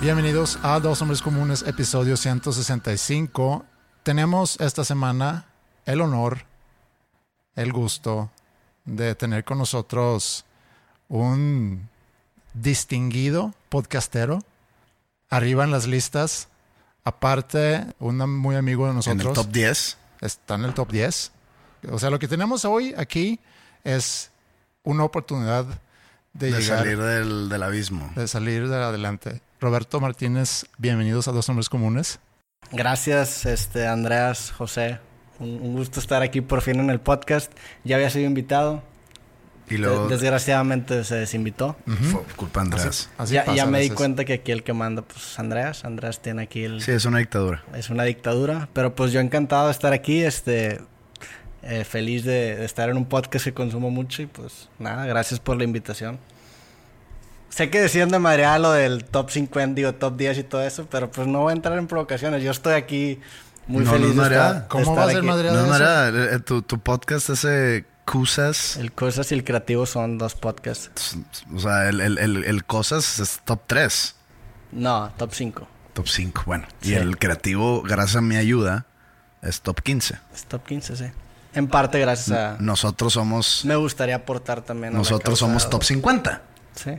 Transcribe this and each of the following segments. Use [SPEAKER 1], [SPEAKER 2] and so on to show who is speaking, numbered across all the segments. [SPEAKER 1] Bienvenidos a Dos Hombres Comunes, episodio 165. Tenemos esta semana el honor, el gusto de tener con nosotros un distinguido podcastero, arriba en las listas. Aparte, un muy amigo de
[SPEAKER 2] En
[SPEAKER 1] nosotros.
[SPEAKER 2] el top 10.
[SPEAKER 1] está en el top 10. O sea, lo que tenemos hoy aquí es una oportunidad de,
[SPEAKER 2] De
[SPEAKER 1] llegar,
[SPEAKER 2] salir del, del abismo.
[SPEAKER 1] de salir de adelante. Roberto Martínez, bienvenidos a Dos Hombres Comunes.
[SPEAKER 3] Gracias, este, Andreas, José. Un, un gusto estar aquí por fin en el podcast. Ya había sido invitado.
[SPEAKER 2] Y luego
[SPEAKER 3] De- Desgraciadamente se desinvitó.
[SPEAKER 2] fue culpa de Andrés.
[SPEAKER 1] Así
[SPEAKER 3] ya
[SPEAKER 1] pasa
[SPEAKER 3] ya
[SPEAKER 1] a
[SPEAKER 3] me di
[SPEAKER 1] veces.
[SPEAKER 3] cuenta que aquí el que manda pues es Andreas. Andreas tiene aquí el...
[SPEAKER 2] Sí, es una dictadura.
[SPEAKER 3] Es una dictadura. Pero pues yo encantado de estar aquí. Este, eh, feliz de, de estar en un podcast que consumo mucho. Y pues nada, gracias por la invitación. Sé que decían de madreada lo del top 50 digo, top 10 y todo eso, pero pues no voy a entrar en provocaciones. Yo estoy aquí muy
[SPEAKER 2] No, no
[SPEAKER 3] feliz
[SPEAKER 2] es
[SPEAKER 3] de estar,
[SPEAKER 2] madreada.
[SPEAKER 3] de
[SPEAKER 1] ¿Cómo va
[SPEAKER 3] estar
[SPEAKER 1] a ser
[SPEAKER 3] aquí.
[SPEAKER 1] madre
[SPEAKER 2] No, Mara, eh, tu, tu podcast ese Cusas.
[SPEAKER 3] El Cosas y el Creativo son dos podcasts.
[SPEAKER 2] O sea, el, el, el, el Cosas es top 3.
[SPEAKER 3] No, top 5.
[SPEAKER 2] Top 5, bueno.
[SPEAKER 3] Sí.
[SPEAKER 2] Y el creativo, gracias a mi ayuda, es top 15.
[SPEAKER 3] Es top 15, sí. En parte gracias a...
[SPEAKER 2] Nosotros somos...
[SPEAKER 3] Me gustaría aportar también a la
[SPEAKER 2] Nosotros
[SPEAKER 3] causa,
[SPEAKER 2] somos top
[SPEAKER 3] güey.
[SPEAKER 2] 50.
[SPEAKER 3] Sí.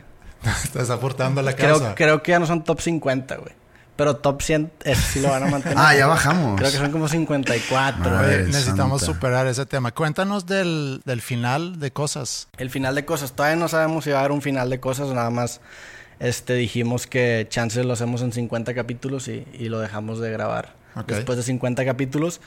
[SPEAKER 1] Estás aportando a la
[SPEAKER 3] Creo,
[SPEAKER 1] causa.
[SPEAKER 3] creo que ya no son top 50, güey. Pero top 100 es, sí lo van a mantener.
[SPEAKER 2] Ah, ya bajamos.
[SPEAKER 3] Creo que son como 54.
[SPEAKER 2] Ah.
[SPEAKER 3] güey.
[SPEAKER 1] Oye,
[SPEAKER 2] Ay,
[SPEAKER 1] necesitamos
[SPEAKER 2] santa.
[SPEAKER 1] superar ese tema. Cuéntanos del, del final de cosas.
[SPEAKER 3] El final de cosas. Todavía no sabemos si va a haber un final de cosas. Nada más este, dijimos que chances lo hacemos en 50 capítulos y, y lo dejamos de grabar
[SPEAKER 1] Ok.
[SPEAKER 3] después de 50 capítulos.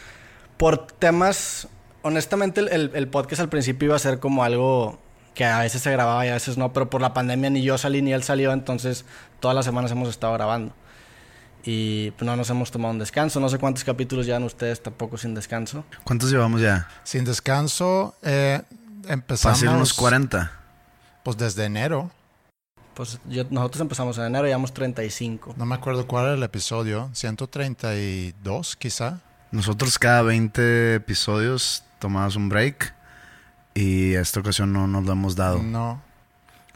[SPEAKER 3] Por temas... Honestamente, el, el- el podcast al principio iba a ser como algo que a veces se grababa y a veces no. Pero por la pandemia ni yo salí ni él salió. Entonces, todas las semanas hemos estado grabando. Y pues, no nos hemos tomado un descanso. No sé cuántos capítulos llevan ustedes tampoco sin descanso.
[SPEAKER 2] ¿Cuántos llevamos ya?
[SPEAKER 1] Sin descanso, eh, empezamos
[SPEAKER 2] Fácil, unos 40.
[SPEAKER 1] pues desde enero.
[SPEAKER 3] Pues yo- nosotros empezamos en enero, llevamos 35.
[SPEAKER 1] No me acuerdo cuál era el episodio. 132 quizá.
[SPEAKER 2] Nosotros cada 20 episodios tomamos un break. Y esta ocasión no nos lo hemos dado.
[SPEAKER 1] No.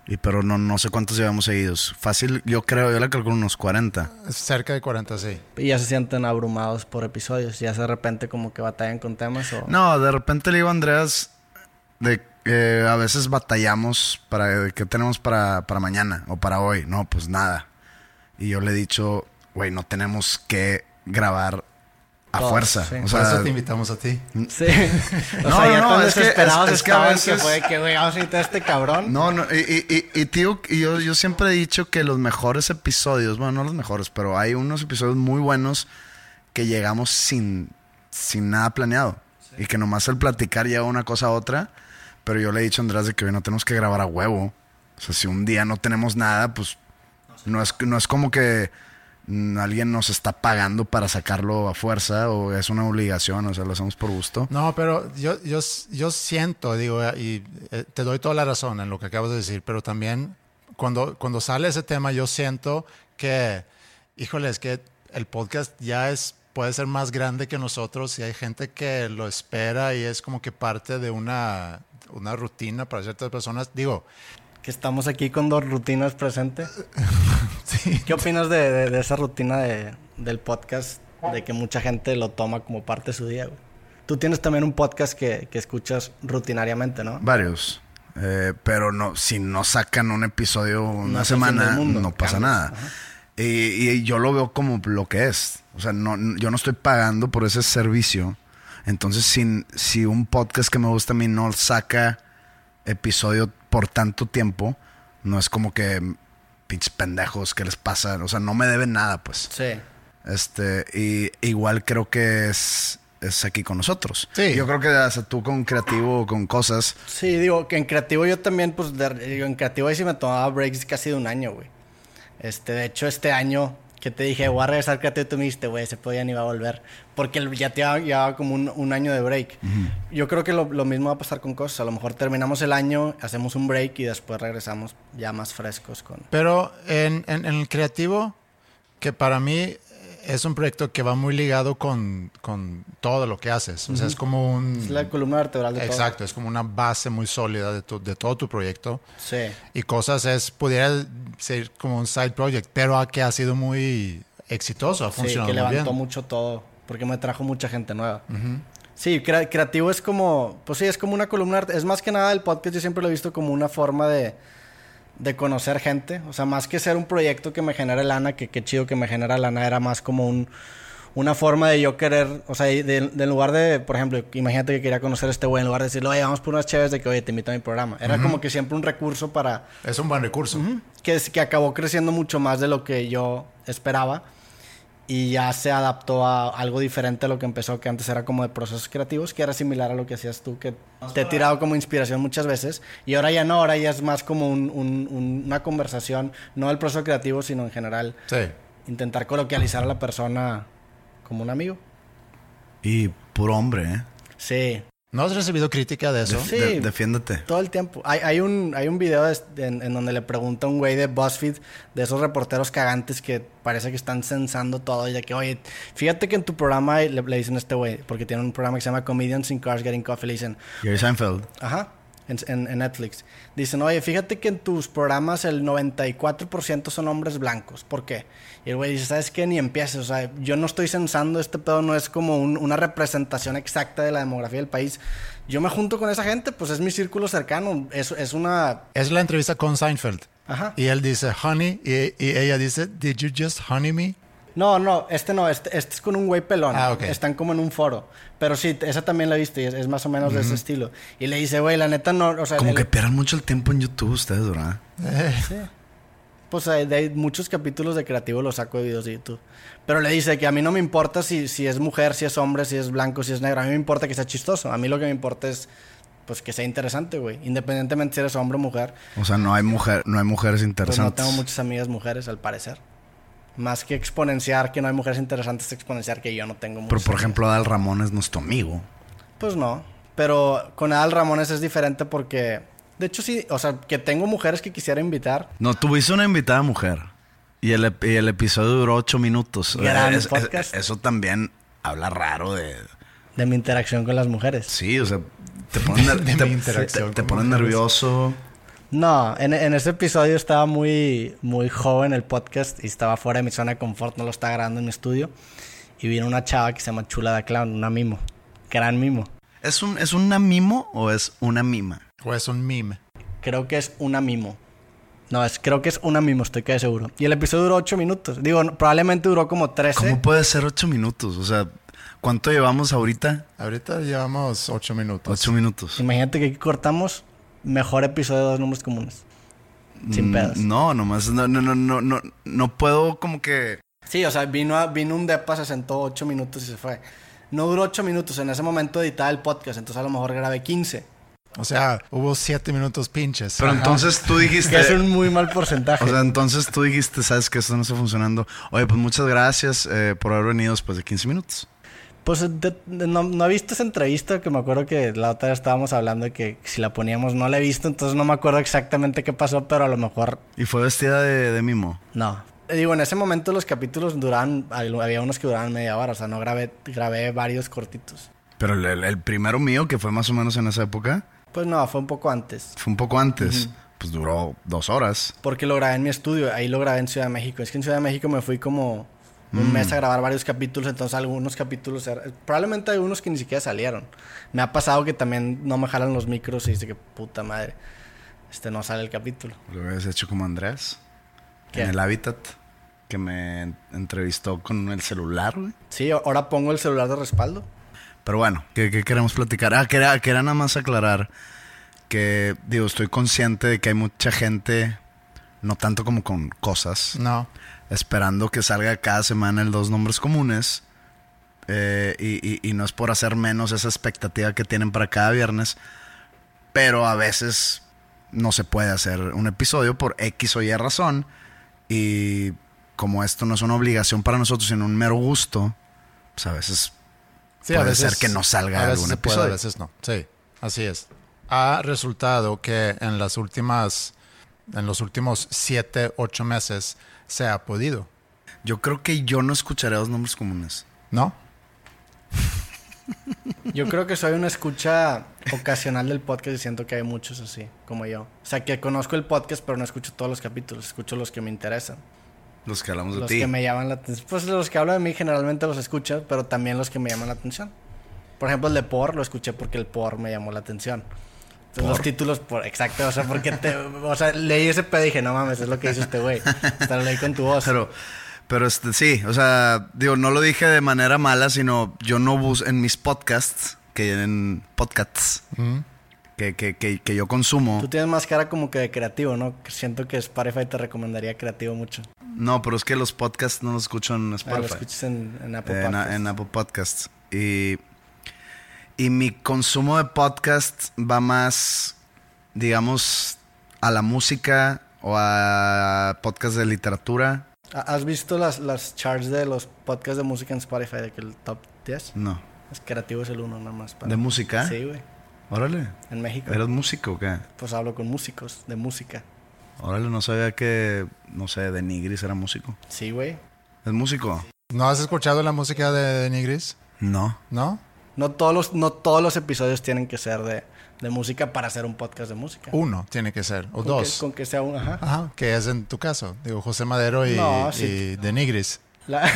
[SPEAKER 2] Y pero no, no sé cuántos llevamos seguidos. Fácil, yo creo, yo le calculo unos 40.
[SPEAKER 1] Cerca de 40, sí.
[SPEAKER 3] Y ya se sienten abrumados por episodios. Ya de repente como que batallan con temas o...
[SPEAKER 2] No, de repente le digo a Andreas de eh, a veces batallamos para de qué tenemos para, para mañana o para hoy. No, pues nada. Y yo le he dicho, güey, no tenemos que grabar a
[SPEAKER 3] Todos,
[SPEAKER 2] fuerza.
[SPEAKER 3] sí.
[SPEAKER 2] O
[SPEAKER 1] Por eso
[SPEAKER 2] sea,
[SPEAKER 1] te invitamos a ti.
[SPEAKER 3] Sí. o
[SPEAKER 2] No,
[SPEAKER 3] sea,
[SPEAKER 2] no,
[SPEAKER 3] ya
[SPEAKER 2] no,
[SPEAKER 3] tan
[SPEAKER 2] es que-
[SPEAKER 3] desesperados
[SPEAKER 2] es- es que a
[SPEAKER 3] estaban que
[SPEAKER 2] veces-
[SPEAKER 3] fue de que, güey, vamos a invitar a este cabrón.
[SPEAKER 2] no, no, y, y- y- y tío, y yo, yo siempre he dicho que los mejores episodios, bueno, no los mejores, pero hay unos episodios muy buenos que llegamos sin, sin nada planeado. Y que nomás al platicar lleva una cosa a otra. Pero yo le he dicho a Andrés de que hoy no tenemos que grabar a huevo. O sea, si un día no tenemos nada, pues no es, no es como que mm, alguien nos está pagando para sacarlo a fuerza o es una obligación, o sea, lo hacemos por gusto.
[SPEAKER 1] No, pero yo, yo, yo siento, digo, y eh, te doy toda la razón en lo que acabas de decir, pero también cuando, cuando sale ese tema, yo siento que, híjole, es que el podcast ya es puede ser más grande que nosotros y hay gente que lo espera y es como que parte de una, una rutina para ciertas personas. Digo,
[SPEAKER 3] Que estamos aquí con dos rutinas presentes.
[SPEAKER 1] sí,
[SPEAKER 3] ¿Qué opinas de, de- de esa rutina de- del podcast? De que mucha gente lo toma como parte de su día, güey. Tú tienes también un podcast que, que escuchas rutinariamente, ¿no?
[SPEAKER 2] Varios. Eh, pero no, si no sacan un episodio una
[SPEAKER 3] es el fin
[SPEAKER 2] semana,
[SPEAKER 3] del mundo.
[SPEAKER 2] no pasa
[SPEAKER 3] Cambias.
[SPEAKER 2] nada. Y, y yo lo veo como lo que es. O sea, no, n- yo no estoy pagando por ese servicio. Entonces, si, si un podcast que me gusta a mí no saca episodio por tanto tiempo, no es como que pinches pendejos, ¿qué les pasa? O sea, no me deben nada, pues.
[SPEAKER 3] Sí.
[SPEAKER 2] Este, y igual creo que es, es aquí con nosotros.
[SPEAKER 1] Sí.
[SPEAKER 2] Yo creo que hasta tú con creativo, con cosas,
[SPEAKER 3] Sí, digo que en creativo yo también, pues de- digo, en creativo ahí sí me tomaba breaks casi de un año, güey. Este, de hecho, este año que te dije, voy a regresar a creativo, tú me dijiste, güey, ese pedo ya ni va a volver. Porque el- ya te llevaba- llevaba como un, un año de break. Yo creo que lo, lo mismo va a pasar con cosas. A lo mejor terminamos el año, hacemos un break y después regresamos ya más frescos con.
[SPEAKER 1] Pero en, en- en el creativo, que para mí es un proyecto que va muy ligado con, con todo lo que haces. O sea, es como un...
[SPEAKER 3] Es la columna vertebral de todo.
[SPEAKER 1] Exacto, es como una base muy sólida de, tu- de todo tu proyecto.
[SPEAKER 3] Sí.
[SPEAKER 1] Y cosas es, pudiera ser como un side project, pero a que ha sido muy exitoso, ha
[SPEAKER 3] Sí,
[SPEAKER 1] funcionado
[SPEAKER 3] que
[SPEAKER 1] muy
[SPEAKER 3] levantó
[SPEAKER 1] bien.
[SPEAKER 3] mucho todo, porque me trajo mucha gente nueva. Sí, crea- creativo es como, pues sí, es como una columna, art- es más que nada el podcast, yo siempre lo he visto como una forma de, de conocer gente, o sea, más que ser un proyecto que me genere lana, que qué chido que me genera lana, era más como un, una forma de yo querer, o sea, de, de- en lugar de, por ejemplo, imagínate que quería conocer a este güey, en lugar de decirle, oye, vamos por unas chéves de que, oye, te invito a mi programa, era como que siempre un recurso para
[SPEAKER 1] Es un buen recurso.
[SPEAKER 3] que, es- que acabó creciendo mucho más de lo que yo esperaba y ya se adaptó a algo diferente a lo que empezó, que antes era como de procesos creativos, que era similar a lo que hacías tú, que te he tirado como inspiración muchas veces y ahora ya no, ahora ya es más como un- un- un- una conversación, no el proceso creativo, sino en general
[SPEAKER 1] Sí.
[SPEAKER 3] intentar coloquializar a la persona como un amigo.
[SPEAKER 2] Y puro hombre, ¿eh?
[SPEAKER 3] Sí,
[SPEAKER 1] ¿No has recibido crítica de eso?
[SPEAKER 3] Sí.
[SPEAKER 2] De- defiéndete.
[SPEAKER 3] Todo el tiempo. Hay, hay un, hay un video de- este, en, en donde le pregunta a un güey de BuzzFeed, de esos reporteros cagantes que parece que están censando todo. Y de que, oye, fíjate que en tu programa, y le, le dicen a este güey, porque tiene un programa que se llama Comedians in Cars Getting Coffee, le dicen,
[SPEAKER 2] Jerry Seinfeld.
[SPEAKER 3] ajá, en, en- en Netflix. Dicen, oye, fíjate que en tus programas el 94% son hombres blancos. ¿Por qué? Y el güey dice, ¿sabes qué? Ni empieces. O sea, yo no estoy censando, este pedo no es como un- una representación exacta de la demografía del país. Yo me junto con esa gente, pues es mi círculo cercano. Es, es una...
[SPEAKER 1] Es la entrevista con Seinfeld.
[SPEAKER 3] Ajá.
[SPEAKER 1] Y él dice, honey, y, y ella dice, did you just honey me?
[SPEAKER 3] No, no, este no, este, este es con un güey pelón.
[SPEAKER 1] Ah, ok.
[SPEAKER 3] Están como en un foro. Pero sí, esa también la viste y es, es más o menos de ese estilo. Y le dice, güey, la neta no, o sea,
[SPEAKER 2] Como
[SPEAKER 3] el-
[SPEAKER 2] que pierden mucho el tiempo en YouTube ustedes, ¿verdad?
[SPEAKER 3] Pues hay, de hay muchos capítulos de creativo los saco de videos de YouTube. Pero le dice que a mí no me importa si, si es mujer, si es hombre, si es blanco, si es negro. A mí me importa que sea chistoso. A mí lo que me importa es pues que sea interesante, güey. Independientemente si eres hombre o mujer.
[SPEAKER 2] O sea, no hay mujer, no hay mujeres
[SPEAKER 3] Pues no
[SPEAKER 2] interesantes.
[SPEAKER 3] tengo muchas amigas mujeres, al parecer. Más que exponenciar que no hay mujeres interesantes, exponenciar que yo no tengo muchas.
[SPEAKER 2] Pero por
[SPEAKER 3] amigas.
[SPEAKER 2] ejemplo, Adal Ramón es nuestro amigo.
[SPEAKER 3] Pues no. Pero con Adal Ramones es diferente porque... De hecho, sí. O sea, que tengo mujeres que quisiera invitar.
[SPEAKER 2] No, tuviste una invitada mujer. Y el, ep- y el episodio duró ocho minutos.
[SPEAKER 3] Gran
[SPEAKER 2] Eh, es- es-
[SPEAKER 3] podcast.
[SPEAKER 2] eso también habla raro de.
[SPEAKER 3] De mi interacción con las mujeres.
[SPEAKER 2] Sí, o sea, te ponen, ner-
[SPEAKER 1] De mi
[SPEAKER 2] te-
[SPEAKER 1] interacción
[SPEAKER 2] te- te
[SPEAKER 1] con
[SPEAKER 2] ponen
[SPEAKER 1] mujeres.
[SPEAKER 2] nervioso.
[SPEAKER 3] No, en, en ese episodio estaba muy, muy joven el podcast y estaba fuera de mi zona de confort, no lo estaba grabando en mi estudio. Y vino una chava que se llama Chula da Clown, una mimo, gran mimo.
[SPEAKER 2] ¿Es un es una mimo o es una mima?
[SPEAKER 1] O es un meme.
[SPEAKER 3] Creo que es una mimo. No, es, creo que es una mimo, estoy que seguro. Y el episodio duró 8 minutos. Digo, no, probablemente duró como 13.
[SPEAKER 2] ¿Cómo puede ser ocho minutos? O sea, ¿cuánto llevamos ahorita?
[SPEAKER 1] Ahorita llevamos ocho minutos.
[SPEAKER 2] Ocho minutos.
[SPEAKER 3] Imagínate que aquí cortamos mejor episodio de dos números comunes. Sin
[SPEAKER 2] Mm,
[SPEAKER 3] pedos.
[SPEAKER 2] No, nomás no, no, no, no, no, no puedo como que.
[SPEAKER 3] Sí, o sea, vino, a- vino un depa, se sentó ocho minutos y se fue. No duró ocho minutos, en ese momento editaba el podcast, entonces a lo mejor grabé 15.
[SPEAKER 1] O sea, hubo siete minutos pinches.
[SPEAKER 2] Pero
[SPEAKER 1] Ajá.
[SPEAKER 2] entonces tú dijiste.
[SPEAKER 3] Que es un muy mal porcentaje.
[SPEAKER 2] O sea, entonces tú dijiste, sabes que esto no está funcionando. Oye, pues muchas gracias eh, por haber venido después de 15 minutos.
[SPEAKER 3] pues de- de- no, no he visto esa entrevista que me acuerdo que la otra vez estábamos hablando de que si la poníamos no la he visto, entonces no me acuerdo exactamente qué pasó, pero a lo mejor
[SPEAKER 2] Y fue vestida de, de mimo.
[SPEAKER 3] no. Eh, digo, en ese momento los capítulos duraban, había unos que duraban media hora, o sea, no grabé, grabé varios cortitos.
[SPEAKER 2] Pero el- el, el primero mío, que fue más o menos en esa época,
[SPEAKER 3] Pues no, fue un poco antes,
[SPEAKER 2] fue un poco antes. Pues duró dos horas.
[SPEAKER 3] porque lo grabé en mi estudio, ahí lo grabé en Ciudad de México. Es que en Ciudad de México me fui como un mes a grabar varios capítulos, entonces algunos capítulos, era- probablemente hay unos que ni siquiera salieron. Me ha pasado que también no me jalan los micros y dice que puta madre, este no sale el capítulo.
[SPEAKER 2] Lo habías hecho como Andrés.
[SPEAKER 3] ¿Qué?
[SPEAKER 2] En el hábitat. Que me en- entrevistó con el celular, güey.
[SPEAKER 3] Sí, ahora pongo el celular de respaldo.
[SPEAKER 2] Pero bueno, ¿qué, qué queremos platicar? Ah, quería, quería nada más aclarar que, digo, estoy consciente de que hay mucha gente, no tanto como con cosas,
[SPEAKER 1] No.
[SPEAKER 2] esperando que salga cada semana el dos nombres comunes. eh, y, y- y no es por hacer menos esa expectativa que tienen para cada viernes. Pero a veces no se puede hacer un episodio por X o Y razón. Y como esto no es una obligación para nosotros, sino un mero gusto, pues a veces
[SPEAKER 1] Sí,
[SPEAKER 2] Puede ser que no salga
[SPEAKER 1] a veces
[SPEAKER 2] algún
[SPEAKER 1] se puede,
[SPEAKER 2] episodio.
[SPEAKER 1] a veces no. Sí, así es. Ha resultado que en las últimas, en los últimos siete, ocho meses se ha podido,
[SPEAKER 2] Yo creo que yo no escucharé los nombres comunes.
[SPEAKER 1] ¿no?
[SPEAKER 3] Yo creo que soy una escucha ocasional del podcast y siento que hay muchos así, como yo. O sea, que conozco el podcast, pero no escucho todos los capítulos, escucho los que me interesan,
[SPEAKER 2] Los que hablamos de
[SPEAKER 3] los
[SPEAKER 2] ti.
[SPEAKER 3] que me llaman la atención. Pues los que hablan de mí generalmente los escucho, pero también los que me llaman la atención. Por ejemplo, el de por lo escuché porque el por me llamó la atención. Entonces, los títulos por exacto, o sea, porque te, o sea, leí ese pedo y dije, no mames, es lo que dice este güey. Hasta lo leí con tu voz.
[SPEAKER 2] Pero, pero este, sí, o sea, digo, no lo dije de manera mala, sino yo no busco en mis podcasts, que en podcasts que, que, que, que yo consumo.
[SPEAKER 3] Tú tienes más cara como que de creativo, ¿no? Siento que Spotify te recomendaría creativo mucho.
[SPEAKER 2] No, pero es que los podcasts no los escucho en
[SPEAKER 3] Ah, lo
[SPEAKER 2] Spotify.
[SPEAKER 3] escuchas en, en Apple
[SPEAKER 2] en,
[SPEAKER 3] Podcasts.
[SPEAKER 2] en Apple Podcasts. Y, y mi consumo de podcast va más, digamos, a la música o a podcasts de literatura.
[SPEAKER 3] ¿Ha- ¿Has visto las, las charts de los podcasts de música en Spotify de que el top 10?
[SPEAKER 2] No.
[SPEAKER 3] Es creativo es el uno nada más. para-
[SPEAKER 2] ¿De música? Eh,
[SPEAKER 3] Sí, güey.
[SPEAKER 2] Órale.
[SPEAKER 3] En México.
[SPEAKER 2] ¿Eres músico o qué?
[SPEAKER 3] Pues hablo con músicos de música.
[SPEAKER 2] Órale, no sabía que, no sé, de Nigris era músico.
[SPEAKER 3] Sí, güey.
[SPEAKER 2] ¿Es músico?
[SPEAKER 1] ¿No has escuchado la música de Nigris?
[SPEAKER 2] No.
[SPEAKER 1] ¿No?
[SPEAKER 3] No todos los, no todos los episodios tienen que ser de, de música para hacer un podcast de música.
[SPEAKER 1] Uno tiene que ser, o
[SPEAKER 3] Con
[SPEAKER 1] dos.
[SPEAKER 3] que- con que sea uno, ajá.
[SPEAKER 1] Ajá, que es en tu caso. Digo, José Madero y,
[SPEAKER 3] No, sí.
[SPEAKER 1] y de Nigris.
[SPEAKER 3] La-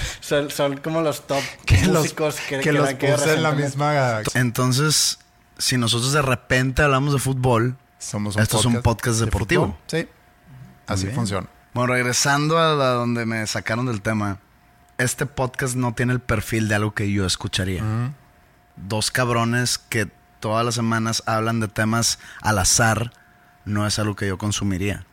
[SPEAKER 3] son, son como los top
[SPEAKER 1] Que los,
[SPEAKER 3] músicos que,
[SPEAKER 1] que
[SPEAKER 3] que-
[SPEAKER 1] los
[SPEAKER 3] que
[SPEAKER 1] puse en la
[SPEAKER 3] recientemente-
[SPEAKER 1] misma...
[SPEAKER 2] Entonces, si nosotros de repente hablamos de fútbol,
[SPEAKER 1] Somos
[SPEAKER 2] Esto es un podcast
[SPEAKER 1] de
[SPEAKER 2] deportivo.
[SPEAKER 1] fútbol. Sí, así
[SPEAKER 2] bien.
[SPEAKER 1] funciona.
[SPEAKER 2] bueno, regresando a la- donde me sacaron del tema, este podcast no tiene el perfil de algo que yo escucharía. Dos cabrones que todas las semanas hablan de temas al azar, no es algo que yo consumiría.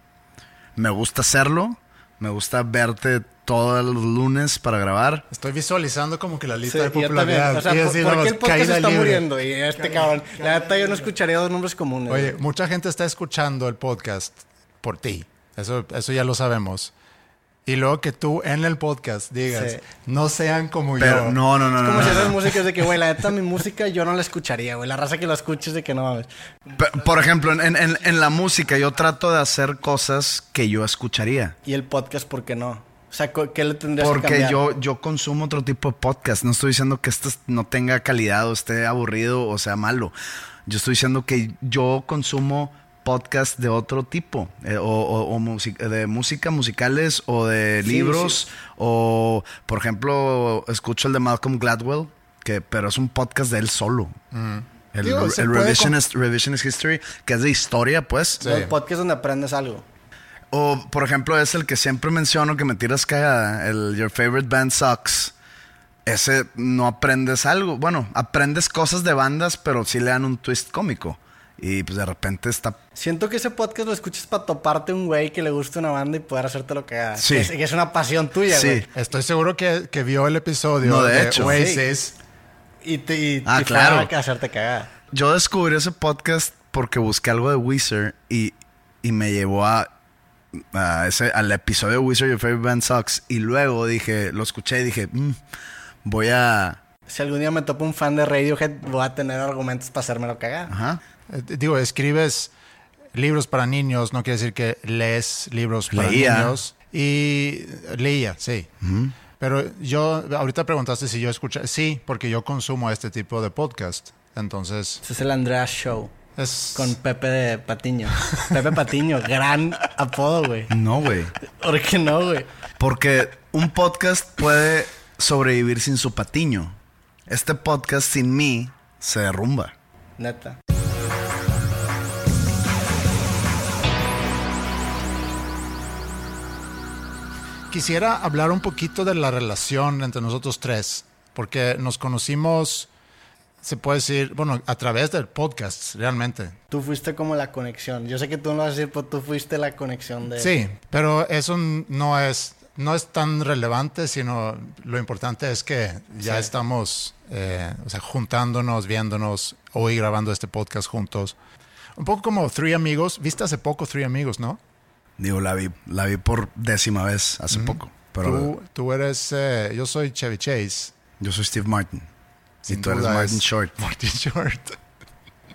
[SPEAKER 2] Me gusta hacerlo, me gusta verte todos los lunes para grabar.
[SPEAKER 1] Estoy visualizando como que la lista
[SPEAKER 3] Sí,
[SPEAKER 1] de
[SPEAKER 3] yo también.
[SPEAKER 1] popularidad.
[SPEAKER 3] O sea,
[SPEAKER 1] Y
[SPEAKER 3] ¿por,
[SPEAKER 1] así,
[SPEAKER 3] por
[SPEAKER 1] vamos,
[SPEAKER 3] qué el podcast
[SPEAKER 1] caída
[SPEAKER 3] está
[SPEAKER 1] libre.
[SPEAKER 3] muriendo? Y este cabrón. La neta, yo no escucharía dos nombres comunes.
[SPEAKER 1] Oye, mucha gente está escuchando el podcast por ti. Eso, eso ya lo sabemos. Y luego que tú en el podcast digas,
[SPEAKER 3] Sí.
[SPEAKER 1] no sean como
[SPEAKER 2] Pero
[SPEAKER 1] yo.
[SPEAKER 2] no, no, no, no.
[SPEAKER 3] Como
[SPEAKER 2] no,
[SPEAKER 3] si
[SPEAKER 1] ah.
[SPEAKER 2] no.
[SPEAKER 3] esas músicas de que, güey, la neta, mi música yo no la escucharía, güey. La raza que la escuches de que no mames.
[SPEAKER 2] Pe- Por ejemplo, en, en- en la música yo trato de hacer cosas que yo escucharía.
[SPEAKER 3] Y el podcast, ¿por qué no? O sea, co- ¿qué le tendrías que
[SPEAKER 2] Porque
[SPEAKER 3] cambiar?
[SPEAKER 2] yo, yo consumo otro tipo de podcast. No estoy diciendo que este no tenga calidad o esté aburrido o sea malo. Yo estoy diciendo que yo consumo podcast de otro tipo. eh, o o- o musi- de música, musicales o de
[SPEAKER 3] Sí,
[SPEAKER 2] libros. O, por ejemplo, escucho el de Malcolm Gladwell, que, pero es un podcast de él solo.
[SPEAKER 3] Mm.
[SPEAKER 2] El,
[SPEAKER 1] Digo,
[SPEAKER 2] el
[SPEAKER 1] se puede
[SPEAKER 2] revisionist, Revisionist History, que es de historia, pues.
[SPEAKER 1] Sí.
[SPEAKER 3] Los podcasts donde aprendes algo.
[SPEAKER 2] O, por ejemplo, es el que siempre menciono que me tiras cagada, el Your Favorite Band Sucks. Ese no aprendes algo. Bueno, aprendes cosas de bandas, pero sí le dan un twist cómico. Y pues de repente está.
[SPEAKER 3] Siento que ese podcast lo escuchas para toparte un güey que le gusta una banda y poder hacértelo cagar.
[SPEAKER 2] Sí.
[SPEAKER 3] Que es, que es una pasión tuya,
[SPEAKER 2] Sí.
[SPEAKER 3] güey.
[SPEAKER 1] Estoy seguro que, que vio el episodio
[SPEAKER 2] No, de
[SPEAKER 1] de,
[SPEAKER 2] hecho.
[SPEAKER 1] Oasis.
[SPEAKER 3] Y te y,
[SPEAKER 2] Ah,
[SPEAKER 3] y
[SPEAKER 2] claro.
[SPEAKER 3] para hacerte cagar.
[SPEAKER 2] Yo descubrí ese podcast porque busqué algo de Weezer y, y me llevó a, a ese, al episodio de Weezer Your Favorite Band Sucks. Y luego dije, lo escuché y dije, "Mm, voy a.
[SPEAKER 3] Si algún día me topo un fan de Radiohead, voy a tener argumentos para hacérmelo cagar.
[SPEAKER 2] Ajá.
[SPEAKER 1] Eh, Digo, escribes libros para niños, no quiere decir que lees libros para
[SPEAKER 2] Leía.
[SPEAKER 1] niños. Y leía, sí. Pero yo, ahorita preguntaste si yo escuché. Sí, porque yo consumo este tipo de podcast. Entonces,
[SPEAKER 3] Ese es el Andreas Show.
[SPEAKER 1] es.
[SPEAKER 3] Con Pepe de Patiño. Pepe Patiño, gran apodo, güey.
[SPEAKER 2] No, güey.
[SPEAKER 3] ¿Por qué no, güey?
[SPEAKER 2] Porque un podcast puede sobrevivir sin su patiño. Este podcast sin mí se derrumba.
[SPEAKER 3] Neta.
[SPEAKER 1] Quisiera hablar un poquito de la relación entre nosotros tres, porque nos conocimos, se puede decir, bueno, a través del podcast, realmente.
[SPEAKER 3] Tú fuiste como la conexión. Yo sé que tú no lo vas a decir, pero tú fuiste la conexión de...
[SPEAKER 1] Sí, pero eso no es, no es tan relevante, sino lo importante es que ya estamos eh, o sea, juntándonos, viéndonos, hoy grabando este podcast juntos. Un poco como Three Amigos, viste hace poco Three Amigos, ¿no?
[SPEAKER 2] Digo, la vi, la vi por décima vez hace poco. Pero
[SPEAKER 1] Tú, tú eres, eh, yo soy Chevy Chase.
[SPEAKER 2] yo soy Steve Martin. Y
[SPEAKER 1] Sin
[SPEAKER 2] tú eres
[SPEAKER 1] duda
[SPEAKER 2] Martin
[SPEAKER 1] es-
[SPEAKER 2] Short.
[SPEAKER 1] Martin Short.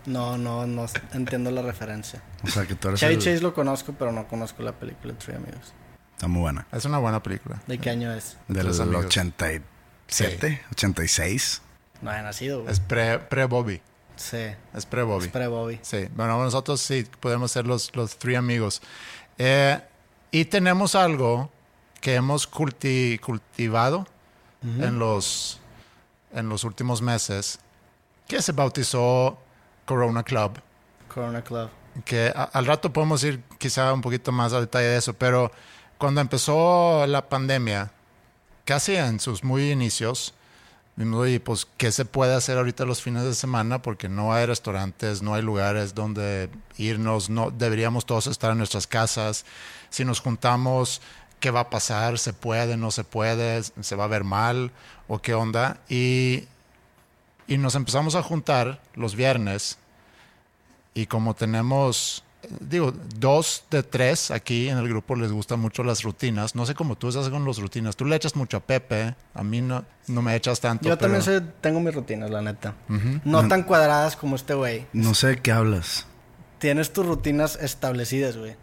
[SPEAKER 3] No, no, no entiendo la referencia.
[SPEAKER 2] O sea que tú eres.
[SPEAKER 3] Chevy
[SPEAKER 2] el-
[SPEAKER 3] Chase lo conozco, pero no conozco la película de Three Amigos.
[SPEAKER 2] Está muy buena.
[SPEAKER 1] Es una buena película.
[SPEAKER 3] ¿De qué año es?
[SPEAKER 2] Del
[SPEAKER 1] Tres amigos.
[SPEAKER 2] 87, 86.
[SPEAKER 3] No había nacido, güey.
[SPEAKER 1] Es pre- pre-Bobby.
[SPEAKER 3] Sí.
[SPEAKER 1] es pre-Bobby.
[SPEAKER 3] Es pre-Bobby.
[SPEAKER 1] Sí, bueno, nosotros sí podemos ser los, los tres amigos. Eh, y tenemos algo que hemos culti- cultivado en, los, en los últimos meses, que se bautizó Corona Club,
[SPEAKER 3] Corona Club.
[SPEAKER 1] que a- al rato podemos ir quizá un poquito más a detalle de eso, pero cuando empezó la pandemia, casi en sus muy inicios, vimos, oye, pues, ¿qué se puede hacer ahorita los fines de semana? Porque no hay restaurantes, no hay lugares donde irnos, no deberíamos todos estar en nuestras casas. Si nos juntamos, ¿qué va a pasar? ¿Se puede? ¿No se puede? ¿Se va a ver mal? ¿O qué onda? Y, y nos empezamos a juntar los viernes y como tenemos... eh, Digo, dos de tres aquí en el grupo les gustan mucho las rutinas. No sé cómo tú estás con las rutinas. Tú le echas mucho a Pepe. A mí no, no me echas tanto.
[SPEAKER 3] Yo
[SPEAKER 1] pero-
[SPEAKER 3] también soy- tengo mis rutinas, la neta. No tan cuadradas como este güey.
[SPEAKER 2] No sé de qué hablas.
[SPEAKER 3] Tienes tus rutinas establecidas, güey.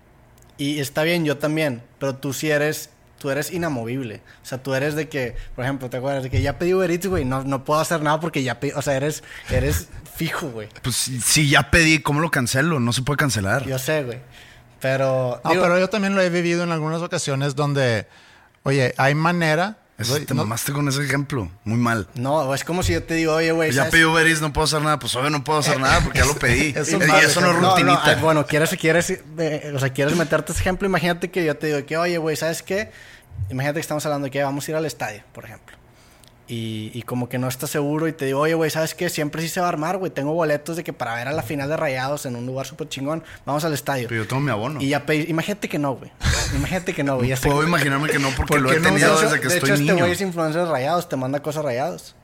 [SPEAKER 3] Y está bien, yo también. Pero tú sí eres... Tú eres inamovible. O sea, tú eres de que... Por ejemplo, ¿te acuerdas? De que ya pedí Uber Eats, güey. No, no puedo hacer nada porque ya pedí... O sea, eres... Eres fijo, güey.
[SPEAKER 2] Pues si si ya pedí, ¿cómo lo cancelo? No se puede cancelar.
[SPEAKER 3] Yo sé, güey. Pero...
[SPEAKER 1] No,
[SPEAKER 3] digo,
[SPEAKER 1] Ah, pero yo también lo he vivido en algunas ocasiones donde, oye, hay manera.
[SPEAKER 2] Eso,
[SPEAKER 1] Oye,
[SPEAKER 2] te
[SPEAKER 1] no-
[SPEAKER 2] mamaste con ese ejemplo. Muy mal.
[SPEAKER 3] No, es como si yo te digo, oye, güey...
[SPEAKER 2] Pues Ya
[SPEAKER 3] ¿sabes
[SPEAKER 2] pedí Uber Eats, no puedo hacer nada. Pues obvio no puedo
[SPEAKER 3] Eh,
[SPEAKER 2] hacer nada porque ya lo pedí.
[SPEAKER 1] Eso
[SPEAKER 2] Eso,
[SPEAKER 1] no-
[SPEAKER 2] eso no es rutinita.
[SPEAKER 3] ay, bueno, quieres, quieres, eh, o sea, quieres meterte ese ejemplo. Imagínate que yo te digo que, oye, güey, ¿sabes qué? Imagínate que estamos hablando de que vamos a ir al estadio, por ejemplo. Y, y como que no estás seguro y te digo, oye, güey, ¿sabes qué? Siempre sí se va a armar, güey. Tengo boletos de que para ver a la final de Rayados en un lugar súper chingón, vamos al estadio.
[SPEAKER 2] Pero yo tengo mi abono.
[SPEAKER 3] Y ya pedí, imagínate que no, güey. Imagínate que no, güey. Ya sé
[SPEAKER 2] Puedo
[SPEAKER 3] que-
[SPEAKER 2] imaginarme que no porque
[SPEAKER 1] ¿Por
[SPEAKER 2] lo
[SPEAKER 1] qué
[SPEAKER 2] he
[SPEAKER 1] no?
[SPEAKER 2] tenido
[SPEAKER 3] de hecho-
[SPEAKER 2] desde que
[SPEAKER 3] de
[SPEAKER 2] estoy
[SPEAKER 3] hecho,
[SPEAKER 2] niño.
[SPEAKER 3] este güey es influencer de Rayados, te manda cosas Rayados.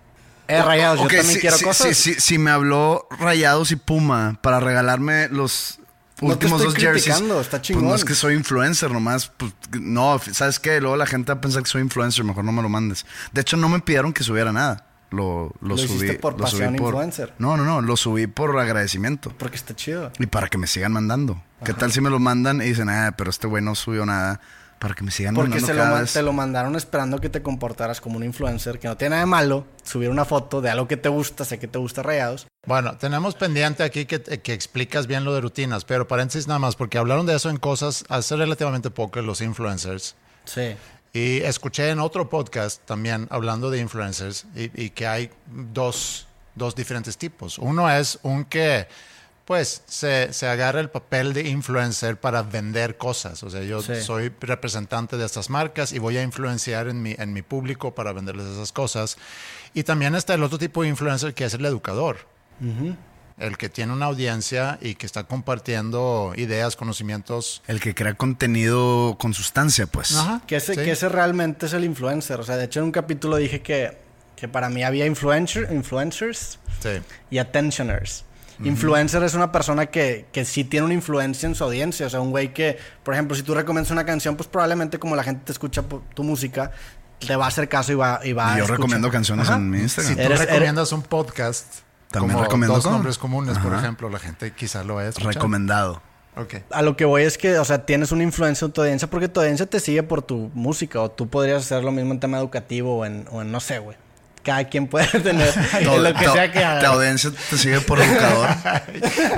[SPEAKER 3] Eh, Rayados,
[SPEAKER 2] Ok,
[SPEAKER 3] yo también
[SPEAKER 2] sí,
[SPEAKER 3] quiero
[SPEAKER 2] sí,
[SPEAKER 3] cosas.
[SPEAKER 2] sí, sí, sí, me habló Rayados y Puma para regalarme los
[SPEAKER 3] No te
[SPEAKER 2] últimos
[SPEAKER 3] estoy
[SPEAKER 2] dos jerseys.
[SPEAKER 3] criticando, está
[SPEAKER 2] Pues no
[SPEAKER 3] chingón.
[SPEAKER 2] es que soy influencer nomás. pues, no, f- ¿sabes qué? Luego la gente va a pensar que soy influencer, mejor no me lo mandes. De hecho, no me pidieron que subiera nada. Lo, lo
[SPEAKER 3] Lo hiciste
[SPEAKER 2] subí.
[SPEAKER 3] por
[SPEAKER 2] lo subí
[SPEAKER 3] pasión influencer.
[SPEAKER 2] No, no, no. Lo subí por agradecimiento.
[SPEAKER 3] Porque está chido.
[SPEAKER 2] Y para que me sigan mandando. ¿Qué tal si me lo mandan y dicen, ah, pero este güey no subió nada? Para que me sigan
[SPEAKER 3] Porque
[SPEAKER 2] mandando
[SPEAKER 3] se lo,
[SPEAKER 2] cada
[SPEAKER 3] man-
[SPEAKER 2] vez.
[SPEAKER 3] te lo mandaron esperando que te comportaras como un influencer, que no tiene nada de malo subir una foto de algo que te gusta, sé que te gusta rayados.
[SPEAKER 1] Bueno, tenemos pendiente aquí que, que explicas bien lo de rutinas, pero paréntesis nada más, porque hablaron de eso en cosas hace relativamente poco los influencers.
[SPEAKER 3] Sí.
[SPEAKER 1] Y escuché en otro podcast también hablando de influencers y, y que hay dos, dos diferentes tipos. Uno es un que, pues, se, se agarra el papel de influencer para vender cosas. O sea, yo
[SPEAKER 3] Sí.
[SPEAKER 1] soy representante de estas marcas y voy a influenciar en mi, en mi público para venderles esas cosas. Y también está el otro tipo de influencer que es el educador el que tiene una audiencia y que está compartiendo ideas, conocimientos.
[SPEAKER 2] El que crea contenido con sustancia, pues.
[SPEAKER 3] Que ese,
[SPEAKER 1] Sí.
[SPEAKER 3] que ese realmente es el influencer. O sea, de hecho en un capítulo dije que, que para mí había influencer, influencers
[SPEAKER 1] Sí.
[SPEAKER 3] y attentioners. Influencer es una persona que, que sí tiene una influencia en su audiencia. O sea, un güey que, por ejemplo, si tú recomiendas una canción, pues probablemente como la gente te escucha po- tu música, te va a hacer caso y va, y va a
[SPEAKER 2] Y yo
[SPEAKER 3] escuchar.
[SPEAKER 2] recomiendo canciones
[SPEAKER 3] Ah, Ajá.
[SPEAKER 2] en mi
[SPEAKER 1] Si
[SPEAKER 2] Instagram.
[SPEAKER 1] tú
[SPEAKER 3] Eres-
[SPEAKER 1] recomiendas un podcast,
[SPEAKER 2] También
[SPEAKER 1] como
[SPEAKER 2] recomiendo
[SPEAKER 1] dos
[SPEAKER 2] con-
[SPEAKER 1] nombres comunes, por
[SPEAKER 2] Ajá.
[SPEAKER 1] ejemplo, la gente quizá lo es.
[SPEAKER 2] Recomendado.
[SPEAKER 1] Ok.
[SPEAKER 3] A lo que voy es que, o sea, tienes una influencia en tu audiencia porque tu audiencia te sigue por tu música o tú podrías hacer lo mismo en tema educativo o en, o en no sé, güey. Cada quien puede tener en lo que
[SPEAKER 2] Tu-
[SPEAKER 3] sea que
[SPEAKER 2] tu- Tu
[SPEAKER 3] haga. Eh.
[SPEAKER 2] audiencia te sigue por educador.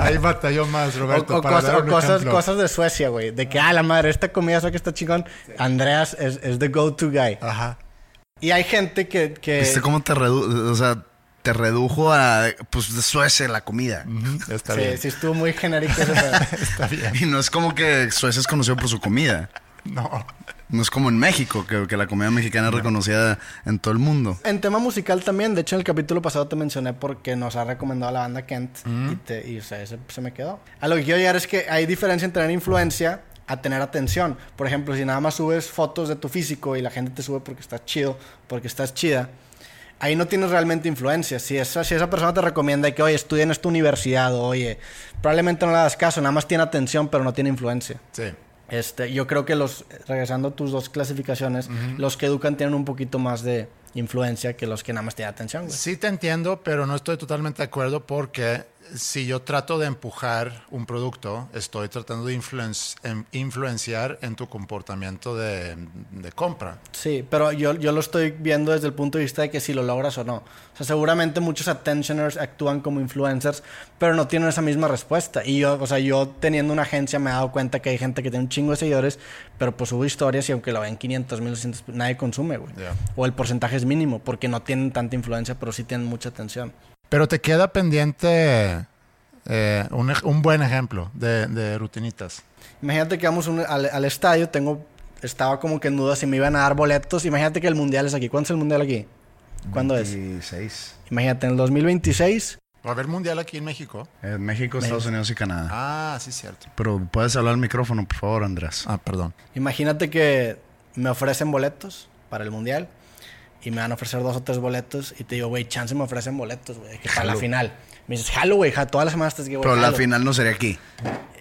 [SPEAKER 1] Ahí batalló más,
[SPEAKER 3] O,
[SPEAKER 1] Roberto.
[SPEAKER 3] o
[SPEAKER 1] para
[SPEAKER 3] cosas,
[SPEAKER 1] dar un
[SPEAKER 3] o cosas,
[SPEAKER 1] ejemplo.
[SPEAKER 3] cosas de Suecia, güey. De que, ah, la madre, esta comida sabe que está chingón. Andreas es, es the go-to guy.
[SPEAKER 1] Ajá.
[SPEAKER 3] Y hay gente que... que
[SPEAKER 1] Pues,
[SPEAKER 2] ¿Viste cómo te redujo? O sea, te redujo a. Pues de Suecia la comida.
[SPEAKER 1] Ujú, Está
[SPEAKER 3] sí,
[SPEAKER 1] bien.
[SPEAKER 3] sí estuvo muy genérico ese pedo.
[SPEAKER 1] Está bien.
[SPEAKER 2] Y no es como que Suecia es conocido por su comida.
[SPEAKER 1] No.
[SPEAKER 2] No es como en México, que, que la comida mexicana es reconocida en todo el mundo.
[SPEAKER 3] En tema musical también, de hecho en el capítulo pasado te mencioné porque nos ha recomendado la banda Kent y, te- y, o sea, ese se me quedó. A lo que quiero llegar es que hay diferencia entre tener influencia a tener atención. Por ejemplo, si nada más subes fotos de tu físico y la gente te sube porque estás chido, porque estás chida, ahí no tienes realmente influencia. Si esa, si esa persona te recomienda que, oye, estudia en esta universidad, o, oye, probablemente no le das caso, nada más tiene atención pero no tiene influencia.
[SPEAKER 1] Sí.
[SPEAKER 3] Este, yo creo que los, regresando a tus dos clasificaciones, los que educan tienen un poquito más de influencia que los que nada más tienen atención, güey.
[SPEAKER 1] Sí te entiendo, pero no estoy totalmente de acuerdo porque si yo trato de empujar un producto, estoy tratando de influen- em- influenciar en tu comportamiento de, de compra.
[SPEAKER 3] Sí, pero yo, yo lo estoy viendo desde el punto de vista de que si lo logras o no. O sea, seguramente muchos attentioners actúan como influencers, pero no tienen esa misma respuesta. Y yo, o sea, yo teniendo una agencia me he dado cuenta que hay gente que tiene un chingo de seguidores, pero pues sube historias y aunque lo ven 500 mil, nadie consume, güey.
[SPEAKER 1] Ya.
[SPEAKER 3] O el porcentaje es mínimo, porque no tienen tanta influencia, pero sí tienen mucha atención.
[SPEAKER 1] Pero te queda pendiente eh, un, ej- un buen ejemplo de, de rutinitas.
[SPEAKER 3] Imagínate que vamos un- al, al estadio, tengo, estaba como que en duda si me iban a dar boletos. Imagínate que el mundial es aquí. ¿Cuándo es el mundial aquí? ¿Cuándo es?
[SPEAKER 2] 16.
[SPEAKER 3] Imagínate, en el 2026.
[SPEAKER 1] ¿Va a haber mundial aquí en México?
[SPEAKER 2] En Eh, México, Estados Unidos y Canadá.
[SPEAKER 1] Ah, sí, cierto.
[SPEAKER 2] Pero puedes hablar al micrófono, por favor, Andrés.
[SPEAKER 1] Ah, perdón.
[SPEAKER 3] Imagínate que me ofrecen boletos para el mundial y me van a ofrecer dos o tres boletos y te digo, güey, chance me ofrecen boletos, güey, que para la final. Me dices, jalo, güey, ja, todas las semanas te digo, güey,
[SPEAKER 2] Pero la
[SPEAKER 3] jalo".
[SPEAKER 2] final no sería aquí.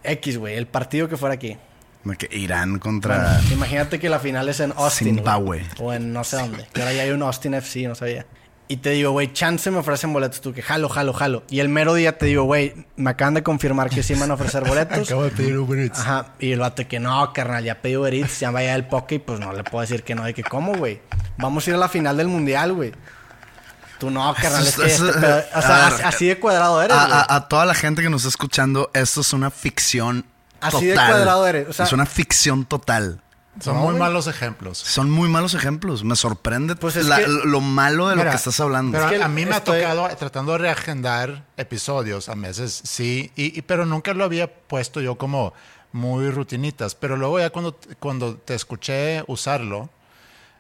[SPEAKER 3] X, güey, el partido que fuera aquí.
[SPEAKER 2] No, que Irán contra.
[SPEAKER 3] Imagínate que la final es en Austin. güey.
[SPEAKER 2] Zimbabue.
[SPEAKER 3] O en no sé dónde. Que ahora ya hay un Austin FC, no sabía. Y te digo, güey, chance me ofrecen boletos tú, que jalo, jalo, jalo. Y el mero día te digo, güey, me acaban de confirmar que sí me van a ofrecer boletos.
[SPEAKER 1] Acabo de pedir Uber Eats.
[SPEAKER 3] Ajá, y el vato que no, carnal, ya pedí Uber Eats, ya vaya el poke y pues no le puedo decir que no, de que cómo, güey. Vamos a ir a la final del mundial, güey. Tú no, carnal, es que
[SPEAKER 2] Eso- Ah.
[SPEAKER 3] este pedo- o sea,
[SPEAKER 2] a
[SPEAKER 3] as-
[SPEAKER 2] ver.
[SPEAKER 3] así de cuadrado eres,
[SPEAKER 2] A,
[SPEAKER 3] güey.
[SPEAKER 2] a- a toda la gente que nos está escuchando, esto es una ficción.
[SPEAKER 3] Así de
[SPEAKER 2] total.
[SPEAKER 3] cuadrado eres, o sea-
[SPEAKER 2] es una ficción total.
[SPEAKER 1] Son muy malos ejemplos.
[SPEAKER 2] Son muy malos ejemplos. Me sorprende
[SPEAKER 3] Pues es
[SPEAKER 2] la-
[SPEAKER 3] que-
[SPEAKER 2] lo malo de lo
[SPEAKER 1] Mira,
[SPEAKER 2] que estás hablando.
[SPEAKER 1] Pero
[SPEAKER 3] Es que
[SPEAKER 1] a mí me
[SPEAKER 3] estoy-
[SPEAKER 1] ha tocado tratando de reagendar episodios a meses, sí, y, y- pero nunca lo había puesto yo como muy rutinitas. Pero luego ya cuando, cuando te escuché usarlo,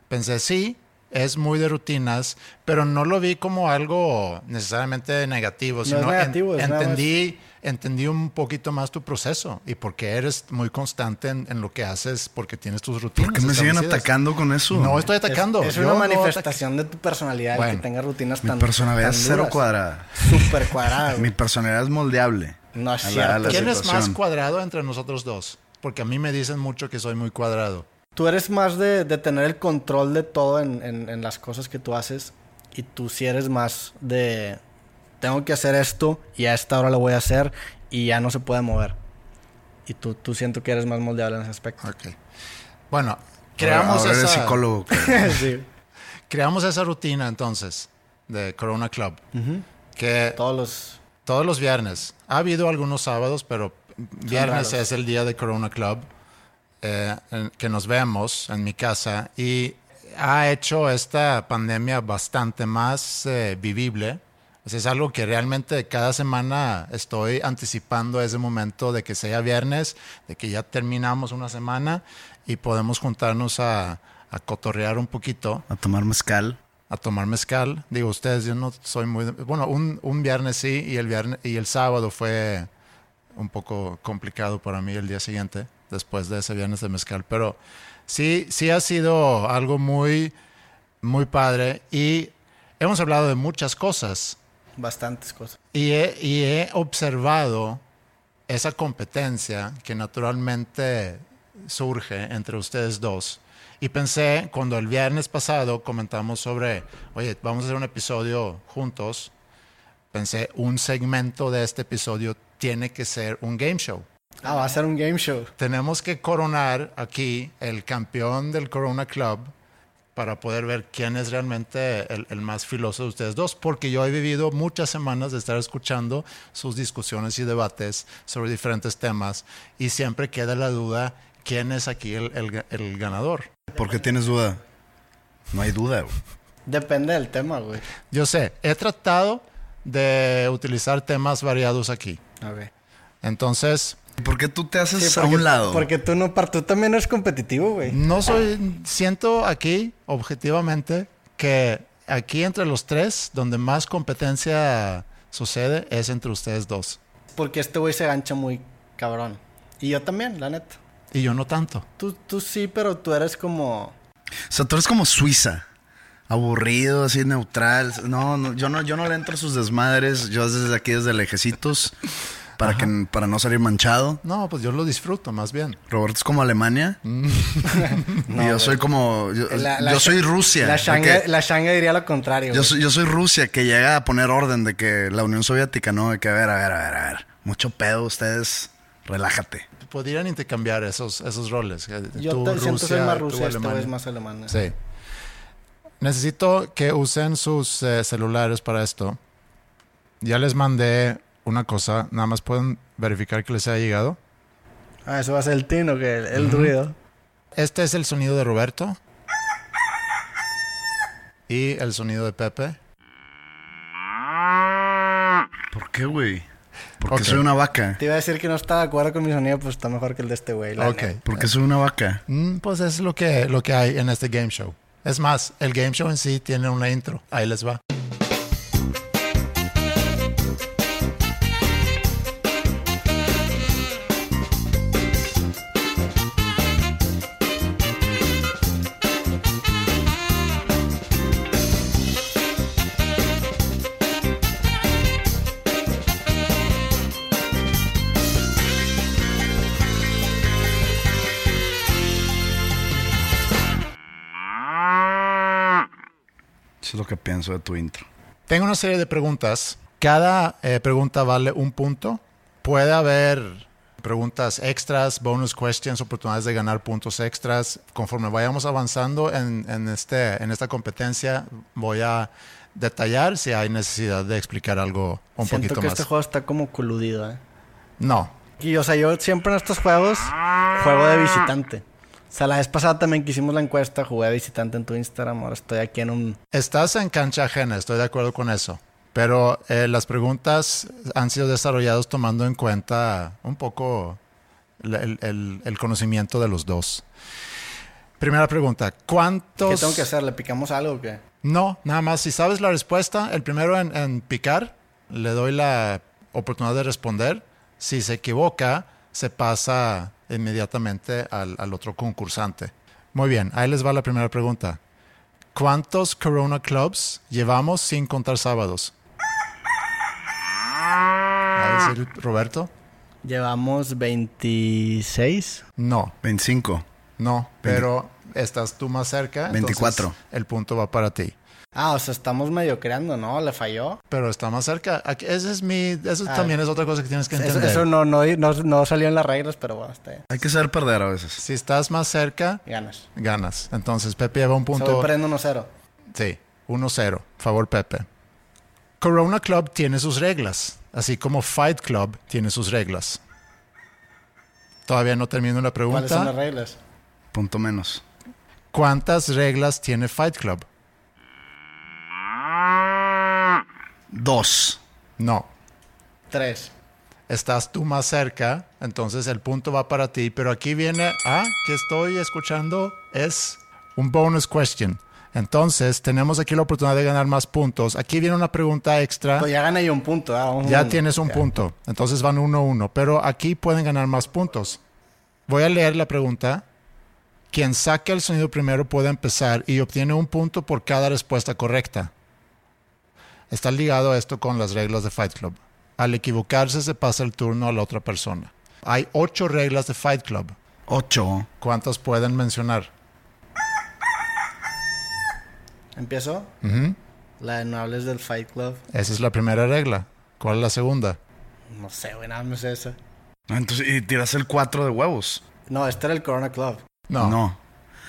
[SPEAKER 1] pensé, sí, es muy de rutinas, pero no lo vi como algo necesariamente negativo,
[SPEAKER 3] es
[SPEAKER 1] sino en-
[SPEAKER 3] negativo, es nada
[SPEAKER 1] entendí, entendí un poquito más tu proceso y por qué eres muy constante en, en lo que haces, porque tienes tus rutinas.
[SPEAKER 2] ¿Por qué me siguen
[SPEAKER 1] establecidas.
[SPEAKER 2] atacando con eso?
[SPEAKER 1] No estoy
[SPEAKER 3] Es-
[SPEAKER 2] ah,
[SPEAKER 1] atacando.
[SPEAKER 3] Es,
[SPEAKER 1] yo
[SPEAKER 3] una
[SPEAKER 1] no ataqué.
[SPEAKER 3] manifestación de tu personalidad, el
[SPEAKER 1] Bueno,
[SPEAKER 3] que tenga rutinas
[SPEAKER 2] Mi
[SPEAKER 3] tan.
[SPEAKER 2] personalidad
[SPEAKER 3] tan
[SPEAKER 2] es cero
[SPEAKER 3] duras.
[SPEAKER 2] cuadrada.
[SPEAKER 3] Súper cuadrada. güey.
[SPEAKER 2] Mi personalidad es moldeable.
[SPEAKER 3] No es
[SPEAKER 2] A
[SPEAKER 3] cierto.
[SPEAKER 2] a
[SPEAKER 1] ¿Quién es más
[SPEAKER 2] situación.
[SPEAKER 1] cuadrado entre nosotros dos? Porque a mí me dicen mucho que soy muy cuadrado.
[SPEAKER 3] Tú eres más de, de tener el control de todo en, en- en las cosas que tú haces. Y tú sí eres más de. Tengo que hacer esto y a esta hora lo voy a hacer y ya no se puede mover. Y tú, tú siento que eres más moldeable en ese aspecto.
[SPEAKER 1] Bueno, creamos,
[SPEAKER 2] Ahora eres
[SPEAKER 1] esa,
[SPEAKER 2] psicólogo. cabrón.
[SPEAKER 3] sí.
[SPEAKER 1] creamos esa rutina entonces de Corona Club. Que
[SPEAKER 3] Todos los.
[SPEAKER 1] todos los viernes, ha habido algunos sábados, pero
[SPEAKER 3] raros.
[SPEAKER 1] viernes es el día de Corona Club, eh, en- que nos vemos en mi casa y ha hecho esta pandemia bastante más eh, vivible. O sea, es algo que realmente cada semana estoy anticipando ese momento de que sea viernes, de que ya terminamos una semana y podemos juntarnos a, a cotorrear un poquito
[SPEAKER 2] A tomar mezcal.
[SPEAKER 1] a tomar mezcal. Digo, ustedes, yo no soy muy... Bueno, un, un viernes sí y el, viernes, y el sábado fue un poco complicado para mí el día siguiente, después de ese viernes de mezcal. Pero sí, sí ha sido algo muy, muy padre y hemos hablado de muchas cosas
[SPEAKER 3] Bastantes cosas.
[SPEAKER 1] y he, y he observado esa competencia que naturalmente surge entre ustedes dos. Y pensé, cuando el viernes pasado comentamos sobre, oye, vamos a hacer un episodio juntos, pensé, un segmento de este episodio tiene que ser un game show.
[SPEAKER 3] Ah, va a ser un game show.
[SPEAKER 1] Tenemos que coronar aquí el campeón del Corona Club para poder ver quién es realmente el, el más filoso de ustedes dos, porque yo he vivido muchas semanas de estar escuchando sus discusiones y debates sobre diferentes temas y siempre queda la duda quién es aquí el, el- el ganador.
[SPEAKER 2] ¿Por qué tienes duda? No hay duda, güey.
[SPEAKER 3] Depende del tema, güey.
[SPEAKER 1] Yo sé, he tratado de utilizar temas variados aquí.
[SPEAKER 3] A ver.
[SPEAKER 1] Entonces,
[SPEAKER 2] ¿Por qué tú te haces
[SPEAKER 3] Sí,
[SPEAKER 2] Pues a
[SPEAKER 3] porque-
[SPEAKER 2] un lado?
[SPEAKER 3] Porque tú no, par- tú también eres competitivo, güey.
[SPEAKER 1] No soy, siento aquí, objetivamente, que aquí entre los tres, donde más competencia sucede es entre ustedes dos.
[SPEAKER 3] Porque este güey se gancha muy cabrón. Y yo también, la neta.
[SPEAKER 1] Y yo no tanto.
[SPEAKER 3] Tú, tú sí, pero tú eres como...
[SPEAKER 2] O sea, tú eres como Suiza. Aburrido, así neutral. No, no, yo no, yo no le entro a sus desmadres. Yo desde aquí, desde lejecitos, para que para no salir manchado.
[SPEAKER 1] No, pues yo lo disfruto más bien.
[SPEAKER 2] Roberto es como Alemania. y yo soy como. Yo,
[SPEAKER 1] Pues,
[SPEAKER 3] La- la-
[SPEAKER 2] yo soy Rusia.
[SPEAKER 3] La
[SPEAKER 2] de
[SPEAKER 3] shanga,
[SPEAKER 2] que-
[SPEAKER 3] la shanga diría lo contrario.
[SPEAKER 2] yo,
[SPEAKER 3] güey.
[SPEAKER 2] soy, yo soy Rusia que llega a poner orden de que la Unión Soviética, ¿no? De que a ver, a ver, a ver, a ver. Mucho pedo, ustedes. Relájate.
[SPEAKER 1] Podrían intercambiar esos, esos roles. que
[SPEAKER 3] Yo
[SPEAKER 1] tú
[SPEAKER 3] te- siento soy más
[SPEAKER 1] tú
[SPEAKER 3] rusa, este güey
[SPEAKER 1] Alemania.
[SPEAKER 3] es más alemana.
[SPEAKER 1] Sí. Necesito que usen sus eh, celulares para esto. Ya les mandé una cosa. Nada más pueden verificar que les haya llegado.
[SPEAKER 3] Ah, eso va a ser el tino, que el, el ruido.
[SPEAKER 1] Este es el sonido de Roberto. Y el sonido de Pepe.
[SPEAKER 2] ¿Por qué, güey? Porque
[SPEAKER 1] Ok.
[SPEAKER 2] soy una vaca.
[SPEAKER 3] Te iba a decir que no estaba de acuerdo con mi sonido, pues está mejor que el de este güey. la
[SPEAKER 1] Ok.
[SPEAKER 3] neta.
[SPEAKER 2] Porque soy una vaca.
[SPEAKER 1] Mm, pues es lo que, lo que hay en este game show. Es más, el game show en sí tiene una intro. Ahí les va.
[SPEAKER 2] Eso es lo que pienso de tu intro.
[SPEAKER 1] Tengo una serie de preguntas. Cada eh, pregunta vale un punto. Puede haber preguntas extras, bonus questions, oportunidades de ganar puntos extras. Conforme vayamos avanzando en, en este, en esta competencia, voy a detallar si hay necesidad de explicar algo un
[SPEAKER 3] Siento
[SPEAKER 1] poquito
[SPEAKER 3] que
[SPEAKER 1] más.
[SPEAKER 3] este juego está como coludido, eh.
[SPEAKER 1] No,
[SPEAKER 3] Y, o sea, yo siempre en estos juegos juego de visitante. O sea, la vez pasada también que hicimos la encuesta, jugué de visitante en tu Instagram. Ahora estoy aquí en un...
[SPEAKER 1] Estás en cancha ajena, estoy de acuerdo con eso. Pero eh, las preguntas han sido desarrolladas tomando en cuenta un poco el, el- el- el conocimiento de los dos. Primera pregunta, ¿cuántos...
[SPEAKER 3] ¿Qué tengo que hacer? ¿Le picamos algo o qué?
[SPEAKER 1] No, nada más, si sabes la respuesta, el primero en, en picar, le doy la oportunidad de responder. Si se equivoca, se pasa inmediatamente al, al otro concursante. Muy bien, ahí les va la primera pregunta. ¿Cuántos Corona Clubs llevamos sin contar sábados? ¿Va a decir Roberto?
[SPEAKER 3] Llevamos 26.
[SPEAKER 1] No,
[SPEAKER 2] 25.
[SPEAKER 1] no, pero estás tú más cerca. entonces
[SPEAKER 2] 24.
[SPEAKER 1] El punto va para ti.
[SPEAKER 3] Ah, o sea, estamos medio creando, ¿no? ¿Le falló?
[SPEAKER 1] Pero está más cerca. Aquí- Ese es mi. Eso también es otra cosa que tienes que
[SPEAKER 3] Ah, Eso,
[SPEAKER 1] entender.
[SPEAKER 3] eso no, no, no, no salió en las reglas, pero bueno, está bien.
[SPEAKER 2] Hay que saber perder a veces.
[SPEAKER 1] Si estás más cerca,
[SPEAKER 3] Ganas.
[SPEAKER 1] ganas. Entonces Pepe lleva un
[SPEAKER 3] O sea, voy
[SPEAKER 1] punto.
[SPEAKER 3] perdiendo 1-0.
[SPEAKER 1] Sí, 1-0. Favor Pepe. Corona Club tiene sus reglas, así como Fight Club tiene sus reglas. Todavía no termino la
[SPEAKER 3] ¿Cuáles son
[SPEAKER 1] pregunta.
[SPEAKER 3] las reglas?
[SPEAKER 2] Punto menos.
[SPEAKER 1] ¿Cuántas reglas tiene Fight Club?
[SPEAKER 2] Dos.
[SPEAKER 1] No.
[SPEAKER 3] 3.
[SPEAKER 1] Estás tú más cerca, entonces el punto va para ti. Pero aquí viene, ah, que estoy escuchando, es un bonus question. Entonces, tenemos aquí la oportunidad de ganar más puntos. Aquí viene una pregunta extra.
[SPEAKER 3] Pues ya gané yo un punto. ah, vamos
[SPEAKER 1] Ya
[SPEAKER 3] uno.
[SPEAKER 1] tienes un punto. Entonces van 1-1. Uno, uno. Pero aquí pueden ganar más puntos. Voy a leer la pregunta. Quien saque el sonido primero puede empezar y obtiene un punto por cada respuesta correcta. Está ligado esto con las reglas de Fight Club. Al equivocarse se pasa el turno a la otra persona. Hay ocho reglas de Fight Club.
[SPEAKER 2] Ocho.
[SPEAKER 1] ¿Cuántas pueden mencionar?
[SPEAKER 3] ¿Empiezo? La de no hables del Fight Club.
[SPEAKER 1] Esa es la primera regla. ¿Cuál es la segunda?
[SPEAKER 3] No sé, güey, nada más esa.
[SPEAKER 2] Ah, Entonces, y tiras el 4 de huevos.
[SPEAKER 3] No, este era el Corona Club.
[SPEAKER 1] No.
[SPEAKER 2] No.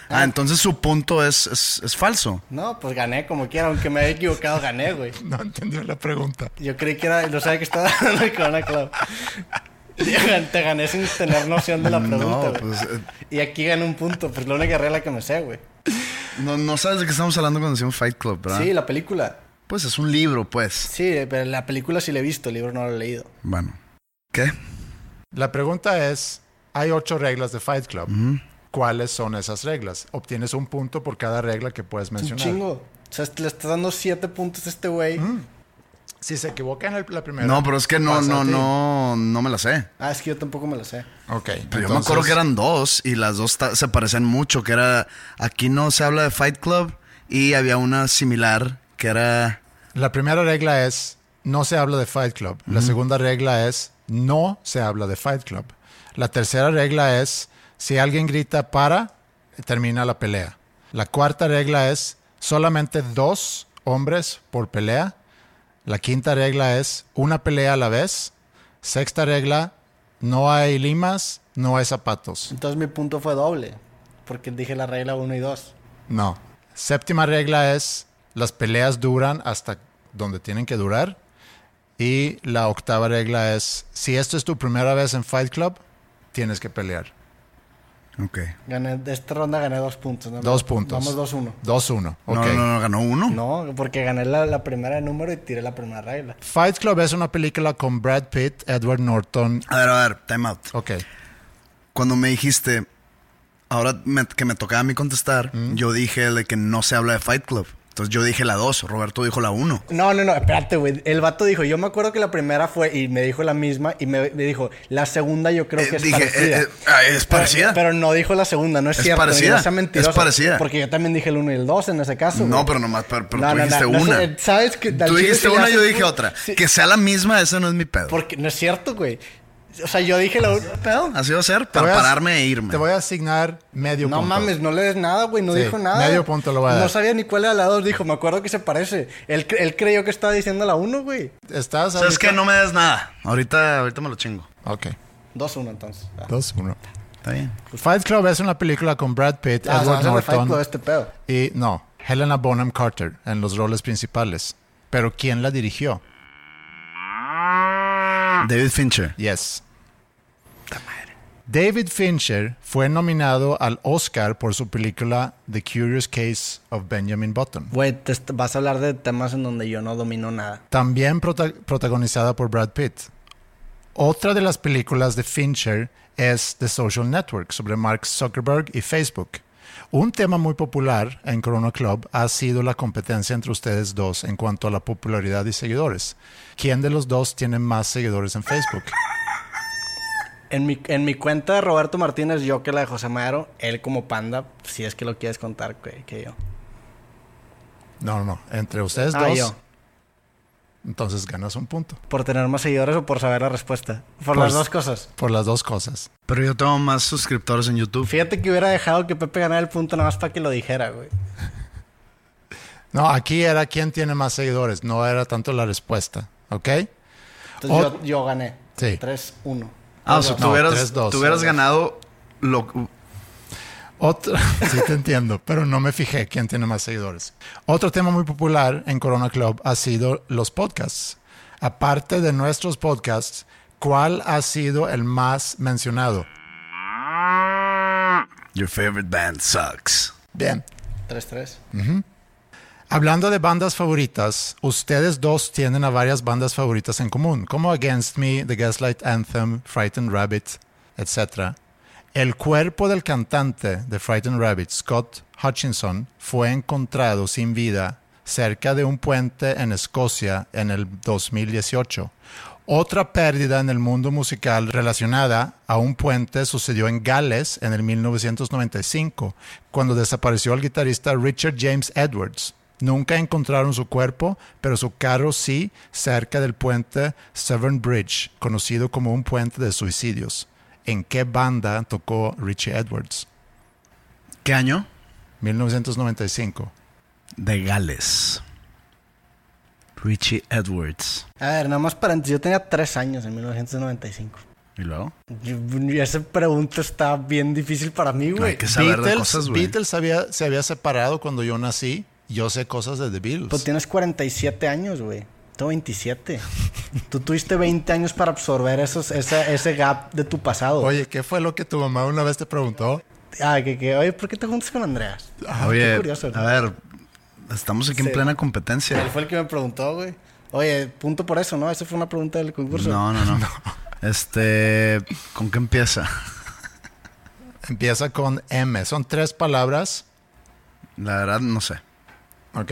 [SPEAKER 2] Ah, entonces su punto es, es, es falso.
[SPEAKER 3] No, pues gané como quiera, aunque me haya equivocado, gané, güey.
[SPEAKER 1] No entendió la pregunta.
[SPEAKER 3] Yo creí que era, no sabía que estaba dando el Corona Club. Te gané sin tener noción de la pregunta,
[SPEAKER 2] No,
[SPEAKER 3] güey.
[SPEAKER 2] pues, eh,
[SPEAKER 3] Y aquí gané un punto, pues la única regla que me sé, güey.
[SPEAKER 2] no, no sabes de qué estamos hablando cuando decimos Fight Club,
[SPEAKER 1] Ah.
[SPEAKER 2] ¿verdad?
[SPEAKER 3] Sí, la película.
[SPEAKER 2] Pues es un libro, pues.
[SPEAKER 3] Sí, pero la película sí la he visto, el libro no lo he leído.
[SPEAKER 2] Bueno. ¿Qué?
[SPEAKER 1] La pregunta es, hay ocho reglas de Fight Club. ¿Cuáles son esas reglas? Obtienes un punto por cada regla que puedes
[SPEAKER 3] Un
[SPEAKER 1] mencionar.
[SPEAKER 3] chingo. O sea, le estás dando siete puntos a este güey.
[SPEAKER 2] Mm.
[SPEAKER 1] Si se equivoca en el- la primera...
[SPEAKER 2] No, pero es que no,
[SPEAKER 1] pasa a
[SPEAKER 2] no,
[SPEAKER 1] ti.
[SPEAKER 2] no, no me la sé.
[SPEAKER 3] Ah, es que yo tampoco me lo sé.
[SPEAKER 1] Ok.
[SPEAKER 2] Pero yo me
[SPEAKER 1] entonces-
[SPEAKER 2] acuerdo que eran dos y las dos ta- se parecen mucho, que era, aquí no se habla de Fight Club y había una similar que era...
[SPEAKER 1] La primera regla es no se habla de Fight Club. La segunda regla es no se habla de Fight Club. La tercera regla es si alguien grita para, termina la pelea. La cuarta regla es solamente dos hombres por pelea. La quinta regla es una pelea a la vez. Sexta regla, no hay limas, no hay zapatos.
[SPEAKER 3] Entonces mi punto fue doble, porque dije la regla 1 y 2.
[SPEAKER 1] No. Séptima regla es las peleas duran hasta donde tienen que durar. Y la octava regla es si esto es tu primera vez en Fight Club, tienes que pelear.
[SPEAKER 2] Ok.
[SPEAKER 3] Gané, de esta ronda gané dos puntos. ¿no?
[SPEAKER 1] Dos puntos.
[SPEAKER 3] Vamos 2-1.
[SPEAKER 1] 2-1.
[SPEAKER 2] No,
[SPEAKER 1] ok.
[SPEAKER 2] no, no, ganó uno.
[SPEAKER 3] No, porque gané la, la primera de número y tiré la primera regla.
[SPEAKER 1] Fight Club es una película con Brad Pitt, Edward Norton.
[SPEAKER 2] A ver, a ver, time out.
[SPEAKER 1] Ok.
[SPEAKER 2] Cuando me dijiste, ahora me- que me tocaba a mí contestar, yo dije de que no se habla de Fight Club. Entonces yo dije la dos, Roberto dijo la uno.
[SPEAKER 3] No, no, no, espérate, güey. El vato dijo, yo me acuerdo que la primera fue y me dijo la misma y me, me dijo, la segunda yo creo
[SPEAKER 2] Eh,
[SPEAKER 3] que es
[SPEAKER 2] dije,
[SPEAKER 3] parecida.
[SPEAKER 2] eh, eh, ah, es parecida.
[SPEAKER 3] Pero, pero no dijo la segunda, no es,
[SPEAKER 2] Es
[SPEAKER 3] cierto.
[SPEAKER 2] parecida,
[SPEAKER 3] no sea mentiroso,
[SPEAKER 2] es parecida.
[SPEAKER 3] Porque yo también dije el 1 y el 2 en ese caso.
[SPEAKER 2] no,
[SPEAKER 3] güey.
[SPEAKER 2] pero nomás, pero, pero
[SPEAKER 3] No,
[SPEAKER 2] tú
[SPEAKER 3] no, no,
[SPEAKER 2] dijiste
[SPEAKER 3] no,
[SPEAKER 2] una.
[SPEAKER 3] eh, ¿sabes que- al
[SPEAKER 2] Tú
[SPEAKER 3] chile
[SPEAKER 2] dijiste
[SPEAKER 3] se le
[SPEAKER 2] una,
[SPEAKER 3] hace
[SPEAKER 2] yo
[SPEAKER 3] un-
[SPEAKER 2] dije otra.
[SPEAKER 3] Sí.
[SPEAKER 2] Que sea la misma, eso no es mi pedo.
[SPEAKER 3] Porque no es cierto, güey. O sea, yo dije la una-
[SPEAKER 2] pedo? Así va a ser,
[SPEAKER 1] Te
[SPEAKER 2] para
[SPEAKER 1] voy a-
[SPEAKER 2] pararme e irme.
[SPEAKER 1] Te voy a asignar medio
[SPEAKER 3] No
[SPEAKER 1] punto.
[SPEAKER 3] mames, no le des nada, güey, no
[SPEAKER 1] Sí,
[SPEAKER 3] dijo nada.
[SPEAKER 1] medio punto lo voy a dar.
[SPEAKER 3] No sabía ni cuál era la 2, dijo, me acuerdo que se parece. Él, cre- él creyó que estaba diciendo la 1, güey.
[SPEAKER 1] ¿Estás
[SPEAKER 2] ¿Sabes
[SPEAKER 1] ahorita?
[SPEAKER 2] qué? No me des nada. Ahorita, ahorita me lo chingo.
[SPEAKER 1] Ok.
[SPEAKER 3] 2-1 entonces. Ah.
[SPEAKER 1] 2-1.
[SPEAKER 2] Está bien.
[SPEAKER 1] Fight Club es una película con Brad Pitt,
[SPEAKER 3] Ah, o sea,
[SPEAKER 1] Edward
[SPEAKER 3] ese fue Fight
[SPEAKER 1] Norton.
[SPEAKER 3] Club, este pedo.
[SPEAKER 1] Y no, Helena Bonham Carter en los roles principales. Pero ¿quién la dirigió?
[SPEAKER 3] Ah.
[SPEAKER 2] David Fincher.
[SPEAKER 1] Yes. David Fincher fue nominado al Oscar por su película The Curious Case of Benjamin Button,
[SPEAKER 3] Güey, te est- vas a hablar de temas en donde yo no domino nada.
[SPEAKER 1] también prota- protagonizada por Brad Pitt. Otra de las películas de Fincher es The Social Network sobre Mark Zuckerberg y Facebook. Un tema muy popular en Corona Club ha sido la competencia entre ustedes dos en cuanto a la popularidad y seguidores. ¿Quién de los dos tiene más seguidores en Facebook?
[SPEAKER 3] En mi, en mi cuenta de Roberto Martínez, yo que la de José Madero, él como panda, si es que lo quieres contar, güey, que yo.
[SPEAKER 1] No, no, no. Entre ustedes
[SPEAKER 3] Ah,
[SPEAKER 1] dos.
[SPEAKER 3] yo.
[SPEAKER 1] Entonces ganas un punto.
[SPEAKER 3] ¿Por tener más seguidores o por saber la respuesta? Por
[SPEAKER 1] Pues-
[SPEAKER 3] las dos cosas.
[SPEAKER 1] Por las dos cosas.
[SPEAKER 2] Pero yo tengo más suscriptores en YouTube.
[SPEAKER 3] Fíjate que hubiera dejado que Pepe ganara el punto nada más para que lo dijera, güey.
[SPEAKER 1] No, aquí era quién tiene más seguidores. No era tanto la respuesta. ¿Ok?
[SPEAKER 3] Entonces
[SPEAKER 1] Ot-
[SPEAKER 3] yo, yo gané.
[SPEAKER 1] Sí.
[SPEAKER 3] 3-1.
[SPEAKER 2] Oh. Ah, o sea,
[SPEAKER 1] No,
[SPEAKER 2] tú hubieras,
[SPEAKER 1] tres, dos.
[SPEAKER 2] tú hubieras ganado lo...
[SPEAKER 1] Otro, sí te entiendo, pero no me fijé quién tiene más seguidores. Otro tema muy popular en Corona Club ha sido los podcasts. Aparte de nuestros podcasts, ¿cuál ha sido el más mencionado?
[SPEAKER 2] Your favorite band sucks.
[SPEAKER 1] Bien.
[SPEAKER 3] 3-3.
[SPEAKER 1] Hablando de bandas favoritas, ustedes dos tienen a varias bandas favoritas en común, como Against Me, The Gaslight Anthem, Frightened Rabbit, etc. El cuerpo del cantante de Frightened Rabbit, Scott Hutchinson, fue encontrado sin vida cerca de un puente en Escocia en el 2018. Otra pérdida en el mundo musical relacionada a un puente sucedió en Gales en el 1995, cuando desapareció el guitarrista Richard James Edwards. Nunca encontraron su cuerpo, pero su carro sí cerca del puente Severn Bridge, conocido como un puente de suicidios. ¿En qué banda tocó Richie Edwards?
[SPEAKER 2] ¿Qué año?
[SPEAKER 1] 1995.
[SPEAKER 2] De Gales. Richie Edwards.
[SPEAKER 3] A ver, nada más paréntesis. Yo tenía 3 años en 1995.
[SPEAKER 2] Y ¿Y luego?
[SPEAKER 3] Y- y Esa pregunta está bien difícil para mí,
[SPEAKER 2] No hay
[SPEAKER 3] güey.
[SPEAKER 2] que saber de
[SPEAKER 1] Beatles-
[SPEAKER 2] cosas, güey.
[SPEAKER 1] Beatles había- se había separado cuando yo nací. Yo sé cosas de The Beatles.
[SPEAKER 3] Pues tienes 47 años, güey. Tengo 27. Tú tuviste 20 años para absorber esos, esa- ese gap de tu pasado.
[SPEAKER 1] Oye, ¿qué fue lo que tu mamá una vez te preguntó?
[SPEAKER 3] Ah, que, que, oye, ¿por qué te juntas con Andreas?
[SPEAKER 2] Oye,
[SPEAKER 3] Ah, qué curioso, ¿no?
[SPEAKER 2] a ver, estamos aquí en
[SPEAKER 3] Sí.
[SPEAKER 2] plena competencia.
[SPEAKER 3] Él fue el que me preguntó, güey. Oye, punto por eso, ¿no? Esa fue una pregunta del concurso.
[SPEAKER 2] No, no, no. Este, ¿con qué empieza?
[SPEAKER 1] Empieza con M. Son tres palabras,
[SPEAKER 2] La verdad, no sé.
[SPEAKER 1] ¿ok?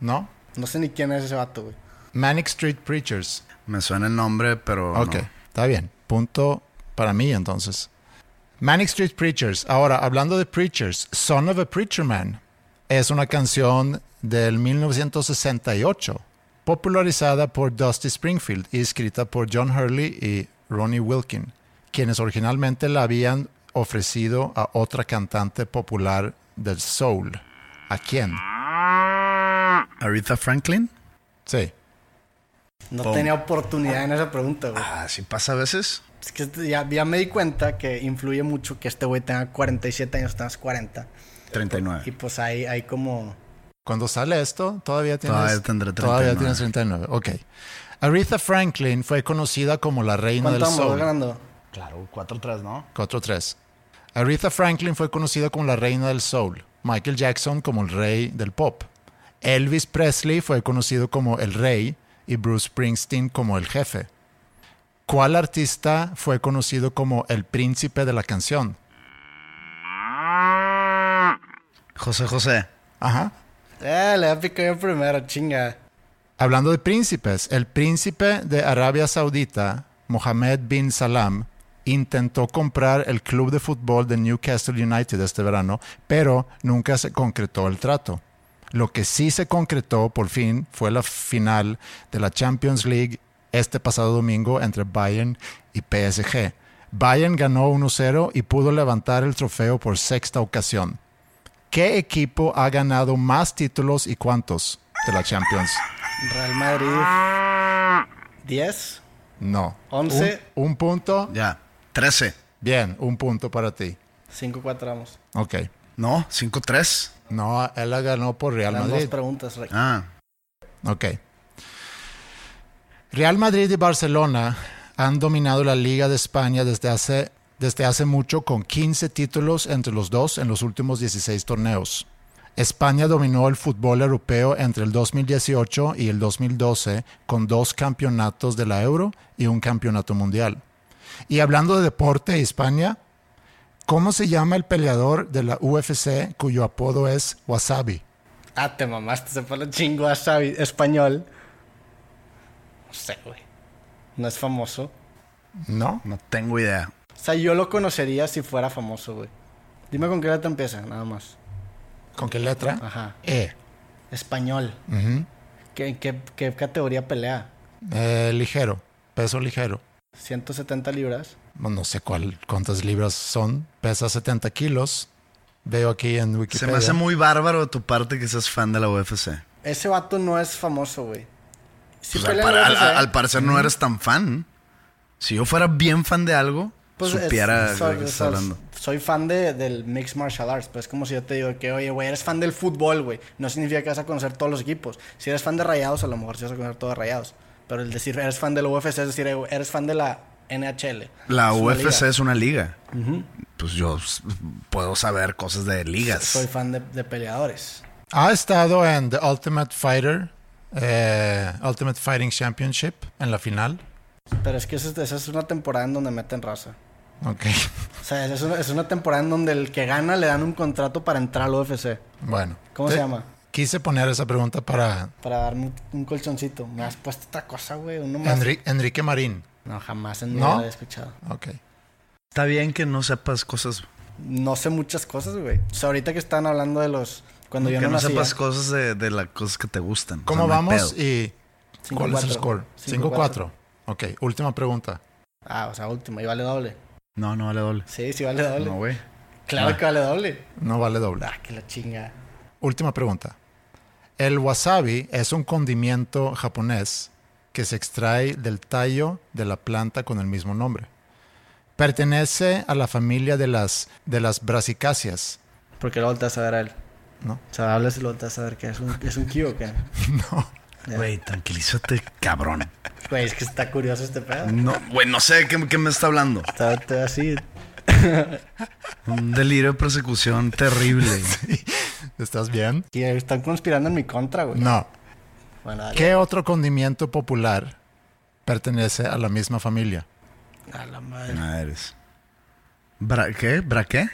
[SPEAKER 1] ¿No?
[SPEAKER 3] No sé ni quién es ese vato, güey.
[SPEAKER 1] Manic Street Preachers.
[SPEAKER 2] Me suena el nombre, pero no.
[SPEAKER 1] Ok, está bien. Punto para mí entonces. Manic Street Preachers. Ahora, hablando de Preachers, Son of a Preacher Man es una canción del 1968, popularizada por Dusty Springfield y escrita por John Hurley y Ronnie Wilkin, quienes originalmente la habían ofrecido a otra cantante popular del soul. ¿A quién?
[SPEAKER 2] Aretha Franklin.
[SPEAKER 1] Sí.
[SPEAKER 3] No tenía oportunidad en esa pregunta, güey.
[SPEAKER 2] Ah, sí pasa a veces.
[SPEAKER 3] Es que este- ya, ya me di cuenta que influye mucho que este güey tenga 47 años, tengas 40. Y
[SPEAKER 2] 39.
[SPEAKER 3] pues ahí hay como...
[SPEAKER 1] Cuando sale esto, todavía tienes.
[SPEAKER 2] Todavía tendré 39.
[SPEAKER 1] Todavía tienes 39. Ok. Aretha Franklin fue conocida como la reina del
[SPEAKER 3] ¿Cuánto vamos
[SPEAKER 1] soul.
[SPEAKER 3] ganando?
[SPEAKER 2] Claro, 4-3, ¿no?
[SPEAKER 1] 4-3. Aretha Franklin fue conocida como la reina del soul. Michael Jackson como el rey del pop. Elvis Presley fue conocido como el rey y Bruce Springsteen como el jefe. ¿Cuál artista fue conocido como el príncipe de la canción?
[SPEAKER 2] José José.
[SPEAKER 1] Ajá.
[SPEAKER 3] Eh, le voy a picar yo primero, chinga.
[SPEAKER 1] Hablando de príncipes, el príncipe de Arabia Saudita, Mohammed bin Salam, intentó comprar el club de fútbol de Newcastle United este verano, pero nunca se concretó el trato. Lo que sí se concretó por fin fue la final de la Champions League este pasado domingo entre Bayern y PSG. Bayern ganó 1-0 y pudo levantar el trofeo por sexta ocasión. ¿Qué equipo ha ganado más títulos y cuántos de la Champions?
[SPEAKER 3] Real Madrid. 10.
[SPEAKER 1] No.
[SPEAKER 3] Once.
[SPEAKER 1] Un, un punto.
[SPEAKER 2] Ya. 13.
[SPEAKER 1] Bien, un punto para ti.
[SPEAKER 3] 5-4 vamos.
[SPEAKER 1] Ok.
[SPEAKER 2] No, 5-3.
[SPEAKER 1] No, él la ganó por Real
[SPEAKER 3] Las dos
[SPEAKER 1] Madrid.
[SPEAKER 3] preguntas, Rick.
[SPEAKER 2] Ah,
[SPEAKER 1] Ok. Real Madrid y Barcelona han dominado la Liga de España desde hace, desde hace mucho con 15 títulos entre los dos en los últimos 16 torneos. España dominó el fútbol europeo entre el 2018 y el 2012 con dos campeonatos de la Euro y un campeonato mundial. Y hablando de deporte y España, ¿cómo se llama el peleador de la UFC cuyo apodo es Wasabi?
[SPEAKER 3] Ah, te mamaste, se fue lo chingo a Xavi. Español. No sé, güey. No es famoso. O
[SPEAKER 1] ¿No?
[SPEAKER 2] no tengo idea.
[SPEAKER 3] sea, yo lo conocería si fuera famoso, güey. Dime con qué letra empieza, nada más.
[SPEAKER 1] ¿Con qué letra?
[SPEAKER 3] Ajá.
[SPEAKER 1] E.
[SPEAKER 3] Español. ¿Qué- en qué, qué categoría pelea?
[SPEAKER 1] Eh, ligero, peso ligero.
[SPEAKER 3] 170 libras.
[SPEAKER 1] No sé cuál, cuántas libras son. Pesa 70 kilos. Veo aquí en
[SPEAKER 2] Se
[SPEAKER 1] Wikipedia.
[SPEAKER 2] me hace muy bárbaro de tu parte que seas fan de la UFC.
[SPEAKER 3] Ese vato no es famoso, güey. Sí
[SPEAKER 2] Pues al,
[SPEAKER 3] pelea en
[SPEAKER 2] par-
[SPEAKER 3] la
[SPEAKER 2] al-
[SPEAKER 3] UFC.
[SPEAKER 2] al parecer no eres tan fan. Si yo fuera bien fan de algo,
[SPEAKER 3] Pues es-
[SPEAKER 2] supiera de
[SPEAKER 3] soy-
[SPEAKER 2] qué estás
[SPEAKER 3] soy-
[SPEAKER 2] hablando.
[SPEAKER 3] Soy fan de, del Mixed Martial Arts, pero es como si yo te digo que, oye, güey, eres fan del fútbol, güey. No significa que vas a conocer todos los equipos. Si eres fan de Rayados, a lo mejor sí vas a conocer todos de Rayados. Pero el decir eres fan del UFC es decir, "Eh, eres fan de la NHL.
[SPEAKER 2] La
[SPEAKER 3] Es una
[SPEAKER 2] UFC
[SPEAKER 3] liga.
[SPEAKER 2] es una liga. Pues yo s- puedo saber cosas de ligas.
[SPEAKER 3] Soy fan de, de peleadores.
[SPEAKER 1] Ha estado en The Ultimate Fighter, eh, Ultimate Fighting Championship, en la final.
[SPEAKER 3] Pero es que esa es- esa es una temporada en donde meten raza.
[SPEAKER 1] Ok,
[SPEAKER 3] O sea, es una, es una temporada en donde el que gana le dan un contrato para entrar al UFC.
[SPEAKER 1] bueno.
[SPEAKER 3] ¿Cómo se llama?
[SPEAKER 1] Quise poner esa pregunta para
[SPEAKER 3] Para darme un, un colchoncito. Me has puesto esta cosa, güey. Uno más.
[SPEAKER 1] Enri- Enrique Marín.
[SPEAKER 3] No, jamás en mi
[SPEAKER 1] ¿No?
[SPEAKER 3] vida lo he escuchado.
[SPEAKER 1] Ok.
[SPEAKER 2] Está bien que no sepas cosas.
[SPEAKER 3] No sé muchas cosas, güey. O sea, ahorita que están hablando de los. Cuando yo
[SPEAKER 2] que
[SPEAKER 3] no,
[SPEAKER 2] no,
[SPEAKER 3] nacía.
[SPEAKER 2] sepas cosas de, de las cosas que te gustan. O sea,
[SPEAKER 1] ¿Cómo
[SPEAKER 2] no hay
[SPEAKER 1] vamos?
[SPEAKER 2] pedo.
[SPEAKER 1] ¿Y
[SPEAKER 3] Cinco,
[SPEAKER 1] cuál es el
[SPEAKER 3] cuatro.
[SPEAKER 1] score?
[SPEAKER 3] Cinco,
[SPEAKER 1] 5-4. Ok, última pregunta.
[SPEAKER 3] Ah, o sea, último. Y vale doble.
[SPEAKER 2] No, no vale doble.
[SPEAKER 3] Sí, sí vale doble.
[SPEAKER 2] No, güey.
[SPEAKER 3] claro que vale doble.
[SPEAKER 1] No vale doblar.
[SPEAKER 3] Ah, que la chinga.
[SPEAKER 1] Última pregunta. El wasabi es un condimento japonés que se extrae del tallo de la planta con el mismo nombre. Pertenece a la familia de las, de las brasicáceas.
[SPEAKER 3] Porque lo volteas a ver a él.
[SPEAKER 1] No.
[SPEAKER 3] O sea, hablas y lo volteas a ver que es un, es un Q o qué.
[SPEAKER 2] Güey, tranquilízate, cabrón.
[SPEAKER 3] Güey, es que está curioso este pedo.
[SPEAKER 2] No, güey, no sé de qué, qué me está hablando.
[SPEAKER 3] Está, está así.
[SPEAKER 2] Un delirio de persecución terrible.
[SPEAKER 1] ¿Estás bien?
[SPEAKER 3] Y están conspirando en mi contra, güey.
[SPEAKER 1] No.
[SPEAKER 3] Bueno, dale.
[SPEAKER 1] ¿Qué otro condimento popular pertenece a la misma familia?
[SPEAKER 3] A la madre.
[SPEAKER 2] Madres. Ah, ¿Bra qué? ¿Bra qué?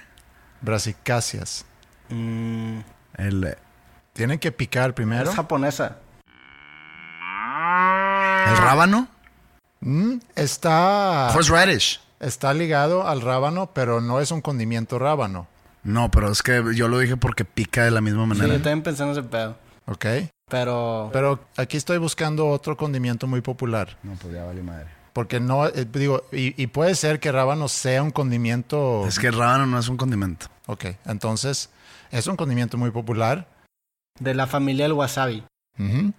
[SPEAKER 1] Brasicáceas.
[SPEAKER 3] Mm,
[SPEAKER 2] El, el
[SPEAKER 1] Tienen que picar primero.
[SPEAKER 3] es japonesa.
[SPEAKER 2] rábano.
[SPEAKER 1] Mm,
[SPEAKER 3] Ah.
[SPEAKER 1] está,
[SPEAKER 2] Horseradish.
[SPEAKER 1] está ligado al rábano, pero no es un condimento rábano.
[SPEAKER 2] No, pero es que yo lo dije porque pica de la misma
[SPEAKER 3] Sí, yo
[SPEAKER 2] manera.
[SPEAKER 3] también pensé en ese pedo.
[SPEAKER 1] ¿Ok?
[SPEAKER 3] Pero.
[SPEAKER 1] Pero aquí estoy buscando otro condimento muy popular.
[SPEAKER 2] no, pues ya vale madre.
[SPEAKER 1] Porque no, eh, digo, y, y puede ser que rábano sea un
[SPEAKER 3] Oh.
[SPEAKER 1] condimento.
[SPEAKER 2] Es que el rábano no es un condimento.
[SPEAKER 1] Ok, entonces es un condimento muy popular.
[SPEAKER 3] De la familia del wasabi.
[SPEAKER 1] Ujú.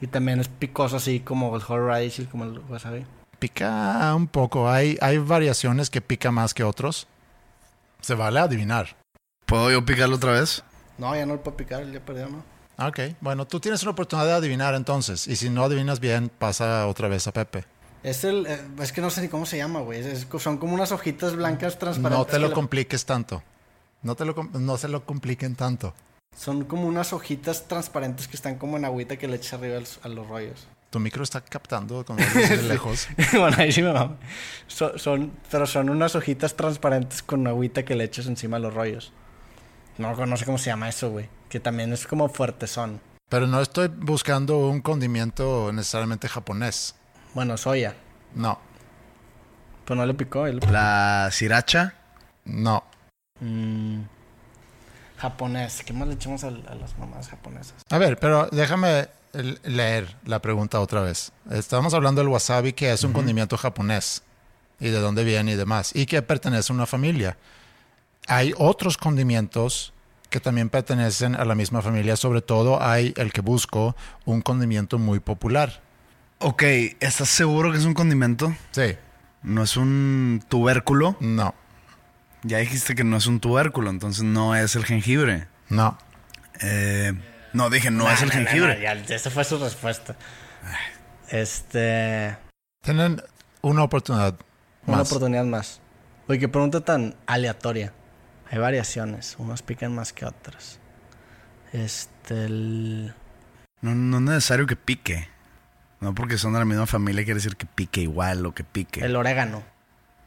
[SPEAKER 3] Y también es picoso así como el horseradish y como el wasabi.
[SPEAKER 1] Pica un poco. Hay, hay variaciones que pica más que otros. Se vale adivinar.
[SPEAKER 2] ¿Puedo yo picarlo otra vez?
[SPEAKER 3] No, ya no lo puedo picar, ya perdió, ¿no?
[SPEAKER 1] Ok, bueno, tú tienes una oportunidad de adivinar entonces. Y si no adivinas bien, pasa otra vez a Pepe.
[SPEAKER 3] Es el. eh, Es que no sé ni cómo se llama, güey. Es- es- son como unas hojitas blancas transparentes.
[SPEAKER 1] No te
[SPEAKER 3] que
[SPEAKER 1] lo
[SPEAKER 3] le-
[SPEAKER 1] compliques tanto. No, te lo, com- no se lo compliquen tanto.
[SPEAKER 3] Son como unas hojitas transparentes que están como en agüita que le echas arriba al- a los rollos.
[SPEAKER 1] Tu micro está captando como desde lejos.
[SPEAKER 3] bueno, ahí sí me mamo. So- son, pero son unas hojitas transparentes con agüita que le echas encima a los rollos. No, no sé cómo se llama eso, güey. Que también es como fuertezón.
[SPEAKER 1] Pero no estoy buscando un condimento necesariamente japonés.
[SPEAKER 3] Bueno, soya.
[SPEAKER 1] No,
[SPEAKER 3] Pero no le picó. él.
[SPEAKER 2] La sriracha.
[SPEAKER 1] no.
[SPEAKER 3] Mm. japonés. ¿Qué más le echamos al- a, las mamás japonesas?
[SPEAKER 1] A ver, pero déjame l- leer la pregunta otra vez. Estamos hablando del wasabi, que es un condimento japonés, y de dónde viene y demás, y que pertenece a una familia. Hay otros condimientos que también pertenecen a la misma familia, sobre todo hay el que busco, un condimento muy popular.
[SPEAKER 2] Ok, ¿estás seguro que es un condimento?
[SPEAKER 1] Sí,
[SPEAKER 2] No es un tubérculo.
[SPEAKER 1] no,
[SPEAKER 2] Ya dijiste que no es un tubérculo, entonces no es el jengibre.
[SPEAKER 1] no.
[SPEAKER 2] Eh, no, dije no es el jengibre.
[SPEAKER 3] No, ya, esa fue su respuesta. Este.
[SPEAKER 1] Tienen una oportunidad.
[SPEAKER 3] Una
[SPEAKER 1] más.
[SPEAKER 3] oportunidad más. Oye, qué pregunta tan aleatoria. Hay variaciones. Unos pican más que otros. Este. el-
[SPEAKER 2] No, no es necesario que pique. No porque son de la misma familia quiere decir que pique igual o que pique.
[SPEAKER 3] el
[SPEAKER 2] El,
[SPEAKER 3] orégano.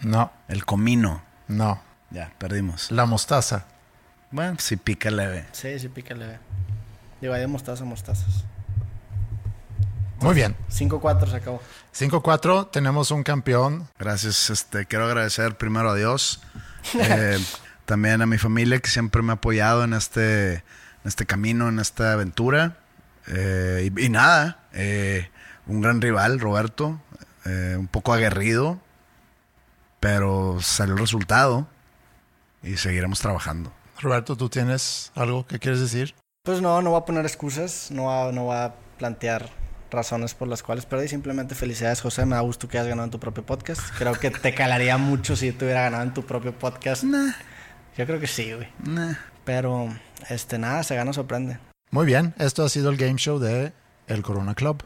[SPEAKER 1] No,
[SPEAKER 2] comino.
[SPEAKER 1] no.
[SPEAKER 2] Ya, perdimos.
[SPEAKER 1] La mostaza.
[SPEAKER 2] Bueno, si pica leve.
[SPEAKER 3] Sí, sí, pica leve. Digo, hay de mostaza, mostazas.
[SPEAKER 1] Muy bien.
[SPEAKER 3] 5-4 se acabó.
[SPEAKER 1] 5-4, tenemos un campeón.
[SPEAKER 2] Gracias, este, quiero agradecer primero a Dios, eh, también a mi familia que siempre me ha apoyado en este, en este camino, en esta aventura. Eh, y, y nada, eh, un gran rival, Roberto, eh, un poco aguerrido, pero salió el resultado y seguiremos trabajando.
[SPEAKER 1] Roberto, ¿tú tienes algo que quieres decir?
[SPEAKER 3] Pues no, no va a poner excusas, no va, no va a plantear razones por las cuales perdí. Simplemente felicidades, José. Me da gusto que hayas ganado en tu propio podcast. Creo que te calaría mucho si te hubiera ganado en tu propio podcast.
[SPEAKER 2] Nah,
[SPEAKER 3] Yo creo que sí, güey.
[SPEAKER 2] nah.
[SPEAKER 3] Pero, este, nada, se gana, sorprende.
[SPEAKER 1] Muy bien, esto ha sido el game show de El Corona Club.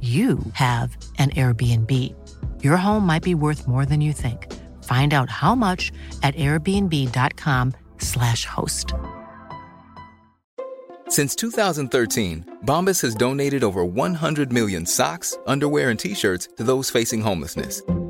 [SPEAKER 4] you have an Airbnb. Your home might be worth more than you think. Find out how much at airbnb.com/slash host.
[SPEAKER 5] Since 2013, Bombas has donated over 100 million socks, underwear, and t shirts to those facing homelessness.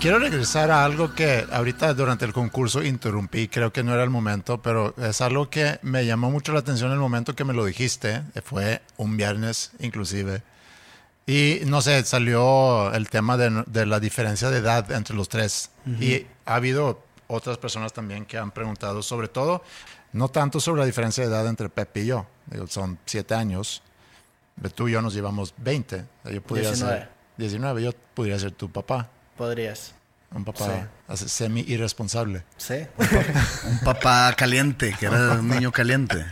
[SPEAKER 1] Quiero regresar a algo que ahorita durante el concurso interrumpí, creo que no era el momento, pero es algo que me llamó mucho la atención en el momento que me lo dijiste, eh, fue un viernes inclusive, y no sé, salió el tema de, de la diferencia de edad entre los tres, y ha habido otras personas también que han preguntado, sobre todo, no tanto sobre la diferencia de edad entre Pepe y yo, Digo, son siete años, pero tú y yo nos llevamos 20, yo pudiera ser
[SPEAKER 3] 19.
[SPEAKER 1] 19, yo podría ser tu papá.
[SPEAKER 3] Podrías.
[SPEAKER 1] Un
[SPEAKER 3] Sí.
[SPEAKER 1] papá así, semi irresponsable.
[SPEAKER 3] Sí.
[SPEAKER 2] Un papá caliente, que era un niño caliente.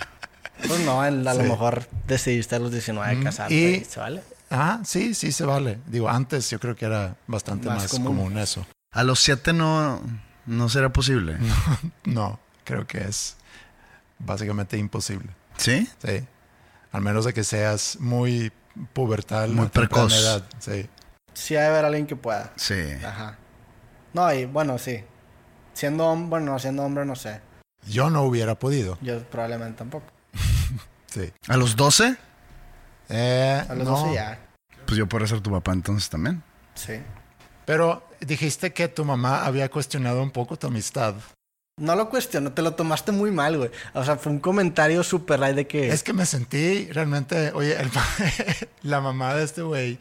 [SPEAKER 3] Pues no, el- a lo mejor decidiste a los 19 casarte
[SPEAKER 1] y-
[SPEAKER 3] y se vale.
[SPEAKER 1] Ah, sí, sí se vale. Digo, antes yo creo que era bastante más,
[SPEAKER 3] Más
[SPEAKER 1] común.
[SPEAKER 3] común.
[SPEAKER 1] eso.
[SPEAKER 2] A los siete no, no será posible.
[SPEAKER 1] Mm. No, creo que es básicamente imposible.
[SPEAKER 2] ¿Sí?
[SPEAKER 1] Sí. Al menos de que seas muy pubertal.
[SPEAKER 2] Muy
[SPEAKER 1] a temprana
[SPEAKER 2] precoz.
[SPEAKER 1] edad, Sí.
[SPEAKER 3] Sí, ha de haber alguien que pueda.
[SPEAKER 2] Sí.
[SPEAKER 3] Ajá. No, y bueno, sí. Siendo hombre, bueno, no siendo hombre, no sé.
[SPEAKER 1] Yo no hubiera podido.
[SPEAKER 3] Yo probablemente tampoco.
[SPEAKER 1] Sí.
[SPEAKER 2] ¿A los doce?
[SPEAKER 1] Eh,
[SPEAKER 3] A los
[SPEAKER 1] no.
[SPEAKER 3] 12 ya.
[SPEAKER 2] Pues yo podría ser tu papá entonces también.
[SPEAKER 3] Sí.
[SPEAKER 1] Pero dijiste que tu mamá había cuestionado un poco tu amistad.
[SPEAKER 3] No lo cuestiono, te lo tomaste muy mal, güey. O sea, fue un comentario súper light de que...
[SPEAKER 1] Es que me sentí realmente, oye, el pa- la mamá de este güey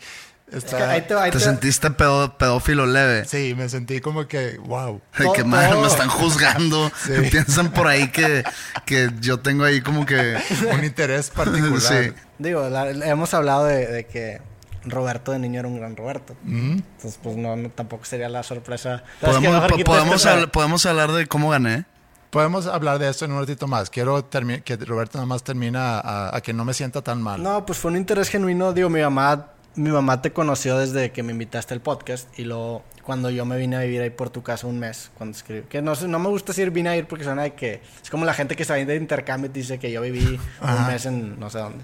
[SPEAKER 3] Es que
[SPEAKER 1] está...
[SPEAKER 3] ahí te va, ahí
[SPEAKER 2] ¿Te
[SPEAKER 3] te-
[SPEAKER 2] sentiste pedo- pedófilo leve?
[SPEAKER 1] Sí, me sentí como que, wow.
[SPEAKER 2] De que
[SPEAKER 3] Todo-
[SPEAKER 2] madre,
[SPEAKER 3] todo.
[SPEAKER 2] me están juzgando. Piensan por ahí que, que yo tengo ahí como que.
[SPEAKER 1] Un interés particular.
[SPEAKER 2] Sí.
[SPEAKER 3] Digo, la- hemos hablado de, de que Roberto de niño era un gran Roberto. Entonces, pues no, no, tampoco sería la sorpresa. ¿Sabes qué?
[SPEAKER 2] Podemos,
[SPEAKER 3] Mejor
[SPEAKER 2] po-
[SPEAKER 3] quita
[SPEAKER 2] podemos,
[SPEAKER 3] este-
[SPEAKER 2] habl- podemos hablar de cómo gané.
[SPEAKER 1] Podemos hablar de esto en un ratito más. Quiero termi- que Roberto nada más termina a, a que no me sienta tan mal.
[SPEAKER 3] No, pues fue un interés genuino. Digo, mi mamá, mi mamá te conoció desde que me invitaste al podcast y luego cuando yo me vine a vivir ahí por tu casa un mes, cuando escribí. Que no, sé, no me gusta decir vine a ir porque suena de que es como la gente que se va de intercambio y te dice que yo viví un mes en no sé dónde.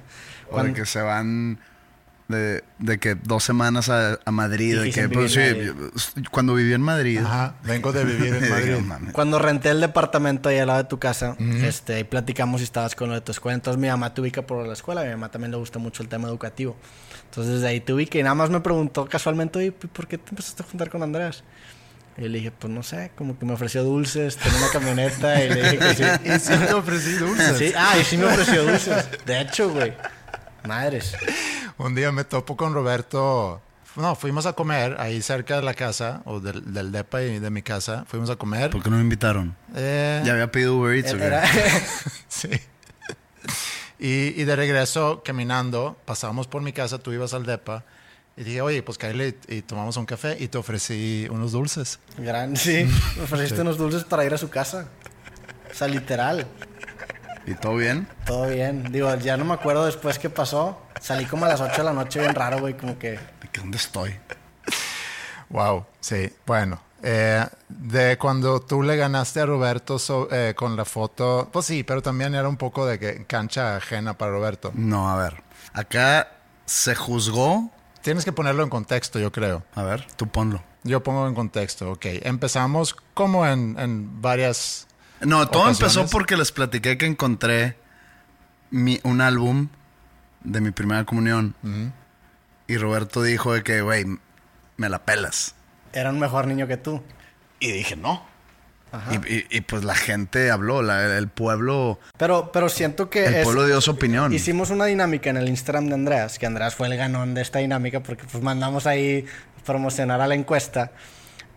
[SPEAKER 2] O de
[SPEAKER 3] Cuando-
[SPEAKER 2] que se van de, de que dos semanas a, a Madrid.
[SPEAKER 3] Y
[SPEAKER 2] de que,
[SPEAKER 3] dicen
[SPEAKER 2] pues,
[SPEAKER 3] vivir
[SPEAKER 2] sí,
[SPEAKER 3] en
[SPEAKER 2] yo- cuando viví en Madrid.
[SPEAKER 1] Ajá, vengo de vivir en
[SPEAKER 2] dije,
[SPEAKER 1] Madrid.
[SPEAKER 2] "No mames".
[SPEAKER 3] Cuando renté el departamento ahí al lado de tu casa, este, ahí platicamos y estabas con lo de tu escuela. Entonces mi mamá te ubica por la escuela, a mi mamá también le gusta mucho el tema educativo. Entonces desde ahí te ubica y nada más me preguntó casualmente, oye, pues, ¿por qué te empezaste a juntar con Andrés? Y le dije, pues no sé, como que me ofreció dulces, tenía una camioneta y le dije que sí.
[SPEAKER 1] Y sí te ofrecí dulces.
[SPEAKER 3] Sí, ah, y sí me ofreció dulces. De hecho, güey. Madres.
[SPEAKER 1] Un día me topo con Roberto. No, fuimos a comer ahí cerca de la casa, o del, del depa y de mi casa. Fuimos a comer.
[SPEAKER 2] ¿Por qué no me invitaron?
[SPEAKER 1] Eh,
[SPEAKER 2] Ya había pedido Uber Eats. ¿o qué?
[SPEAKER 3] Era-
[SPEAKER 1] Sí. Y, y de regreso, caminando, pasábamos por mi casa, tú ibas al depa. Y dije, oye, pues cállate y, y tomamos un café. Y te ofrecí unos dulces.
[SPEAKER 3] Gran, sí. Me ofreciste unos dulces para ir a su casa. O sea, literal.
[SPEAKER 2] ¿Y todo bien?
[SPEAKER 3] Todo bien. Digo, ya no me acuerdo después qué pasó. Salí como a las 8 de la noche bien raro, güey, como que...
[SPEAKER 2] ¿De que, dónde estoy?
[SPEAKER 1] Wow, sí. Bueno, eh, de cuando tú le ganaste a Roberto so- eh, con la foto, pues sí, pero también era un poco de que cancha ajena para Roberto.
[SPEAKER 2] No, a ver. Acá se juzgó.
[SPEAKER 1] Tienes que ponerlo en contexto, yo creo.
[SPEAKER 2] A ver, tú ponlo.
[SPEAKER 1] Yo pongo en contexto, ok. Empezamos como en, en varias...
[SPEAKER 2] No, todo
[SPEAKER 1] Ocasiones.
[SPEAKER 2] empezó porque les platiqué que encontré mi- un álbum de mi primera comunión. Y Roberto dijo de que, güey, me la pelas.
[SPEAKER 3] Era un mejor niño que tú.
[SPEAKER 2] Y dije, no. Y, y- y, pues la gente habló, la- el pueblo,
[SPEAKER 3] Pero, pero siento que...
[SPEAKER 2] el
[SPEAKER 3] es-
[SPEAKER 2] pueblo dio su opinión.
[SPEAKER 3] Hicimos una dinámica en el Instagram de Andreas, que Andreas fue el ganón de esta dinámica porque pues mandamos ahí promocionar a la encuesta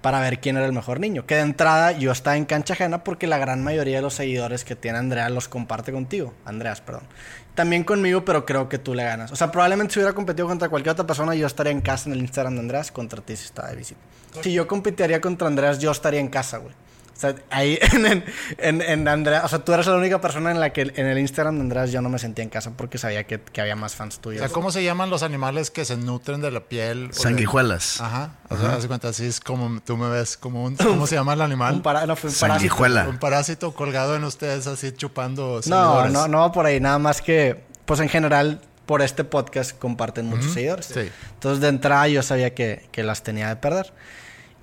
[SPEAKER 3] para ver quién era el mejor niño. Que de entrada yo estaba en cancha ajena porque la gran mayoría de los seguidores que tiene Andreas los comparte contigo. Andreas, perdón. También conmigo, pero creo que tú le ganas. O sea, probablemente si hubiera competido contra cualquier otra persona, yo estaría en casa en el Instagram de Andreas contra ti si estaba de visita. Si yo competiría contra Andreas, yo estaría en casa, güey. O sea, ahí en, en, en, en Andrea, o sea, tú eras la única persona en la que en el Instagram de Andreas yo no me sentía en casa porque sabía que, que había más fans
[SPEAKER 1] O
[SPEAKER 3] tuyos.
[SPEAKER 1] sea, ¿cómo se llaman los animales que se nutren de la piel? o de-
[SPEAKER 2] Sanguijuelas.
[SPEAKER 1] Ajá. O sea, haz de cuenta, así es como tú me ves, como un... ¿Cómo se llama el animal?
[SPEAKER 3] Un para- no, fue un parásito.
[SPEAKER 2] Sanguijuela.
[SPEAKER 1] Un parásito colgado en ustedes, así chupando
[SPEAKER 3] No,
[SPEAKER 1] seguidores.
[SPEAKER 3] no, no va por ahí. Nada más que, pues en general, por este podcast comparten muchos seguidores.
[SPEAKER 1] Sí.
[SPEAKER 3] Entonces, de entrada, yo sabía que, que las tenía de perder.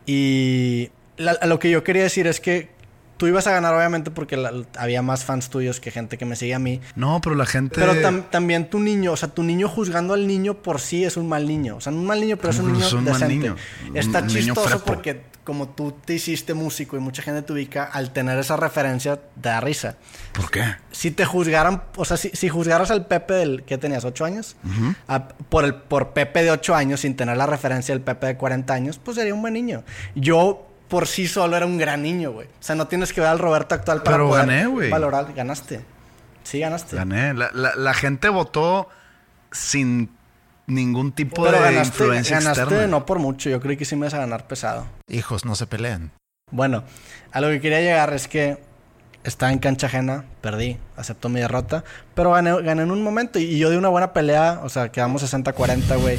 [SPEAKER 3] Y la- lo que yo quería decir es que tú ibas a ganar, obviamente, porque la- había más fans tuyos que gente que me sigue a mí.
[SPEAKER 2] No, pero la gente.
[SPEAKER 3] Pero tam- también tu niño, o sea, tu niño juzgando al niño por sí es un mal niño. O sea, no un mal niño, pero es un
[SPEAKER 2] No,
[SPEAKER 3] niño
[SPEAKER 2] Pues es un mal
[SPEAKER 3] decente.
[SPEAKER 2] niño.
[SPEAKER 3] Está
[SPEAKER 2] Un niño
[SPEAKER 3] chistoso
[SPEAKER 2] frepo.
[SPEAKER 3] porque como tú te hiciste músico y mucha gente te ubica, al tener esa referencia te da risa.
[SPEAKER 2] ¿Por qué?
[SPEAKER 3] Si te juzgaran, o sea, si, si juzgaras al Pepe del que tenías 8 años, a- por, el, por Pepe de 8 años sin tener la referencia del Pepe de 40 años, pues sería un buen niño. Yo por sí solo era un gran niño, güey. O sea, no tienes que ver al Roberto actual para
[SPEAKER 2] Pero
[SPEAKER 3] poder
[SPEAKER 2] gané, güey.
[SPEAKER 3] valorar. Ganaste. Sí, ganaste.
[SPEAKER 2] Gané. La, la- la gente votó sin ningún tipo
[SPEAKER 3] Pero
[SPEAKER 2] de
[SPEAKER 3] ganaste,
[SPEAKER 2] influencia
[SPEAKER 3] ganaste
[SPEAKER 2] externa.
[SPEAKER 3] no por mucho. Yo creí que sí me ibas a ganar pesado.
[SPEAKER 1] Hijos, no se peleen.
[SPEAKER 3] Bueno, a lo que quería llegar es que estaba en cancha ajena, perdí, acepto mi derrota, pero gané, gané en un momento y, y yo di una buena pelea, o sea, quedamos 60-40, güey,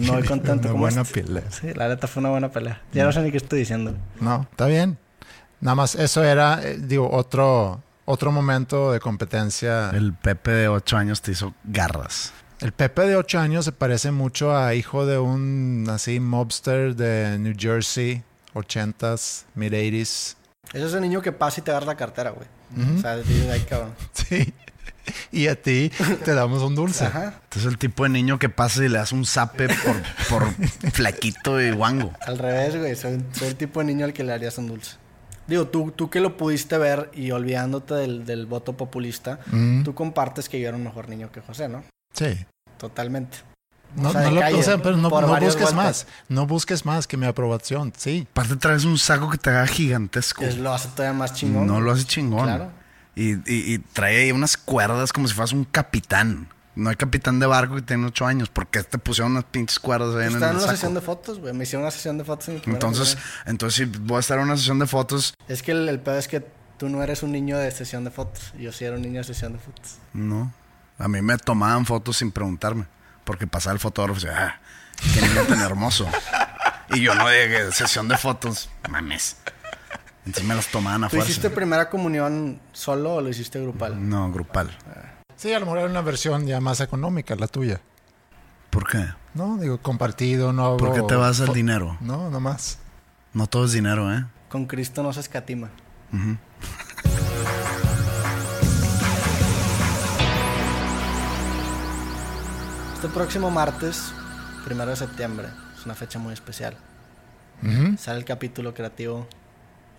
[SPEAKER 3] me voy contento.
[SPEAKER 1] Una
[SPEAKER 3] ¿Cómo
[SPEAKER 1] buena
[SPEAKER 3] est-
[SPEAKER 1] pelea.
[SPEAKER 3] Sí, la neta fue una buena pelea. Ya no sé ni qué estoy diciendo.
[SPEAKER 1] No, está bien. Nada más, eso era, eh, digo, otro, otro momento de competencia. El,
[SPEAKER 2] El Pepe de 8 años te hizo garras.
[SPEAKER 1] Pepe de 8 años se parece mucho a hijo de un así mobster de New Jersey, 80s, mid 80s.
[SPEAKER 3] Ese es el niño que pasa y te agarra la cartera, güey. O sea, dices, ay, cabrón.
[SPEAKER 1] Sí. Y a ti te damos un dulce.
[SPEAKER 3] Ajá,
[SPEAKER 2] Este es el tipo de niño que pasa y le das un zape por, por flaquito y guango.
[SPEAKER 3] al revés, güey, soy, soy el tipo de niño al que le harías un dulce. Digo, tú, tú que lo pudiste ver y olvidándote del, del voto populista, tú compartes que yo era un mejor niño que José, ¿no?
[SPEAKER 1] Sí.
[SPEAKER 3] Totalmente.
[SPEAKER 1] No,
[SPEAKER 3] O sea, de
[SPEAKER 1] no lo-
[SPEAKER 3] calle,
[SPEAKER 1] o sea, pero no,
[SPEAKER 3] por
[SPEAKER 1] no
[SPEAKER 3] varios
[SPEAKER 1] busques más.
[SPEAKER 3] golpes.
[SPEAKER 1] No busques más que mi aprobación. Sí.
[SPEAKER 2] Aparte traes un saco que te haga gigantesco.
[SPEAKER 3] Es lo hace todavía más chingón.
[SPEAKER 2] No lo hace chingón.
[SPEAKER 3] Claro.
[SPEAKER 2] Y, y- y trae ahí unas cuerdas como si fueras un capitán. No hay capitán de barco que tiene 8 años. ¿Por qué te pusieron unas pinches cuerdas ahí en el
[SPEAKER 3] Estaba en una
[SPEAKER 2] saco?
[SPEAKER 3] sesión de fotos, güey. Me hicieron una sesión de fotos. en mi primer
[SPEAKER 2] Entonces,
[SPEAKER 3] matrimonio.
[SPEAKER 2] entonces si voy a estar en una sesión de fotos,
[SPEAKER 3] Es que el, el pedo es que tú no eres un niño de sesión de fotos. Yo sí era un niño de sesión de fotos.
[SPEAKER 2] no. A mí me tomaban fotos sin preguntarme. Porque pasaba el fotógrafo y decía, ah, qué niño tan hermoso. Y yo no dije, sesión de fotos, mames. Entonces me las tomaban a
[SPEAKER 3] ¿Tú
[SPEAKER 2] fuerza.
[SPEAKER 3] hiciste primera comunión solo o lo hiciste grupal?
[SPEAKER 2] No, grupal.
[SPEAKER 1] Sí, a lo mejor era una versión ya más económica, la tuya.
[SPEAKER 2] ¿Por qué?
[SPEAKER 1] No, digo, compartido, no.
[SPEAKER 2] ¿Por qué
[SPEAKER 3] Oh,
[SPEAKER 1] hago-
[SPEAKER 2] te vas al
[SPEAKER 1] fo-
[SPEAKER 2] dinero?
[SPEAKER 1] No, nomás.
[SPEAKER 2] No todo es dinero, ¿eh?
[SPEAKER 3] Con Cristo no se escatima. Este próximo martes, primero de septiembre, es una fecha muy especial. Sale el capítulo creativo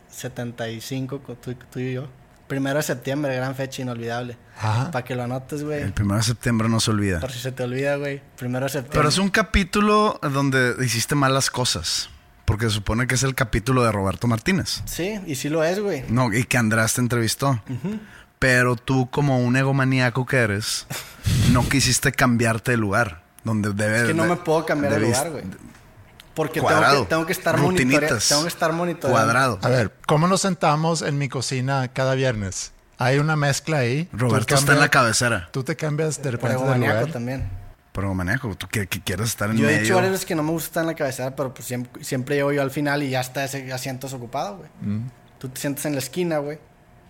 [SPEAKER 3] 75, con tú, tú y yo. Primero de septiembre, gran fecha inolvidable.
[SPEAKER 1] Ajá.
[SPEAKER 3] Para que lo anotes, güey.
[SPEAKER 2] El primero de septiembre no se olvida.
[SPEAKER 3] Por si se te olvida, güey. Primero de
[SPEAKER 2] Pero
[SPEAKER 3] septiembre.
[SPEAKER 2] es un capítulo donde hiciste malas cosas. Porque se supone que es el capítulo de Roberto Martínez.
[SPEAKER 3] Sí, y sí lo es, güey.
[SPEAKER 2] No, y que András te entrevistó. Pero tú, como un egomaníaco que eres, no quisiste cambiarte de lugar. Donde debe
[SPEAKER 3] Es que no
[SPEAKER 2] de-
[SPEAKER 3] me puedo cambiar de
[SPEAKER 2] debiste-
[SPEAKER 3] lugar, güey. Porque tengo
[SPEAKER 2] Cuadrado.
[SPEAKER 3] que, tengo que estar monitoreando.
[SPEAKER 2] Rutinitas.
[SPEAKER 3] Tengo que estar monitoreando.
[SPEAKER 2] Cuadrado.
[SPEAKER 1] A ver, ¿cómo nos sentamos en mi cocina cada viernes? Hay una mezcla ahí. Tú
[SPEAKER 2] Roberto está en la
[SPEAKER 1] cambias-
[SPEAKER 2] cabecera.
[SPEAKER 1] Tú te cambias de repente
[SPEAKER 3] Pero
[SPEAKER 1] de
[SPEAKER 3] maníaco
[SPEAKER 1] lugar.
[SPEAKER 3] también.
[SPEAKER 2] Pero egomaníaco, tú que, que quieres estar en
[SPEAKER 3] Yo he
[SPEAKER 2] medio.
[SPEAKER 3] dicho varias veces que no me gusta estar en la cabecera, pero pues siempre, siempre llego yo al final y ya está ese asiento ocupado, güey. Tú te sientas en la esquina, güey.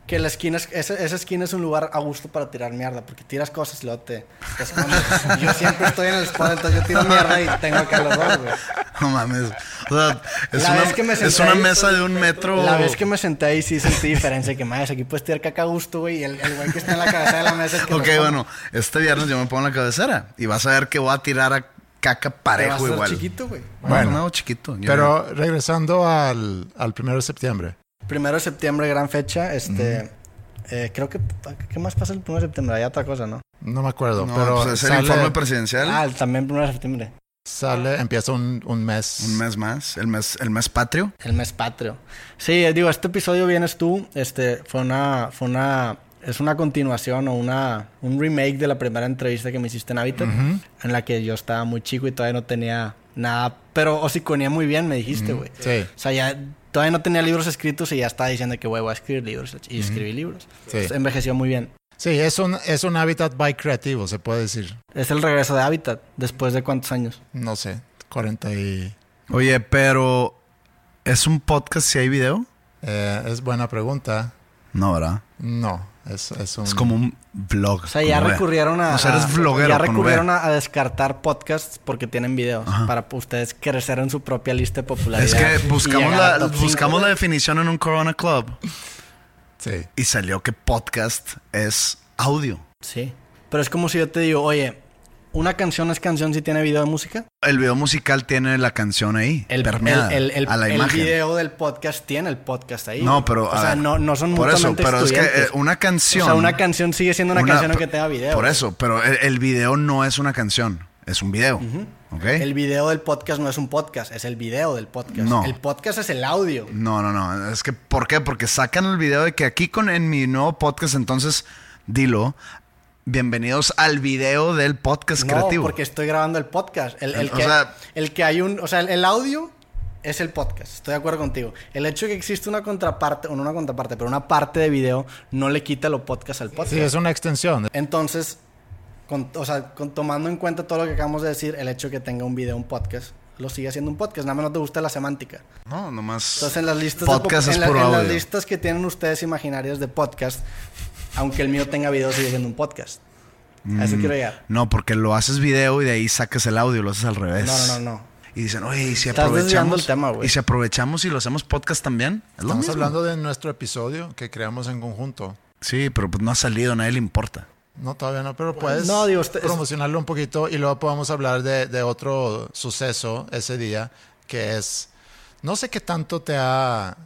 [SPEAKER 3] Que la esquina, es- esa, esa esquina es un lugar a gusto para tirar mierda, porque tiras cosas y luego te, te escondes. yo siempre estoy en el spot, entonces yo tiro mierda y tengo acá los dos, güey.
[SPEAKER 2] No mames. O sea, es
[SPEAKER 3] La
[SPEAKER 2] una,
[SPEAKER 3] vez que me
[SPEAKER 2] es
[SPEAKER 3] senté
[SPEAKER 2] una
[SPEAKER 3] ahí,
[SPEAKER 2] mesa de un metro.
[SPEAKER 3] La vez que me senté ahí sí sentí diferencia, que más, aquí puedes tirar caca a gusto, güey, y el el güey que está en la cabeza de la mesa... es el que
[SPEAKER 2] Ok,
[SPEAKER 3] responde.
[SPEAKER 2] bueno, este viernes yo me pongo en la cabecera y vas a ver que voy a tirar a caca
[SPEAKER 3] Te vas a
[SPEAKER 2] parejo
[SPEAKER 3] hacer
[SPEAKER 2] igual.
[SPEAKER 3] chiquito, güey.
[SPEAKER 2] Bueno,
[SPEAKER 1] Bueno.
[SPEAKER 2] no, chiquito. yo no.
[SPEAKER 1] Pero regresando al, al primero de septiembre.
[SPEAKER 3] Primero de septiembre, gran fecha, este... eh, creo que... ¿Qué más pasa el primero de septiembre? Hay otra cosa, ¿no?
[SPEAKER 1] No me acuerdo,
[SPEAKER 2] No,
[SPEAKER 1] pero
[SPEAKER 2] pues es el
[SPEAKER 1] sale,
[SPEAKER 2] informe presidencial.
[SPEAKER 3] Ah, el- también primero de septiembre.
[SPEAKER 1] sale- empieza un, un mes.
[SPEAKER 2] Un mes más, el mes, el mes patrio.
[SPEAKER 3] El mes patrio. Sí, eh, digo, este episodio vienes tú. Este fue una. Fue una es una continuación o una, un remake de la primera entrevista que me hiciste en Habitat, en la que yo estaba muy chico y todavía no tenía Nada, pero osiconía muy bien, me dijiste, güey.
[SPEAKER 1] sí.
[SPEAKER 3] O sea, ya todavía no tenía libros escritos y ya estaba diciendo que, güey, voy a escribir libros. Y escribí libros. Entonces, envejeció muy bien.
[SPEAKER 1] Sí, es un, es un hábitat by creativo, se puede decir.
[SPEAKER 3] Es el regreso de Habitat, después de cuántos años.
[SPEAKER 1] No sé, 40 y...
[SPEAKER 2] Oye, pero ¿es un podcast si hay video?
[SPEAKER 1] eh, es buena pregunta.
[SPEAKER 2] No, ¿verdad?
[SPEAKER 1] No, es, es un...
[SPEAKER 2] Es como un vlog.
[SPEAKER 3] O sea, ya recurrieron a.
[SPEAKER 2] O sea, eres
[SPEAKER 3] a-
[SPEAKER 2] vloguero.
[SPEAKER 3] Ya
[SPEAKER 2] con V.
[SPEAKER 3] recurrieron a, a descartar podcasts porque tienen videos. Para pues, ustedes crecer en su propia lista de
[SPEAKER 2] Es
[SPEAKER 3] popularidad.
[SPEAKER 2] que
[SPEAKER 3] y
[SPEAKER 2] buscamos
[SPEAKER 3] llegar
[SPEAKER 2] la,
[SPEAKER 3] al top cinco,
[SPEAKER 2] buscamos la
[SPEAKER 3] güey.
[SPEAKER 2] definición en un Corona Club
[SPEAKER 1] Sí.
[SPEAKER 2] y salió que podcast es audio.
[SPEAKER 3] Sí. Pero es como si yo te digo, oye, una canción es canción si tiene video de música.
[SPEAKER 2] El video musical tiene la canción ahí,
[SPEAKER 3] El,
[SPEAKER 2] permeada
[SPEAKER 3] el- el- el-
[SPEAKER 2] a la
[SPEAKER 3] el
[SPEAKER 2] imagen.
[SPEAKER 3] video del podcast tiene el podcast ahí.
[SPEAKER 2] No,
[SPEAKER 3] güey.
[SPEAKER 2] pero
[SPEAKER 3] O
[SPEAKER 2] a
[SPEAKER 3] sea,
[SPEAKER 2] ver,
[SPEAKER 3] no, no son
[SPEAKER 2] Por eso,
[SPEAKER 3] mutuamente
[SPEAKER 2] pero es que eh,
[SPEAKER 3] excluyentes.
[SPEAKER 2] una canción.
[SPEAKER 3] O sea, una canción sigue siendo una, canción aunque
[SPEAKER 2] pe-
[SPEAKER 3] tenga video.
[SPEAKER 2] Por
[SPEAKER 3] güey.
[SPEAKER 2] eso, pero el, el video no es una canción, es un video. ¿Ok?
[SPEAKER 3] El video del podcast no es un podcast, es el video del podcast.
[SPEAKER 2] No.
[SPEAKER 3] El podcast es el audio.
[SPEAKER 2] No, no, no. Es que, ¿por qué? Porque sacan el video de que aquí con en mi nuevo podcast, entonces, dilo. Bienvenidos al video del podcast
[SPEAKER 3] no,
[SPEAKER 2] creativo.
[SPEAKER 3] porque estoy grabando el podcast. El, el
[SPEAKER 2] O
[SPEAKER 3] que,
[SPEAKER 2] sea-
[SPEAKER 3] el que hay un... O sea, el, el audio es el podcast. Estoy de acuerdo contigo. El hecho de que existe una contraparte, o no una contraparte, pero una parte de video, no le quita lo podcast al podcast.
[SPEAKER 1] Sí, es una extensión.
[SPEAKER 3] Entonces, con- o sea, con- tomando en cuenta todo lo que acabamos de decir, el hecho de que tenga un video, un podcast, lo sigue haciendo un podcast. Nada más no te gusta la semántica.
[SPEAKER 2] No, nomás.
[SPEAKER 3] Entonces, en las listas de
[SPEAKER 2] Podcast
[SPEAKER 3] po-
[SPEAKER 2] es
[SPEAKER 3] en la-
[SPEAKER 2] puro
[SPEAKER 3] en las
[SPEAKER 2] audio.
[SPEAKER 3] listas que tienen ustedes imaginarias de podcast, aunque el mío tenga video, sigue siendo un podcast. A
[SPEAKER 2] Mm.
[SPEAKER 3] eso quiero llegar.
[SPEAKER 2] No, porque lo haces video y de ahí sacas el audio, lo haces al revés.
[SPEAKER 3] No, no, no, no.
[SPEAKER 2] Y dicen, oye, ¿y si
[SPEAKER 3] Estás
[SPEAKER 2] aprovechamos.
[SPEAKER 3] desviando el tema, güey.
[SPEAKER 2] Y si aprovechamos y lo hacemos podcast también. Es lo
[SPEAKER 1] Estamos
[SPEAKER 2] mismo.
[SPEAKER 1] hablando de nuestro episodio que creamos en conjunto.
[SPEAKER 2] Sí, pero pues no ha salido, a nadie le importa.
[SPEAKER 1] No, todavía no, pero puedes
[SPEAKER 3] no, digo, este- es-
[SPEAKER 1] promocionarlo un poquito y luego podemos hablar de, de otro suceso ese día, que es, no sé qué tanto te ha,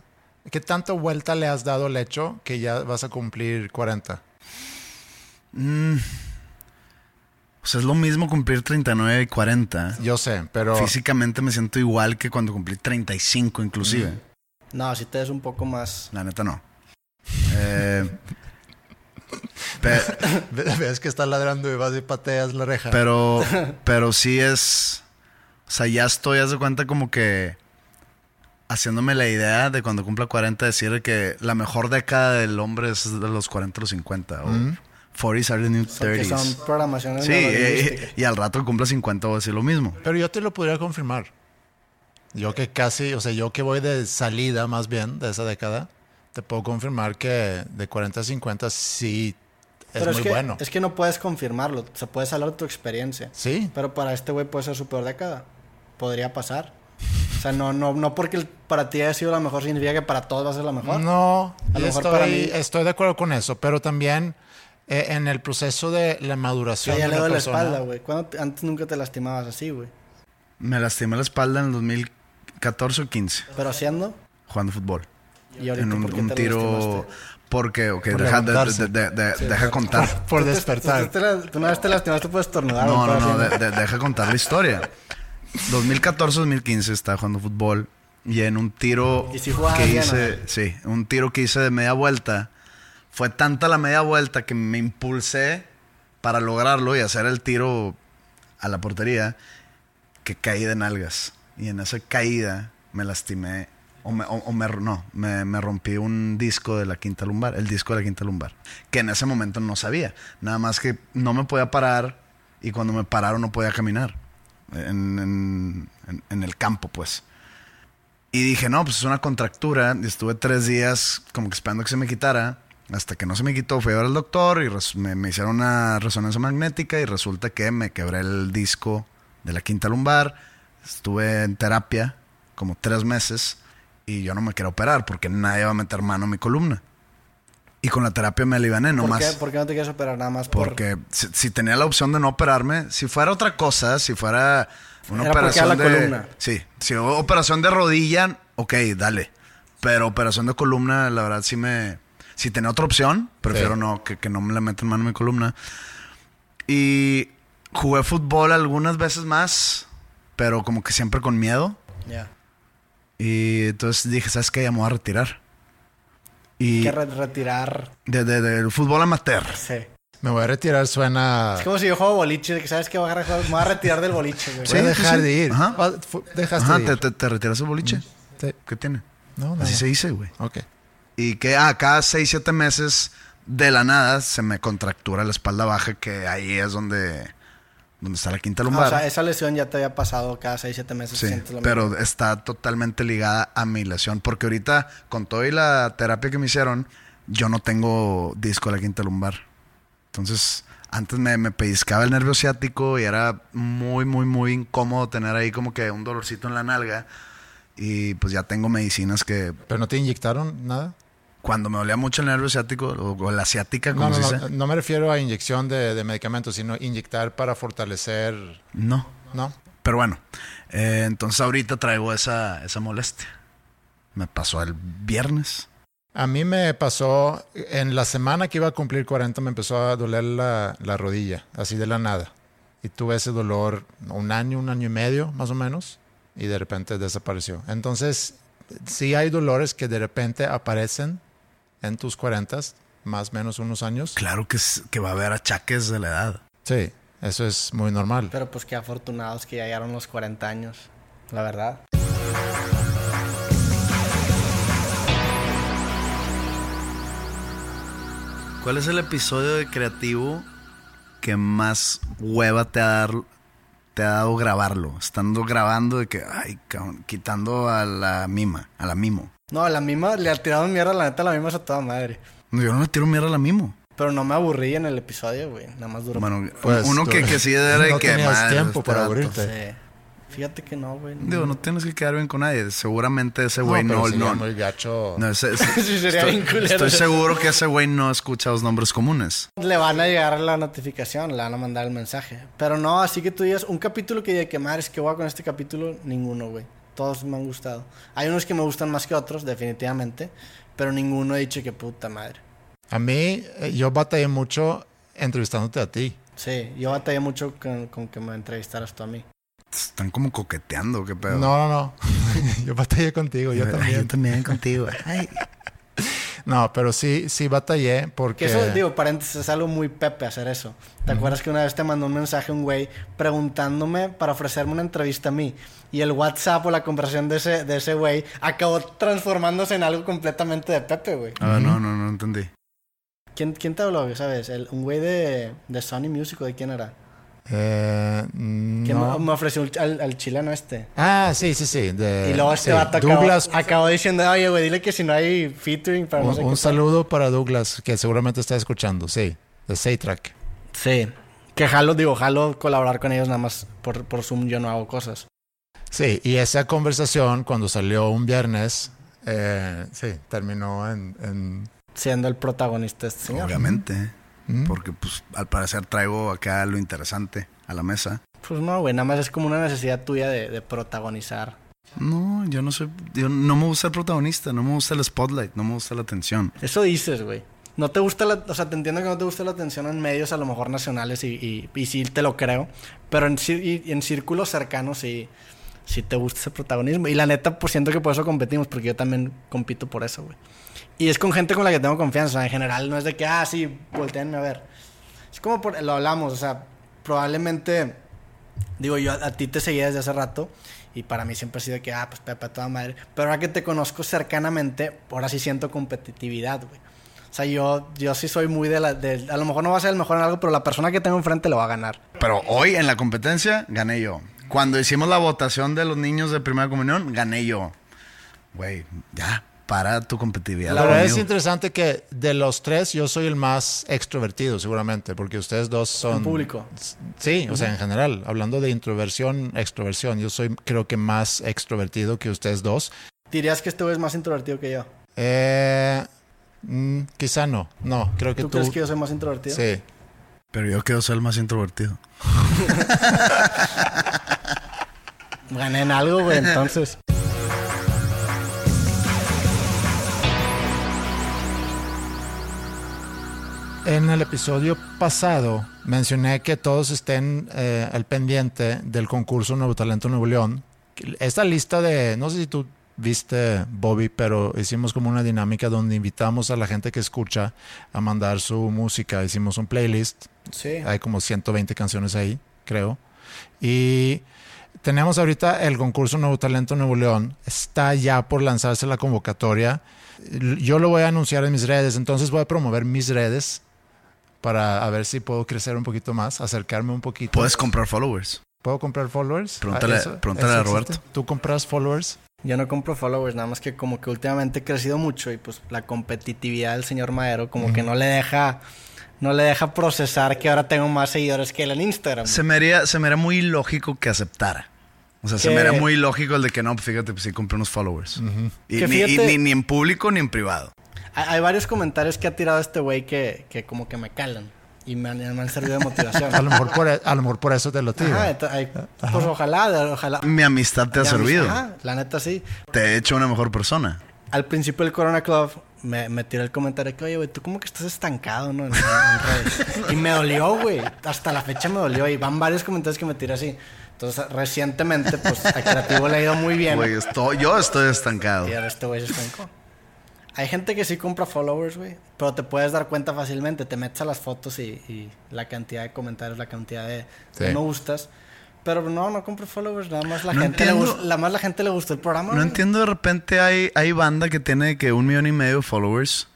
[SPEAKER 1] qué tanta vuelta le has dado al hecho que ya vas a cumplir 40.
[SPEAKER 2] O sea, es lo mismo cumplir 39 y 40.
[SPEAKER 1] Yo sé, pero
[SPEAKER 2] Físicamente me siento igual que cuando cumplí 35 inclusive.
[SPEAKER 1] Mm.
[SPEAKER 3] No, si te ves un poco más.
[SPEAKER 2] La neta no. Eh, pe-
[SPEAKER 1] ve- ves que está ladrando y vas y pateas la reja.
[SPEAKER 2] pero, pero sí es... O sea, ya estoy, haz de cuenta como que... Haciéndome la idea de cuando cumpla 40 decir que la mejor década del hombre es de los 40 a los 50. O 40s are the new
[SPEAKER 3] son- que
[SPEAKER 2] 30s.
[SPEAKER 3] son programaciones
[SPEAKER 2] sí,
[SPEAKER 3] neurolingüísticas.
[SPEAKER 2] eh, y al rato cumpla 50 voy a decir lo mismo.
[SPEAKER 1] Pero yo te lo podría confirmar. Yo que casi, o sea, yo que voy de salida más bien de esa década, te puedo confirmar que de 40 a 50 sí es
[SPEAKER 3] Pero
[SPEAKER 1] muy
[SPEAKER 3] que,
[SPEAKER 1] bueno.
[SPEAKER 3] Es que no puedes confirmarlo. O sea, puedes hablar de tu experiencia.
[SPEAKER 1] Sí.
[SPEAKER 3] Pero para este güey puede ser su peor década. Podría pasar. O sea, no, no, no porque el- para ti haya sido la mejor significa que para todos va a ser la mejor.
[SPEAKER 1] No,
[SPEAKER 3] A lo mejor
[SPEAKER 1] estoy,
[SPEAKER 3] para mí-
[SPEAKER 1] estoy de acuerdo con eso, pero también eh, en el proceso de la
[SPEAKER 3] O sea,
[SPEAKER 1] maduración
[SPEAKER 3] ya
[SPEAKER 1] de
[SPEAKER 3] le
[SPEAKER 1] una
[SPEAKER 3] doy la
[SPEAKER 1] persona.
[SPEAKER 3] espalda, güey. ¿Cuándo te- Antes nunca te lastimabas así, güey.
[SPEAKER 2] Me lastimé la espalda en el 2014 o 15
[SPEAKER 3] Pero haciendo.
[SPEAKER 2] jugando fútbol.
[SPEAKER 3] Y ahorita,
[SPEAKER 2] en un,
[SPEAKER 3] ¿por qué
[SPEAKER 2] un
[SPEAKER 3] te
[SPEAKER 2] tiro
[SPEAKER 3] lastimaste?
[SPEAKER 2] porque ok, deja, de-
[SPEAKER 1] levantarse.
[SPEAKER 2] de- de- de- deja contar
[SPEAKER 1] Por
[SPEAKER 3] Tú,
[SPEAKER 1] despertar.
[SPEAKER 3] te la- tú una vez te lastimaste, puedes tornudar.
[SPEAKER 2] no
[SPEAKER 3] güey,
[SPEAKER 2] no
[SPEAKER 3] pero
[SPEAKER 2] no
[SPEAKER 3] haciendo.
[SPEAKER 2] de- de- deja contar la historia 2014 2015 estaba jugando fútbol y en un tiro
[SPEAKER 3] ¿Y si jugabas
[SPEAKER 2] que
[SPEAKER 3] bien,
[SPEAKER 2] hice sí un tiro que hice de media vuelta fue tanta la media vuelta que me impulsé para lograrlo y hacer el tiro a la portería que caí de nalgas y en esa caída me lastimé o me, o- o me- no, me, me rompí un disco de la quinta lumbar, el disco de la quinta lumbar, que en ese momento no sabía, nada más que no me podía parar y cuando me pararon no podía caminar en, en- en- en el campo pues. Y dije, no, pues es una contractura. Y estuve tres días como que esperando que se me quitara. Hasta que no se me quitó, fui a ver al doctor y res- me, me hicieron una resonancia magnética y resulta que me quebré el disco de la quinta lumbar. Estuve en terapia como tres meses y yo no me quiero operar porque nadie va a meter mano a mi columna. Y con la terapia me aliviané
[SPEAKER 3] ¿Por,
[SPEAKER 2] nomás.
[SPEAKER 3] qué, ¿Por qué no te quieres operar nada más? por-
[SPEAKER 2] Porque si, si tenía la opción de no operarme, si fuera otra cosa, si fuera una
[SPEAKER 3] Era porque era
[SPEAKER 2] operación
[SPEAKER 3] la
[SPEAKER 2] de
[SPEAKER 3] columna.
[SPEAKER 2] sí, si hubo operación de rodilla, ok, dale. Pero operación de columna, la verdad sí me si tenía otra opción, prefiero
[SPEAKER 1] Sí.
[SPEAKER 2] no que, que no me la metan mano en mi columna. Y jugué fútbol algunas veces más, pero como que siempre con miedo.
[SPEAKER 3] Ya.
[SPEAKER 2] Y entonces dije, ¿sabes qué? Ya me voy a retirar. Y
[SPEAKER 3] Que re- retirar.
[SPEAKER 2] de- de- del fútbol amateur.
[SPEAKER 3] Sí.
[SPEAKER 1] Me voy a retirar, suena.
[SPEAKER 3] Es como si yo juego boliche, de que sabes que voy a, agarrar juegos, me voy a retirar del boliche, güey.
[SPEAKER 1] Voy a
[SPEAKER 2] Sí,
[SPEAKER 1] dejar
[SPEAKER 2] sí.
[SPEAKER 1] de ir.
[SPEAKER 2] Ajá.
[SPEAKER 1] Ah, fu- Dejaste
[SPEAKER 2] Ajá,
[SPEAKER 1] de
[SPEAKER 2] te,
[SPEAKER 1] ir.
[SPEAKER 2] te, te retiras el boliche.
[SPEAKER 1] Sí.
[SPEAKER 2] ¿Qué tiene?
[SPEAKER 1] No,
[SPEAKER 2] Así
[SPEAKER 1] nada.
[SPEAKER 2] se dice, güey.
[SPEAKER 1] Ok.
[SPEAKER 2] Y que ah, cada 6, 7 meses de la nada se me contractura la espalda baja, que ahí es donde, donde está la quinta
[SPEAKER 3] Ah, o
[SPEAKER 2] lumbar.
[SPEAKER 3] sea, esa lesión ya te había pasado cada 6, 7 meses.
[SPEAKER 2] sí,
[SPEAKER 3] sientes lo mismo.
[SPEAKER 2] pero está totalmente ligada a mi lesión, porque ahorita con todo y la terapia que me hicieron, yo no tengo disco de la quinta lumbar. Entonces, antes me, me pellizcaba el nervio ciático y era muy, muy, muy incómodo tener ahí como que un dolorcito en la nalga. Y pues ya tengo medicinas que
[SPEAKER 1] ¿Pero no te inyectaron nada?
[SPEAKER 2] cuando me dolía mucho el nervio ciático o, o la ciática,
[SPEAKER 1] No,
[SPEAKER 2] como
[SPEAKER 1] no,
[SPEAKER 2] se
[SPEAKER 1] no,
[SPEAKER 2] dice.
[SPEAKER 1] no me refiero a inyección de, de medicamentos, sino inyectar para fortalecer.
[SPEAKER 2] No.
[SPEAKER 1] ¿No?
[SPEAKER 2] Pero bueno, eh, entonces ahorita traigo esa, esa molestia. Me pasó el viernes.
[SPEAKER 1] A mí me pasó, en la semana que iba a cumplir 40 me empezó a doler la, la rodilla, así de la nada. Y tuve ese dolor un año, un año y medio, más o menos, y de repente desapareció. Entonces, sí hay dolores que de repente aparecen en tus 40, más o menos unos años.
[SPEAKER 2] Claro que, es- que va a haber achaques de la edad.
[SPEAKER 1] Sí, eso es muy normal.
[SPEAKER 3] Pero pues qué afortunados que ya llegaron los 40 años, la verdad.
[SPEAKER 2] ¿Cuál es el episodio de creativo que más hueva te ha, dar- te ha dado grabarlo? Estando grabando de que, ay, cabrón, quitando a la mima, a la mimo.
[SPEAKER 3] No, la misma, le tiraron mierda, la neta, la misma es a toda madre.
[SPEAKER 2] No, Yo no le tiro mierda a la mimo.
[SPEAKER 3] Pero no me aburrí en el episodio, güey. Nada más duró.
[SPEAKER 2] Bueno,
[SPEAKER 1] Pues,
[SPEAKER 2] uno
[SPEAKER 1] tú-
[SPEAKER 2] que, que sí era de
[SPEAKER 1] no
[SPEAKER 2] que
[SPEAKER 1] tenías
[SPEAKER 2] madre,
[SPEAKER 1] tiempo
[SPEAKER 2] este
[SPEAKER 1] para
[SPEAKER 2] vato.
[SPEAKER 1] aburrirte.
[SPEAKER 3] Sí. Fíjate que no, güey.
[SPEAKER 2] Digo, no tienes que quedar bien con nadie. Seguramente ese güey
[SPEAKER 1] pero
[SPEAKER 2] no,
[SPEAKER 1] sería
[SPEAKER 2] no,
[SPEAKER 1] muy gacho.
[SPEAKER 2] No, ese- ese-
[SPEAKER 3] Sí, sería
[SPEAKER 2] estoy,
[SPEAKER 3] bien culero.
[SPEAKER 2] estoy seguro que ese güey no escucha los nombres comunes.
[SPEAKER 3] Le van a llegar la notificación, le van a mandar el mensaje. Pero no, así que tú digas, un capítulo que diga que madre, es que voy con este capítulo, ninguno, güey. Todos me han gustado. Hay unos que me gustan más que otros, definitivamente. Pero ninguno he dicho que puta madre.
[SPEAKER 1] A mí, eh, yo batallé mucho entrevistándote a ti.
[SPEAKER 3] Sí, yo batallé mucho con, con que me entrevistaras tú a mí.
[SPEAKER 2] Están como coqueteando, qué pedo.
[SPEAKER 1] No, no, no. yo batallé contigo, yo
[SPEAKER 2] Ay,
[SPEAKER 1] también.
[SPEAKER 2] también contigo. Ay.
[SPEAKER 1] No, pero sí, sí batallé
[SPEAKER 3] Que
[SPEAKER 1] porque...
[SPEAKER 3] eso, digo, paréntesis, es algo muy pepe hacer eso. ¿Te acuerdas que una vez te mandó un mensaje un güey preguntándome para ofrecerme una entrevista a mí? Y el WhatsApp o la conversación de ese, de ese güey acabó transformándose en algo completamente de pepe, güey.
[SPEAKER 2] Ah,
[SPEAKER 1] ¿eh?
[SPEAKER 2] no, no, no entendí.
[SPEAKER 3] ¿Quién, quién te habló, güey, sabes? El- un güey de, de Sony Music, ¿o ¿de quién era?
[SPEAKER 1] Eh,
[SPEAKER 3] Que
[SPEAKER 1] no.
[SPEAKER 3] me, me ofreció un- al, al chileno este.
[SPEAKER 1] Ah, sí, sí, sí. de-
[SPEAKER 3] Y luego este
[SPEAKER 1] Eh, sí,
[SPEAKER 3] vato acabó,
[SPEAKER 1] Douglas,
[SPEAKER 3] acabó diciendo, oye, güey, dile que si no hay featuring para no
[SPEAKER 1] un,
[SPEAKER 3] sé
[SPEAKER 1] un
[SPEAKER 3] qué".
[SPEAKER 1] saludo para Douglas, que seguramente está escuchando, sí. De Saytrack.
[SPEAKER 3] Sí. Que jalo, digo, jalo colaborar con ellos nada más. Por, por Zoom yo no hago cosas.
[SPEAKER 1] Sí, y esa conversación cuando salió un viernes, eh, sí, terminó en... en-
[SPEAKER 3] siendo el protagonista este señor.
[SPEAKER 2] Obviamente.
[SPEAKER 1] ¿Mm?
[SPEAKER 2] Porque, pues, al parecer traigo acá lo interesante a la mesa.
[SPEAKER 3] Pues no, güey, nada más es como una necesidad tuya de, de protagonizar.
[SPEAKER 2] No, yo no soy. Yo no me gusta el protagonista, no me gusta el spotlight, no me gusta la atención.
[SPEAKER 3] Eso dices, güey. No te gusta la, o sea, te entiendo que no te gusta la atención en medios a lo mejor nacionales y, y, y sí te lo creo, pero en, cir- y- y en círculos cercanos sí, sí te gusta ese protagonismo. Y la neta, pues siento que por eso competimos, porque yo también compito por eso, güey. Y es con gente con la que tengo confianza, en general, no es de que, ah, sí, volteenme a ver. Es como por- lo hablamos, o sea, probablemente... Digo, yo a, a ti te seguía desde hace rato y para mí siempre ha sido que, ah, pues Pepe, a toda madre. Pero ahora que te conozco cercanamente, ahora sí siento competitividad, güey. O sea, yo, yo sí soy muy de la... de- a lo mejor no va a ser el mejor en algo, pero la persona que tengo enfrente lo va a ganar.
[SPEAKER 2] Pero hoy en la competencia gané yo. Cuando hicimos la votación de los niños de primera comunión, gané yo. Güey, ya, para tu competitividad.
[SPEAKER 1] La verdad es
[SPEAKER 2] conmigo.
[SPEAKER 1] interesante que de los tres yo soy el más extrovertido seguramente, porque ustedes dos son...
[SPEAKER 3] En público.
[SPEAKER 1] Sí, o sea, en general, hablando de introversión, extroversión, yo soy creo que más extrovertido que ustedes dos.
[SPEAKER 3] Dirías que este güey es más introvertido que yo.
[SPEAKER 1] Eh, mm, quizá no, no, creo que
[SPEAKER 3] ¿Tú,
[SPEAKER 1] tú...
[SPEAKER 3] crees que yo soy más introvertido?
[SPEAKER 1] Sí.
[SPEAKER 2] Pero yo quiero ser el más introvertido.
[SPEAKER 3] Gané en algo, güey, entonces.
[SPEAKER 1] En el episodio pasado mencioné que todos estén eh, al pendiente del concurso Nuevo Talento Nuevo León. Esta lista de, no sé si tú viste Bobby, pero hicimos como una dinámica donde invitamos a la gente que escucha a mandar su música. Hicimos un playlist.
[SPEAKER 3] Sí.
[SPEAKER 1] Hay como 120 canciones ahí, creo. Y tenemos ahorita el concurso Nuevo Talento Nuevo León. Está ya por lanzarse la convocatoria. L- Yo lo voy a anunciar en mis redes, entonces voy a promover mis redes para a ver si puedo crecer un poquito más, acercarme un poquito.
[SPEAKER 2] Puedes comprar followers.
[SPEAKER 1] ¿Puedo comprar followers?
[SPEAKER 2] Pregúntale-
[SPEAKER 1] Ah, eso-
[SPEAKER 2] pregúntale
[SPEAKER 1] eso
[SPEAKER 2] a
[SPEAKER 1] existe.
[SPEAKER 2] Roberto.
[SPEAKER 1] ¿Tú compras followers?
[SPEAKER 3] Yo no compro followers, nada más que como que últimamente he crecido mucho y pues la competitividad del señor Madero como que no le deja no le deja procesar que ahora tengo más seguidores que él en Instagram.
[SPEAKER 2] Se me, haría, se me haría muy lógico que aceptara. O sea, se
[SPEAKER 3] Que-
[SPEAKER 2] me haría muy lógico el de que no, pues fíjate, pues sí compré unos followers. y,
[SPEAKER 3] Que
[SPEAKER 2] ni, y
[SPEAKER 3] fíjate-
[SPEAKER 2] ni- ni en público ni en privado.
[SPEAKER 3] Hay, hay varios comentarios que ha tirado este güey que, que como que me calan y me han, me han servido de motivación.
[SPEAKER 1] A lo mejor por, e- a lo mejor por eso te lo tiro.
[SPEAKER 3] Ajá, ento- hay- pues ojalá, ojalá.
[SPEAKER 2] Mi amistad Ah, te ha servido.
[SPEAKER 3] Ajá, la neta sí.
[SPEAKER 2] Te he hecho una mejor persona.
[SPEAKER 3] Al principio del Corona Club me, me tiró el comentario que, oye, güey, tú como que estás estancado, ¿no? En- en redes". y me dolió, güey. Hasta la fecha me dolió. Y van varios comentarios que me tiró así. Entonces, recientemente, pues, a Creativo le ha ido muy bien.
[SPEAKER 2] Güey, estoy- yo estoy estancado.
[SPEAKER 3] Y ahora este güey se estancó. Hay gente que sí compra followers, güey. Pero te puedes dar cuenta fácilmente. Te metes a las fotos y, y la cantidad de comentarios, la cantidad de
[SPEAKER 1] Sí.
[SPEAKER 3] de me gustas. Pero no, no compro followers. Nada más la,
[SPEAKER 2] No
[SPEAKER 3] gente, le
[SPEAKER 2] entiendo.
[SPEAKER 3] gust- la más la gente le gustó el programa.
[SPEAKER 2] No
[SPEAKER 3] güey.
[SPEAKER 2] entiendo, de repente hay, hay banda que tiene que un millón y medio de followers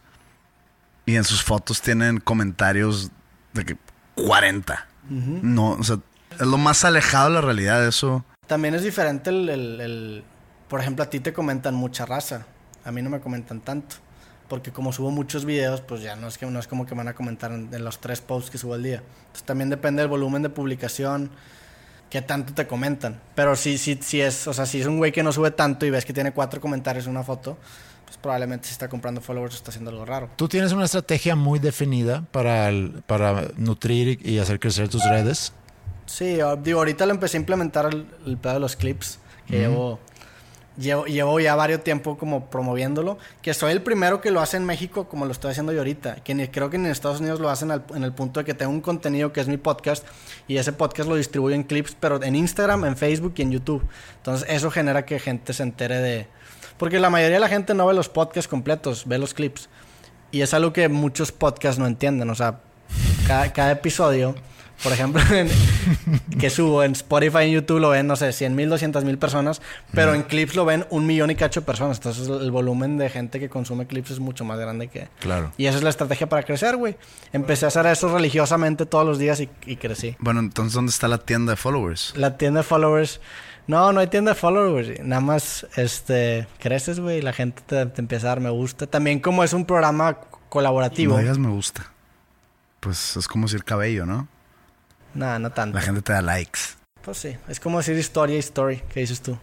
[SPEAKER 2] y en sus fotos tienen comentarios de que 40. No, o sea, es lo más alejado de la realidad eso.
[SPEAKER 3] También es diferente el, el- el- Por ejemplo, a ti te comentan mucha raza. A mí no me comentan tanto. Porque como subo muchos videos, pues ya no es, que, no es como que me van a comentar en, en los tres posts que subo al día. Entonces también depende del volumen de publicación, qué tanto te comentan. Pero si, si, si es, o sea, si es un güey que no sube tanto y ves que tiene cuatro comentarios en una foto, pues probablemente si está comprando followers o está haciendo algo raro.
[SPEAKER 1] ¿Tú tienes una estrategia muy definida para, el- para nutrir y y hacer crecer tus redes?
[SPEAKER 3] Sí, yo- digo, ahorita lo empecé a implementar el, el pedo de los clips, que llevo, llevo, llevo ya varios tiempo como promoviéndolo, que soy el primero que lo hace en México como lo estoy haciendo yo ahorita, que ni, creo que ni en Estados Unidos lo hacen al- en el punto de que tengo un contenido que es mi podcast y ese podcast lo distribuyo en clips, pero en Instagram, en Facebook y en YouTube. Entonces eso genera que gente se entere de... Porque la mayoría de la gente no ve los podcasts completos, ve los clips. Y es algo que muchos podcasts no entienden. O sea, cada, cada episodio, por ejemplo, en- que subo en Spotify, en YouTube, lo ven, no sé, 100 mil, 200 mil personas. Pero en clips lo ven un millón y cacho de personas. Entonces el volumen de gente que consume clips es mucho más grande que...
[SPEAKER 1] Claro.
[SPEAKER 3] Y esa es la estrategia para crecer, güey. Empecé a hacer eso religiosamente todos los días y, y crecí.
[SPEAKER 2] Bueno, entonces, ¿dónde está la tienda de followers?
[SPEAKER 3] La tienda de followers... No, no hay tienda de followers. güey. Nada más, este, creces, güey. y La gente te, te empieza a dar me gusta. También como es un programa colaborativo.
[SPEAKER 2] No digas me gusta. Pues es como decir cabello, ¿no?
[SPEAKER 3] No, no tanto.
[SPEAKER 2] La gente te da likes.
[SPEAKER 3] Pues sí, es como decir historia y story, ¿qué dices tú?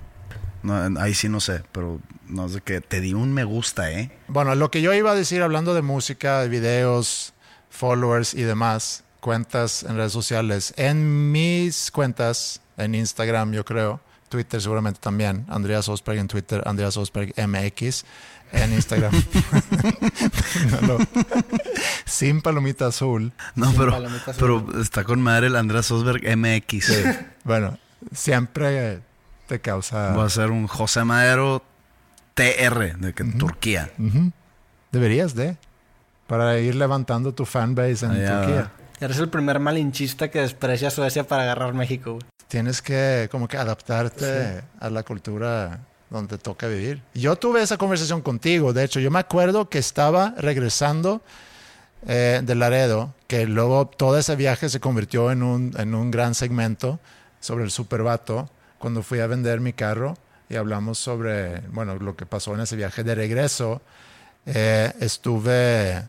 [SPEAKER 2] No, ahí sí no sé, pero no sé qué. Te di un me gusta, ¿eh?
[SPEAKER 1] Bueno, lo que yo iba a decir hablando de música, de videos, followers y demás, cuentas en redes sociales, en mis cuentas, en Instagram yo creo, Twitter seguramente también, Andreas Osberg en Twitter, Andreas Osberg MX en Instagram. No, no. Sin palomita azul.
[SPEAKER 2] No, pero,
[SPEAKER 3] palomita azul.
[SPEAKER 2] pero está con madre el Andrés Osberg MX.
[SPEAKER 1] Bueno, siempre eh, te causa...
[SPEAKER 2] Voy a hacer un José Madero TR de que Turquía.
[SPEAKER 1] Deberías de, para ir levantando tu fanbase en
[SPEAKER 2] Ah, ya,
[SPEAKER 1] Turquía.
[SPEAKER 2] ¿verdad?
[SPEAKER 3] Eres el primer malinchista que desprecia a Suecia para agarrar México, güey.
[SPEAKER 1] tienes que como que adaptarte a la cultura donde toca vivir. Yo tuve esa conversación contigo, de hecho, yo me acuerdo que estaba regresando eh, de Laredo, que luego todo ese viaje se convirtió en un, en un gran segmento sobre el supervato, cuando fui a vender mi carro y hablamos sobre, bueno, lo que pasó en ese viaje de regreso, eh, estuve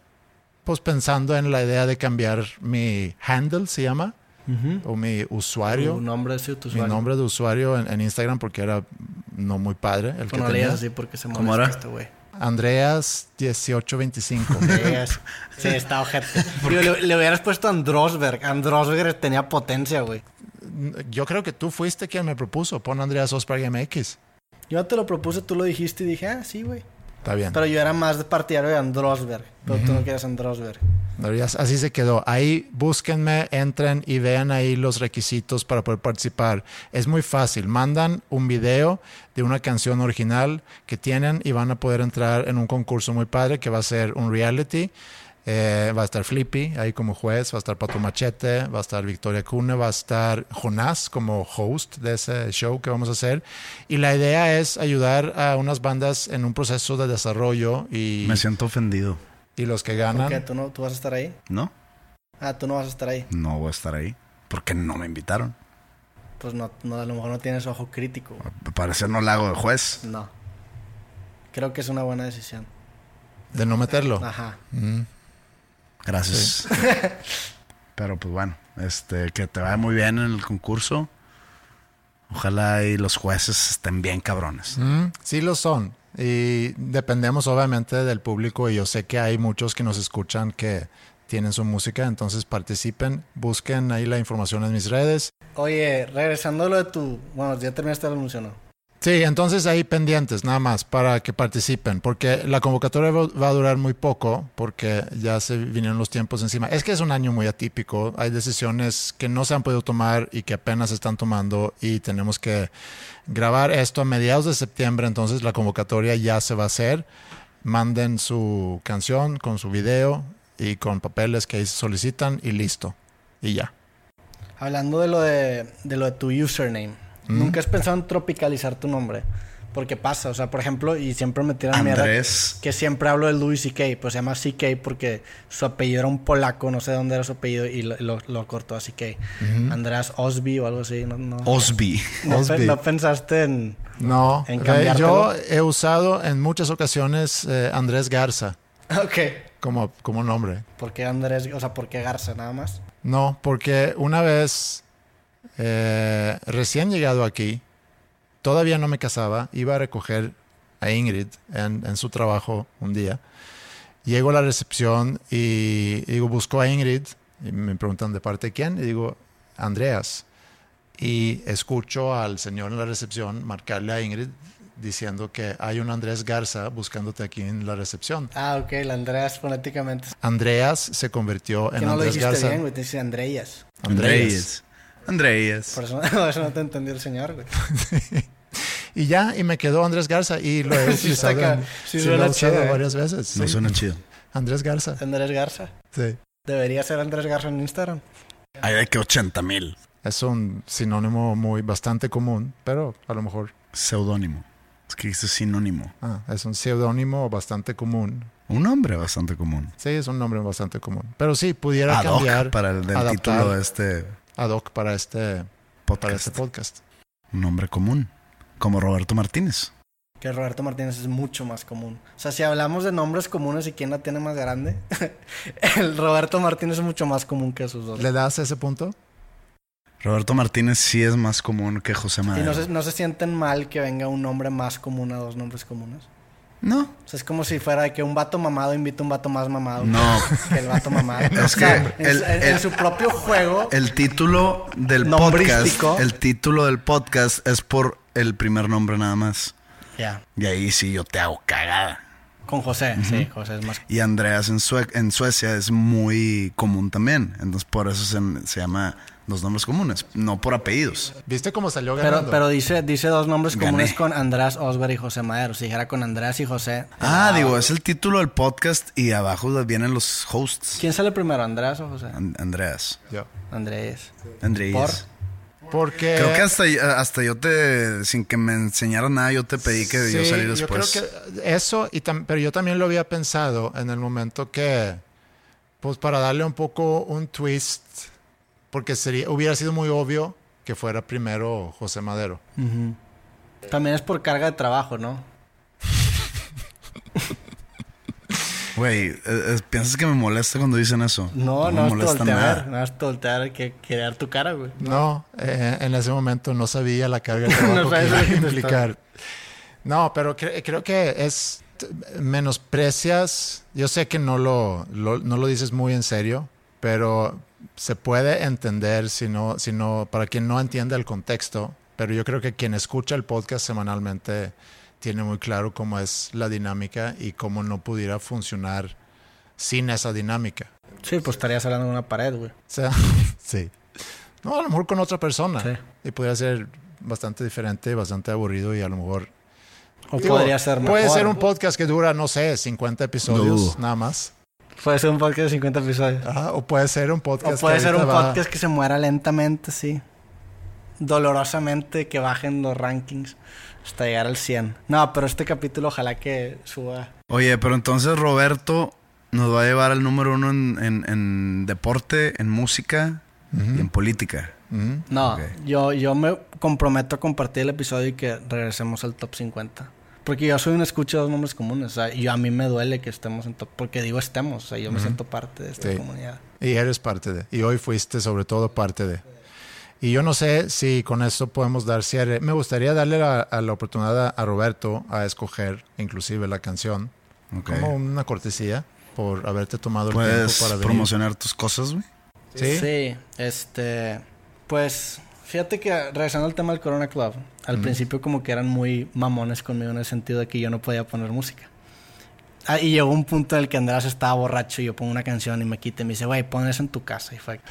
[SPEAKER 1] pues pensando en la idea de cambiar mi handle, se llama, o mi usuario
[SPEAKER 3] Tu nombre es tu
[SPEAKER 1] mi
[SPEAKER 3] usuario.
[SPEAKER 1] nombre de usuario en, en Instagram porque era no muy padre el que
[SPEAKER 3] Tú no
[SPEAKER 1] tenía.
[SPEAKER 3] leías así porque se
[SPEAKER 2] ¿Cómo
[SPEAKER 3] molesta
[SPEAKER 2] era?
[SPEAKER 3] este güey.
[SPEAKER 1] Andreas 1825.
[SPEAKER 3] Leías. Sí, está ojete. Digo, le, le hubieras puesto Androsberg. Androsberg tenía potencia, güey.
[SPEAKER 1] Yo creo que tú fuiste quien me propuso. Pon Andreas Osberg MX.
[SPEAKER 3] Yo te lo propuse, tú lo dijiste y dije, ah, sí, güey.
[SPEAKER 1] Está bien.
[SPEAKER 3] Pero yo era más partidario de Androsberg. Pero tú no quieres Androsberg.
[SPEAKER 1] Pero ya- Así se quedó. Ahí búsquenme, entren y vean ahí los requisitos para poder participar. Es muy fácil. Mandan un video de una canción original que tienen y van a poder entrar en un concurso muy padre que va a ser un reality. Eh, va a estar Flippy ahí como juez, va a estar Pato Machete, va a estar Victoria Cune, va a estar Jonás como host de ese show que vamos a hacer. Y la idea es ayudar a unas bandas en un proceso de desarrollo y,
[SPEAKER 2] Me siento ofendido,
[SPEAKER 1] y los que
[SPEAKER 3] ¿Por
[SPEAKER 1] ganan.
[SPEAKER 3] qué? ¿Tú, no, ¿Tú vas a estar ahí?
[SPEAKER 2] ¿no?
[SPEAKER 3] Ah, tú no vas a estar ahí.
[SPEAKER 2] No voy a estar ahí porque no me invitaron.
[SPEAKER 3] Pues no, no, a lo mejor no tienes ojo crítico.
[SPEAKER 2] Al parecer no la hago de juez.
[SPEAKER 3] No. Creo que es una buena decisión.
[SPEAKER 1] De no meterlo.
[SPEAKER 3] Ajá.
[SPEAKER 2] Gracias. Pero pues bueno, este, que te vaya muy bien en el concurso. Ojalá y los jueces estén bien cabrones.
[SPEAKER 1] Mm, Sí lo son. Y dependemos obviamente del público y yo sé que hay muchos que nos escuchan que tienen su música, entonces participen, busquen ahí la información en mis redes.
[SPEAKER 3] Oye, regresando a lo de tu... Bueno, ya terminaste la anuncio, ¿no?
[SPEAKER 1] Sí, entonces ahí pendientes nada más para que participen, porque la convocatoria va va a durar muy poco, porque ya se vinieron los tiempos encima. Es que es un año muy atípico, hay decisiones que no se han podido tomar y que apenas se están tomando y tenemos que grabar esto a mediados de septiembre, entonces la convocatoria ya se va a hacer. Manden su canción con su video y con papeles que ahí se solicitan y listo. Y ya.
[SPEAKER 3] Hablando de lo de, de lo de tu username. Nunca has pensado en tropicalizar tu nombre. Porque pasa, o sea, por ejemplo, y siempre me tiran mierda
[SPEAKER 2] Andrés,
[SPEAKER 3] que siempre hablo de Louis C.K., pues se llama C.K. porque su apellido era un polaco, no sé dónde era su apellido, y lo, lo- lo cortó a C.K. András Osby o algo así, no, no,
[SPEAKER 2] Osby.
[SPEAKER 3] no, pe-
[SPEAKER 1] Osby.
[SPEAKER 3] no pensaste en...
[SPEAKER 1] No,
[SPEAKER 3] ¿En
[SPEAKER 1] ve,
[SPEAKER 3] cambiártelo?
[SPEAKER 1] yo he usado en muchas ocasiones eh, Andrés Garza
[SPEAKER 3] Ok.
[SPEAKER 1] como, como nombre.
[SPEAKER 3] ¿Por qué Andrés? O sea, ¿por qué Garza nada más?
[SPEAKER 1] No, porque una vez eh, recién llegado aquí, todavía no me casaba, iba a recoger a Ingrid en, en su trabajo un día. Llego a la recepción y digo, busco a Ingrid. Y me preguntan de parte de quién. Y digo, Andreas. Y escucho al señor en la recepción marcarle a Ingrid diciendo que hay un Andrés Garza buscándote aquí en la recepción.
[SPEAKER 3] Ah, ok, la Andreas fonéticamente.
[SPEAKER 1] Andreas se convirtió
[SPEAKER 3] Que
[SPEAKER 1] en
[SPEAKER 3] no lo
[SPEAKER 1] Andrés
[SPEAKER 3] dijiste
[SPEAKER 1] Garza.
[SPEAKER 3] bien, güey. Te dice Andreas.
[SPEAKER 2] Andrés. Andrés.
[SPEAKER 3] Por eso, por eso no te entendió el señor, güey.
[SPEAKER 1] Y ya, y me quedó Andrés Garza y lo he
[SPEAKER 3] Sí
[SPEAKER 1] utilizado,
[SPEAKER 3] está acá.
[SPEAKER 1] en- sí
[SPEAKER 3] Sí suena
[SPEAKER 1] lo he usado
[SPEAKER 3] chido, eh.
[SPEAKER 1] varias veces.
[SPEAKER 2] No
[SPEAKER 1] sí.
[SPEAKER 2] suena chido.
[SPEAKER 1] Andrés Garza.
[SPEAKER 3] Andrés Garza.
[SPEAKER 1] sí.
[SPEAKER 3] Debería ser Andrés Garza en Instagram.
[SPEAKER 2] Hay de que 80 mil.
[SPEAKER 1] Es un sinónimo muy bastante común, pero a lo mejor
[SPEAKER 2] Seudónimo. Es que dice sinónimo.
[SPEAKER 1] ah, es un seudónimo bastante común.
[SPEAKER 2] Un nombre bastante común.
[SPEAKER 1] Sí, es un nombre bastante común. Pero sí, pudiera
[SPEAKER 2] Ad hoc
[SPEAKER 1] cambiar
[SPEAKER 2] para el del
[SPEAKER 1] adaptar.
[SPEAKER 2] título de este
[SPEAKER 1] ad hoc para este, para
[SPEAKER 2] podcast.
[SPEAKER 1] este podcast.
[SPEAKER 2] Un nombre común. Como Roberto Martínez.
[SPEAKER 3] Que Roberto Martínez es mucho más común. O sea, si hablamos de nombres comunes y quién la tiene más grande, el Roberto Martínez es mucho más común que sus dos.
[SPEAKER 1] ¿Le das ese punto?
[SPEAKER 2] Roberto Martínez sí es más común que José
[SPEAKER 3] Y
[SPEAKER 2] Madero.
[SPEAKER 3] no se, no se sienten mal que venga un nombre más común a dos nombres comunes.
[SPEAKER 2] No.
[SPEAKER 3] O sea, es como si fuera de que un vato mamado invita a un vato más mamado.
[SPEAKER 2] No.
[SPEAKER 3] Que el vato mamado.
[SPEAKER 2] Es
[SPEAKER 3] O sea,
[SPEAKER 2] que
[SPEAKER 3] en
[SPEAKER 2] el-
[SPEAKER 3] su- en- en
[SPEAKER 2] el-
[SPEAKER 3] su propio juego
[SPEAKER 2] El título del podcast.
[SPEAKER 3] Nombrístico.
[SPEAKER 2] El título del podcast es por el primer nombre nada más.
[SPEAKER 3] Ya.
[SPEAKER 2] Y ahí sí yo te hago cagada.
[SPEAKER 3] Con José. Sí, José es más.
[SPEAKER 2] Y Andreas en, Sue- en Suecia es muy común también. Entonces por eso se, se llama los nombres comunes, no por apellidos.
[SPEAKER 1] ¿Viste cómo salió
[SPEAKER 3] Pero,
[SPEAKER 1] ganando?
[SPEAKER 3] pero dice, dice dos nombres
[SPEAKER 2] Gané.
[SPEAKER 3] comunes con András Osberg y José Madero. Si dijera con András y José.
[SPEAKER 2] Ah, digo, es el título del podcast y abajo vienen los hosts.
[SPEAKER 3] ¿Quién sale primero, András o José?
[SPEAKER 2] An- Andreas.
[SPEAKER 1] Yo.
[SPEAKER 3] Andrés.
[SPEAKER 2] Andreas.
[SPEAKER 1] Porque
[SPEAKER 2] Creo que hasta, eh, hasta yo te, sin que me enseñara nada, yo te pedí que yo
[SPEAKER 1] Sí,
[SPEAKER 2] saliera después.
[SPEAKER 1] Yo creo que eso, y tam- pero yo también lo había pensado en el momento que, pues para darle un poco un twist, porque sería, hubiera sido muy obvio que fuera primero José Madero.
[SPEAKER 3] También es por carga de trabajo, ¿no?
[SPEAKER 2] Güey, eh, eh, ¿piensas que me molesta cuando dicen eso?
[SPEAKER 3] No, no,
[SPEAKER 2] me
[SPEAKER 3] es
[SPEAKER 2] molesta
[SPEAKER 3] voltear.
[SPEAKER 2] nada.
[SPEAKER 3] No es voltear que crear tu cara, güey.
[SPEAKER 1] No, eh, en ese momento no sabía la carga de trabajo
[SPEAKER 3] No
[SPEAKER 1] que
[SPEAKER 3] sabes
[SPEAKER 1] iba a
[SPEAKER 3] lo que te
[SPEAKER 1] implicar. No, pero cre- creo que es t- menosprecias. Yo sé que no lo, lo- no lo dices muy en serio, pero se puede entender si no, si no, para quien no entiende el contexto. Pero yo creo que quien escucha el podcast semanalmente tiene muy claro cómo es la dinámica y cómo no pudiera funcionar sin esa dinámica.
[SPEAKER 3] Sí, pues estarías hablando de una pared, güey.
[SPEAKER 1] O sea, sí. No, a lo mejor con otra persona.
[SPEAKER 3] Sí.
[SPEAKER 1] Y podría ser bastante diferente, bastante aburrido y a lo mejor...
[SPEAKER 3] O
[SPEAKER 1] Digo,
[SPEAKER 3] podría ser mejor.
[SPEAKER 1] Puede ser un podcast que dura, no sé, 50 episodios
[SPEAKER 2] No.
[SPEAKER 1] nada más.
[SPEAKER 3] Puede ser un podcast de 50 episodios.
[SPEAKER 1] Ajá, o puede ser un podcast...
[SPEAKER 3] O puede
[SPEAKER 1] que
[SPEAKER 3] ser un
[SPEAKER 1] ahorita va-
[SPEAKER 3] podcast que se muera lentamente, sí. Dolorosamente que bajen los rankings hasta llegar al 100. No, pero este capítulo ojalá que suba.
[SPEAKER 2] Oye, pero entonces Roberto nos va a llevar al número uno en, en- en deporte, en música y en política.
[SPEAKER 3] No,
[SPEAKER 2] Ok.
[SPEAKER 3] yo, yo me comprometo a compartir el episodio y que regresemos al top 50. Porque yo soy un escucha de dos nombres comunes. O sea, yo, a mí me duele que estemos en top. Porque digo estemos. O sea, yo me siento parte de esta
[SPEAKER 1] Sí.
[SPEAKER 3] comunidad.
[SPEAKER 1] Y eres parte de. Y hoy fuiste sobre todo parte de. Y yo no sé si con eso podemos dar cierre. Me gustaría darle la, a la oportunidad a, a Roberto a escoger inclusive la canción.
[SPEAKER 2] Ok.
[SPEAKER 1] Como una cortesía por haberte tomado el
[SPEAKER 2] Puedes
[SPEAKER 1] tiempo para venir.
[SPEAKER 2] promocionar tus cosas, güey.
[SPEAKER 1] ¿Sí?
[SPEAKER 3] este. Pues fíjate que regresando al tema del Corona Club, al principio como que eran muy mamones conmigo en el sentido de que yo no podía poner música. Ah, y llegó un punto en el que Andrés estaba borracho y yo pongo una canción y me quita y me dice, güey, pon eso en tu casa. Y fue,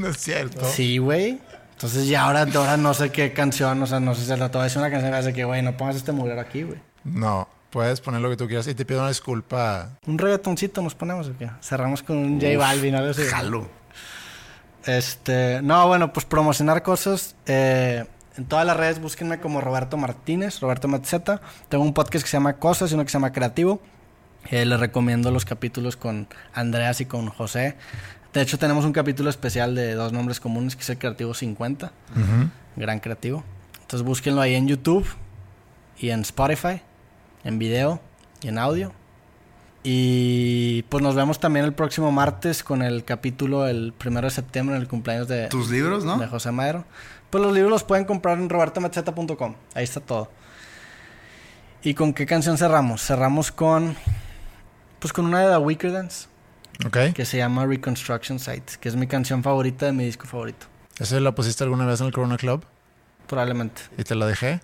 [SPEAKER 1] no es cierto.
[SPEAKER 3] sí, güey. Entonces ya ahora, ahora no sé qué canción, o sea, no sé si se trató de decir una canción que hace que, güey, no pongas este mugrero aquí, güey.
[SPEAKER 1] No, puedes poner lo que tú quieras. Y te pido una disculpa.
[SPEAKER 3] Un reggaetoncito nos ponemos, ¿o qué? Cerramos con un J Balvin, algo así.
[SPEAKER 2] Jalo.
[SPEAKER 3] Este, no, bueno, pues promocionar cosas. eh, en todas las redes búsquenme como Roberto Martínez, Roberto Matzeta. Tengo un podcast que se llama Cosas y uno que se llama Creativo. Eh, les recomiendo los capítulos con Andreas y con José. De hecho, tenemos un capítulo especial de dos nombres comunes que es el Creativo 50. Gran creativo. Entonces búsquenlo ahí en YouTube y en Spotify, en video y en audio. Y pues nos vemos también el próximo martes con el capítulo el primero de septiembre en el cumpleaños de,
[SPEAKER 2] Tus libros, ¿no?
[SPEAKER 3] de José Madero. Pues los libros los pueden comprar en robertomacheta.com. Ahí está todo. ¿Y con qué canción cerramos? Cerramos con. Pues con una de The Weaker Dance
[SPEAKER 1] ¿Ok?
[SPEAKER 3] que se llama Reconstruction Sites, que es mi canción favorita de mi disco favorito.
[SPEAKER 1] ¿Esa la pusiste alguna vez en el Corona Club?
[SPEAKER 3] Probablemente.
[SPEAKER 1] ¿Y te la dejé?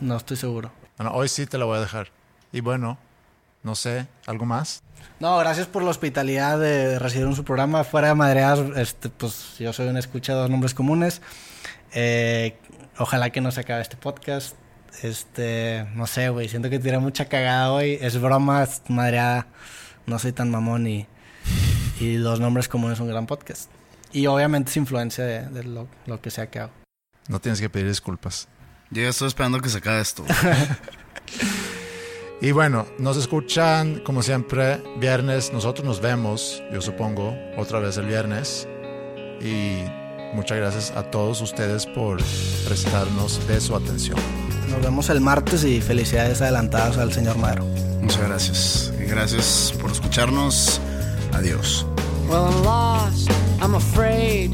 [SPEAKER 3] No estoy seguro.
[SPEAKER 1] Bueno, hoy sí te la voy a dejar. Y bueno, no sé, ¿algo más?
[SPEAKER 3] No, gracias por la hospitalidad de recibir un su programa. Fuera de madreas, este, pues yo soy un escucha de dos nombres comunes. Eh, ojalá que no se acabe este podcast. Este, no sé, güey, siento que tiré mucha cagada hoy. Es broma, es madreada. No soy tan mamón y, y Dos Nombres Comunes es un gran podcast. Y obviamente es influencia de, de lo, lo que sea que hago.
[SPEAKER 1] No tienes que pedir disculpas.
[SPEAKER 2] Yo ya estoy esperando que se acabe esto.
[SPEAKER 1] Y bueno, nos escuchan como siempre viernes. Nosotros nos vemos, yo supongo, otra vez el viernes. Y muchas gracias a todos ustedes por prestarnos de su atención.
[SPEAKER 3] Nos vemos el martes y felicidades adelantadas al señor Madero.
[SPEAKER 2] Muchas gracias. Y gracias por escucharnos. Adiós.
[SPEAKER 6] Well, I'm lost, I'm afraid.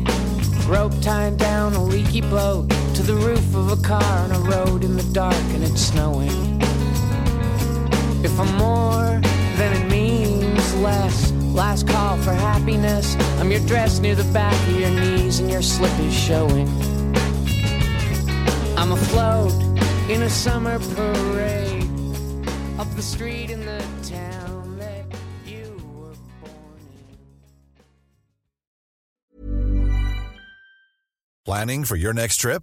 [SPEAKER 6] Rope tied down a leaky boat to the roof of a car on a road in the dark and it's snowing. If I'm more, then it means less. Last call for happiness. I'm your dress near the back of your knees and your slippers showing. I'm afloat in a summer parade. Up the street in the town that you were born in.
[SPEAKER 7] Planning for your next trip?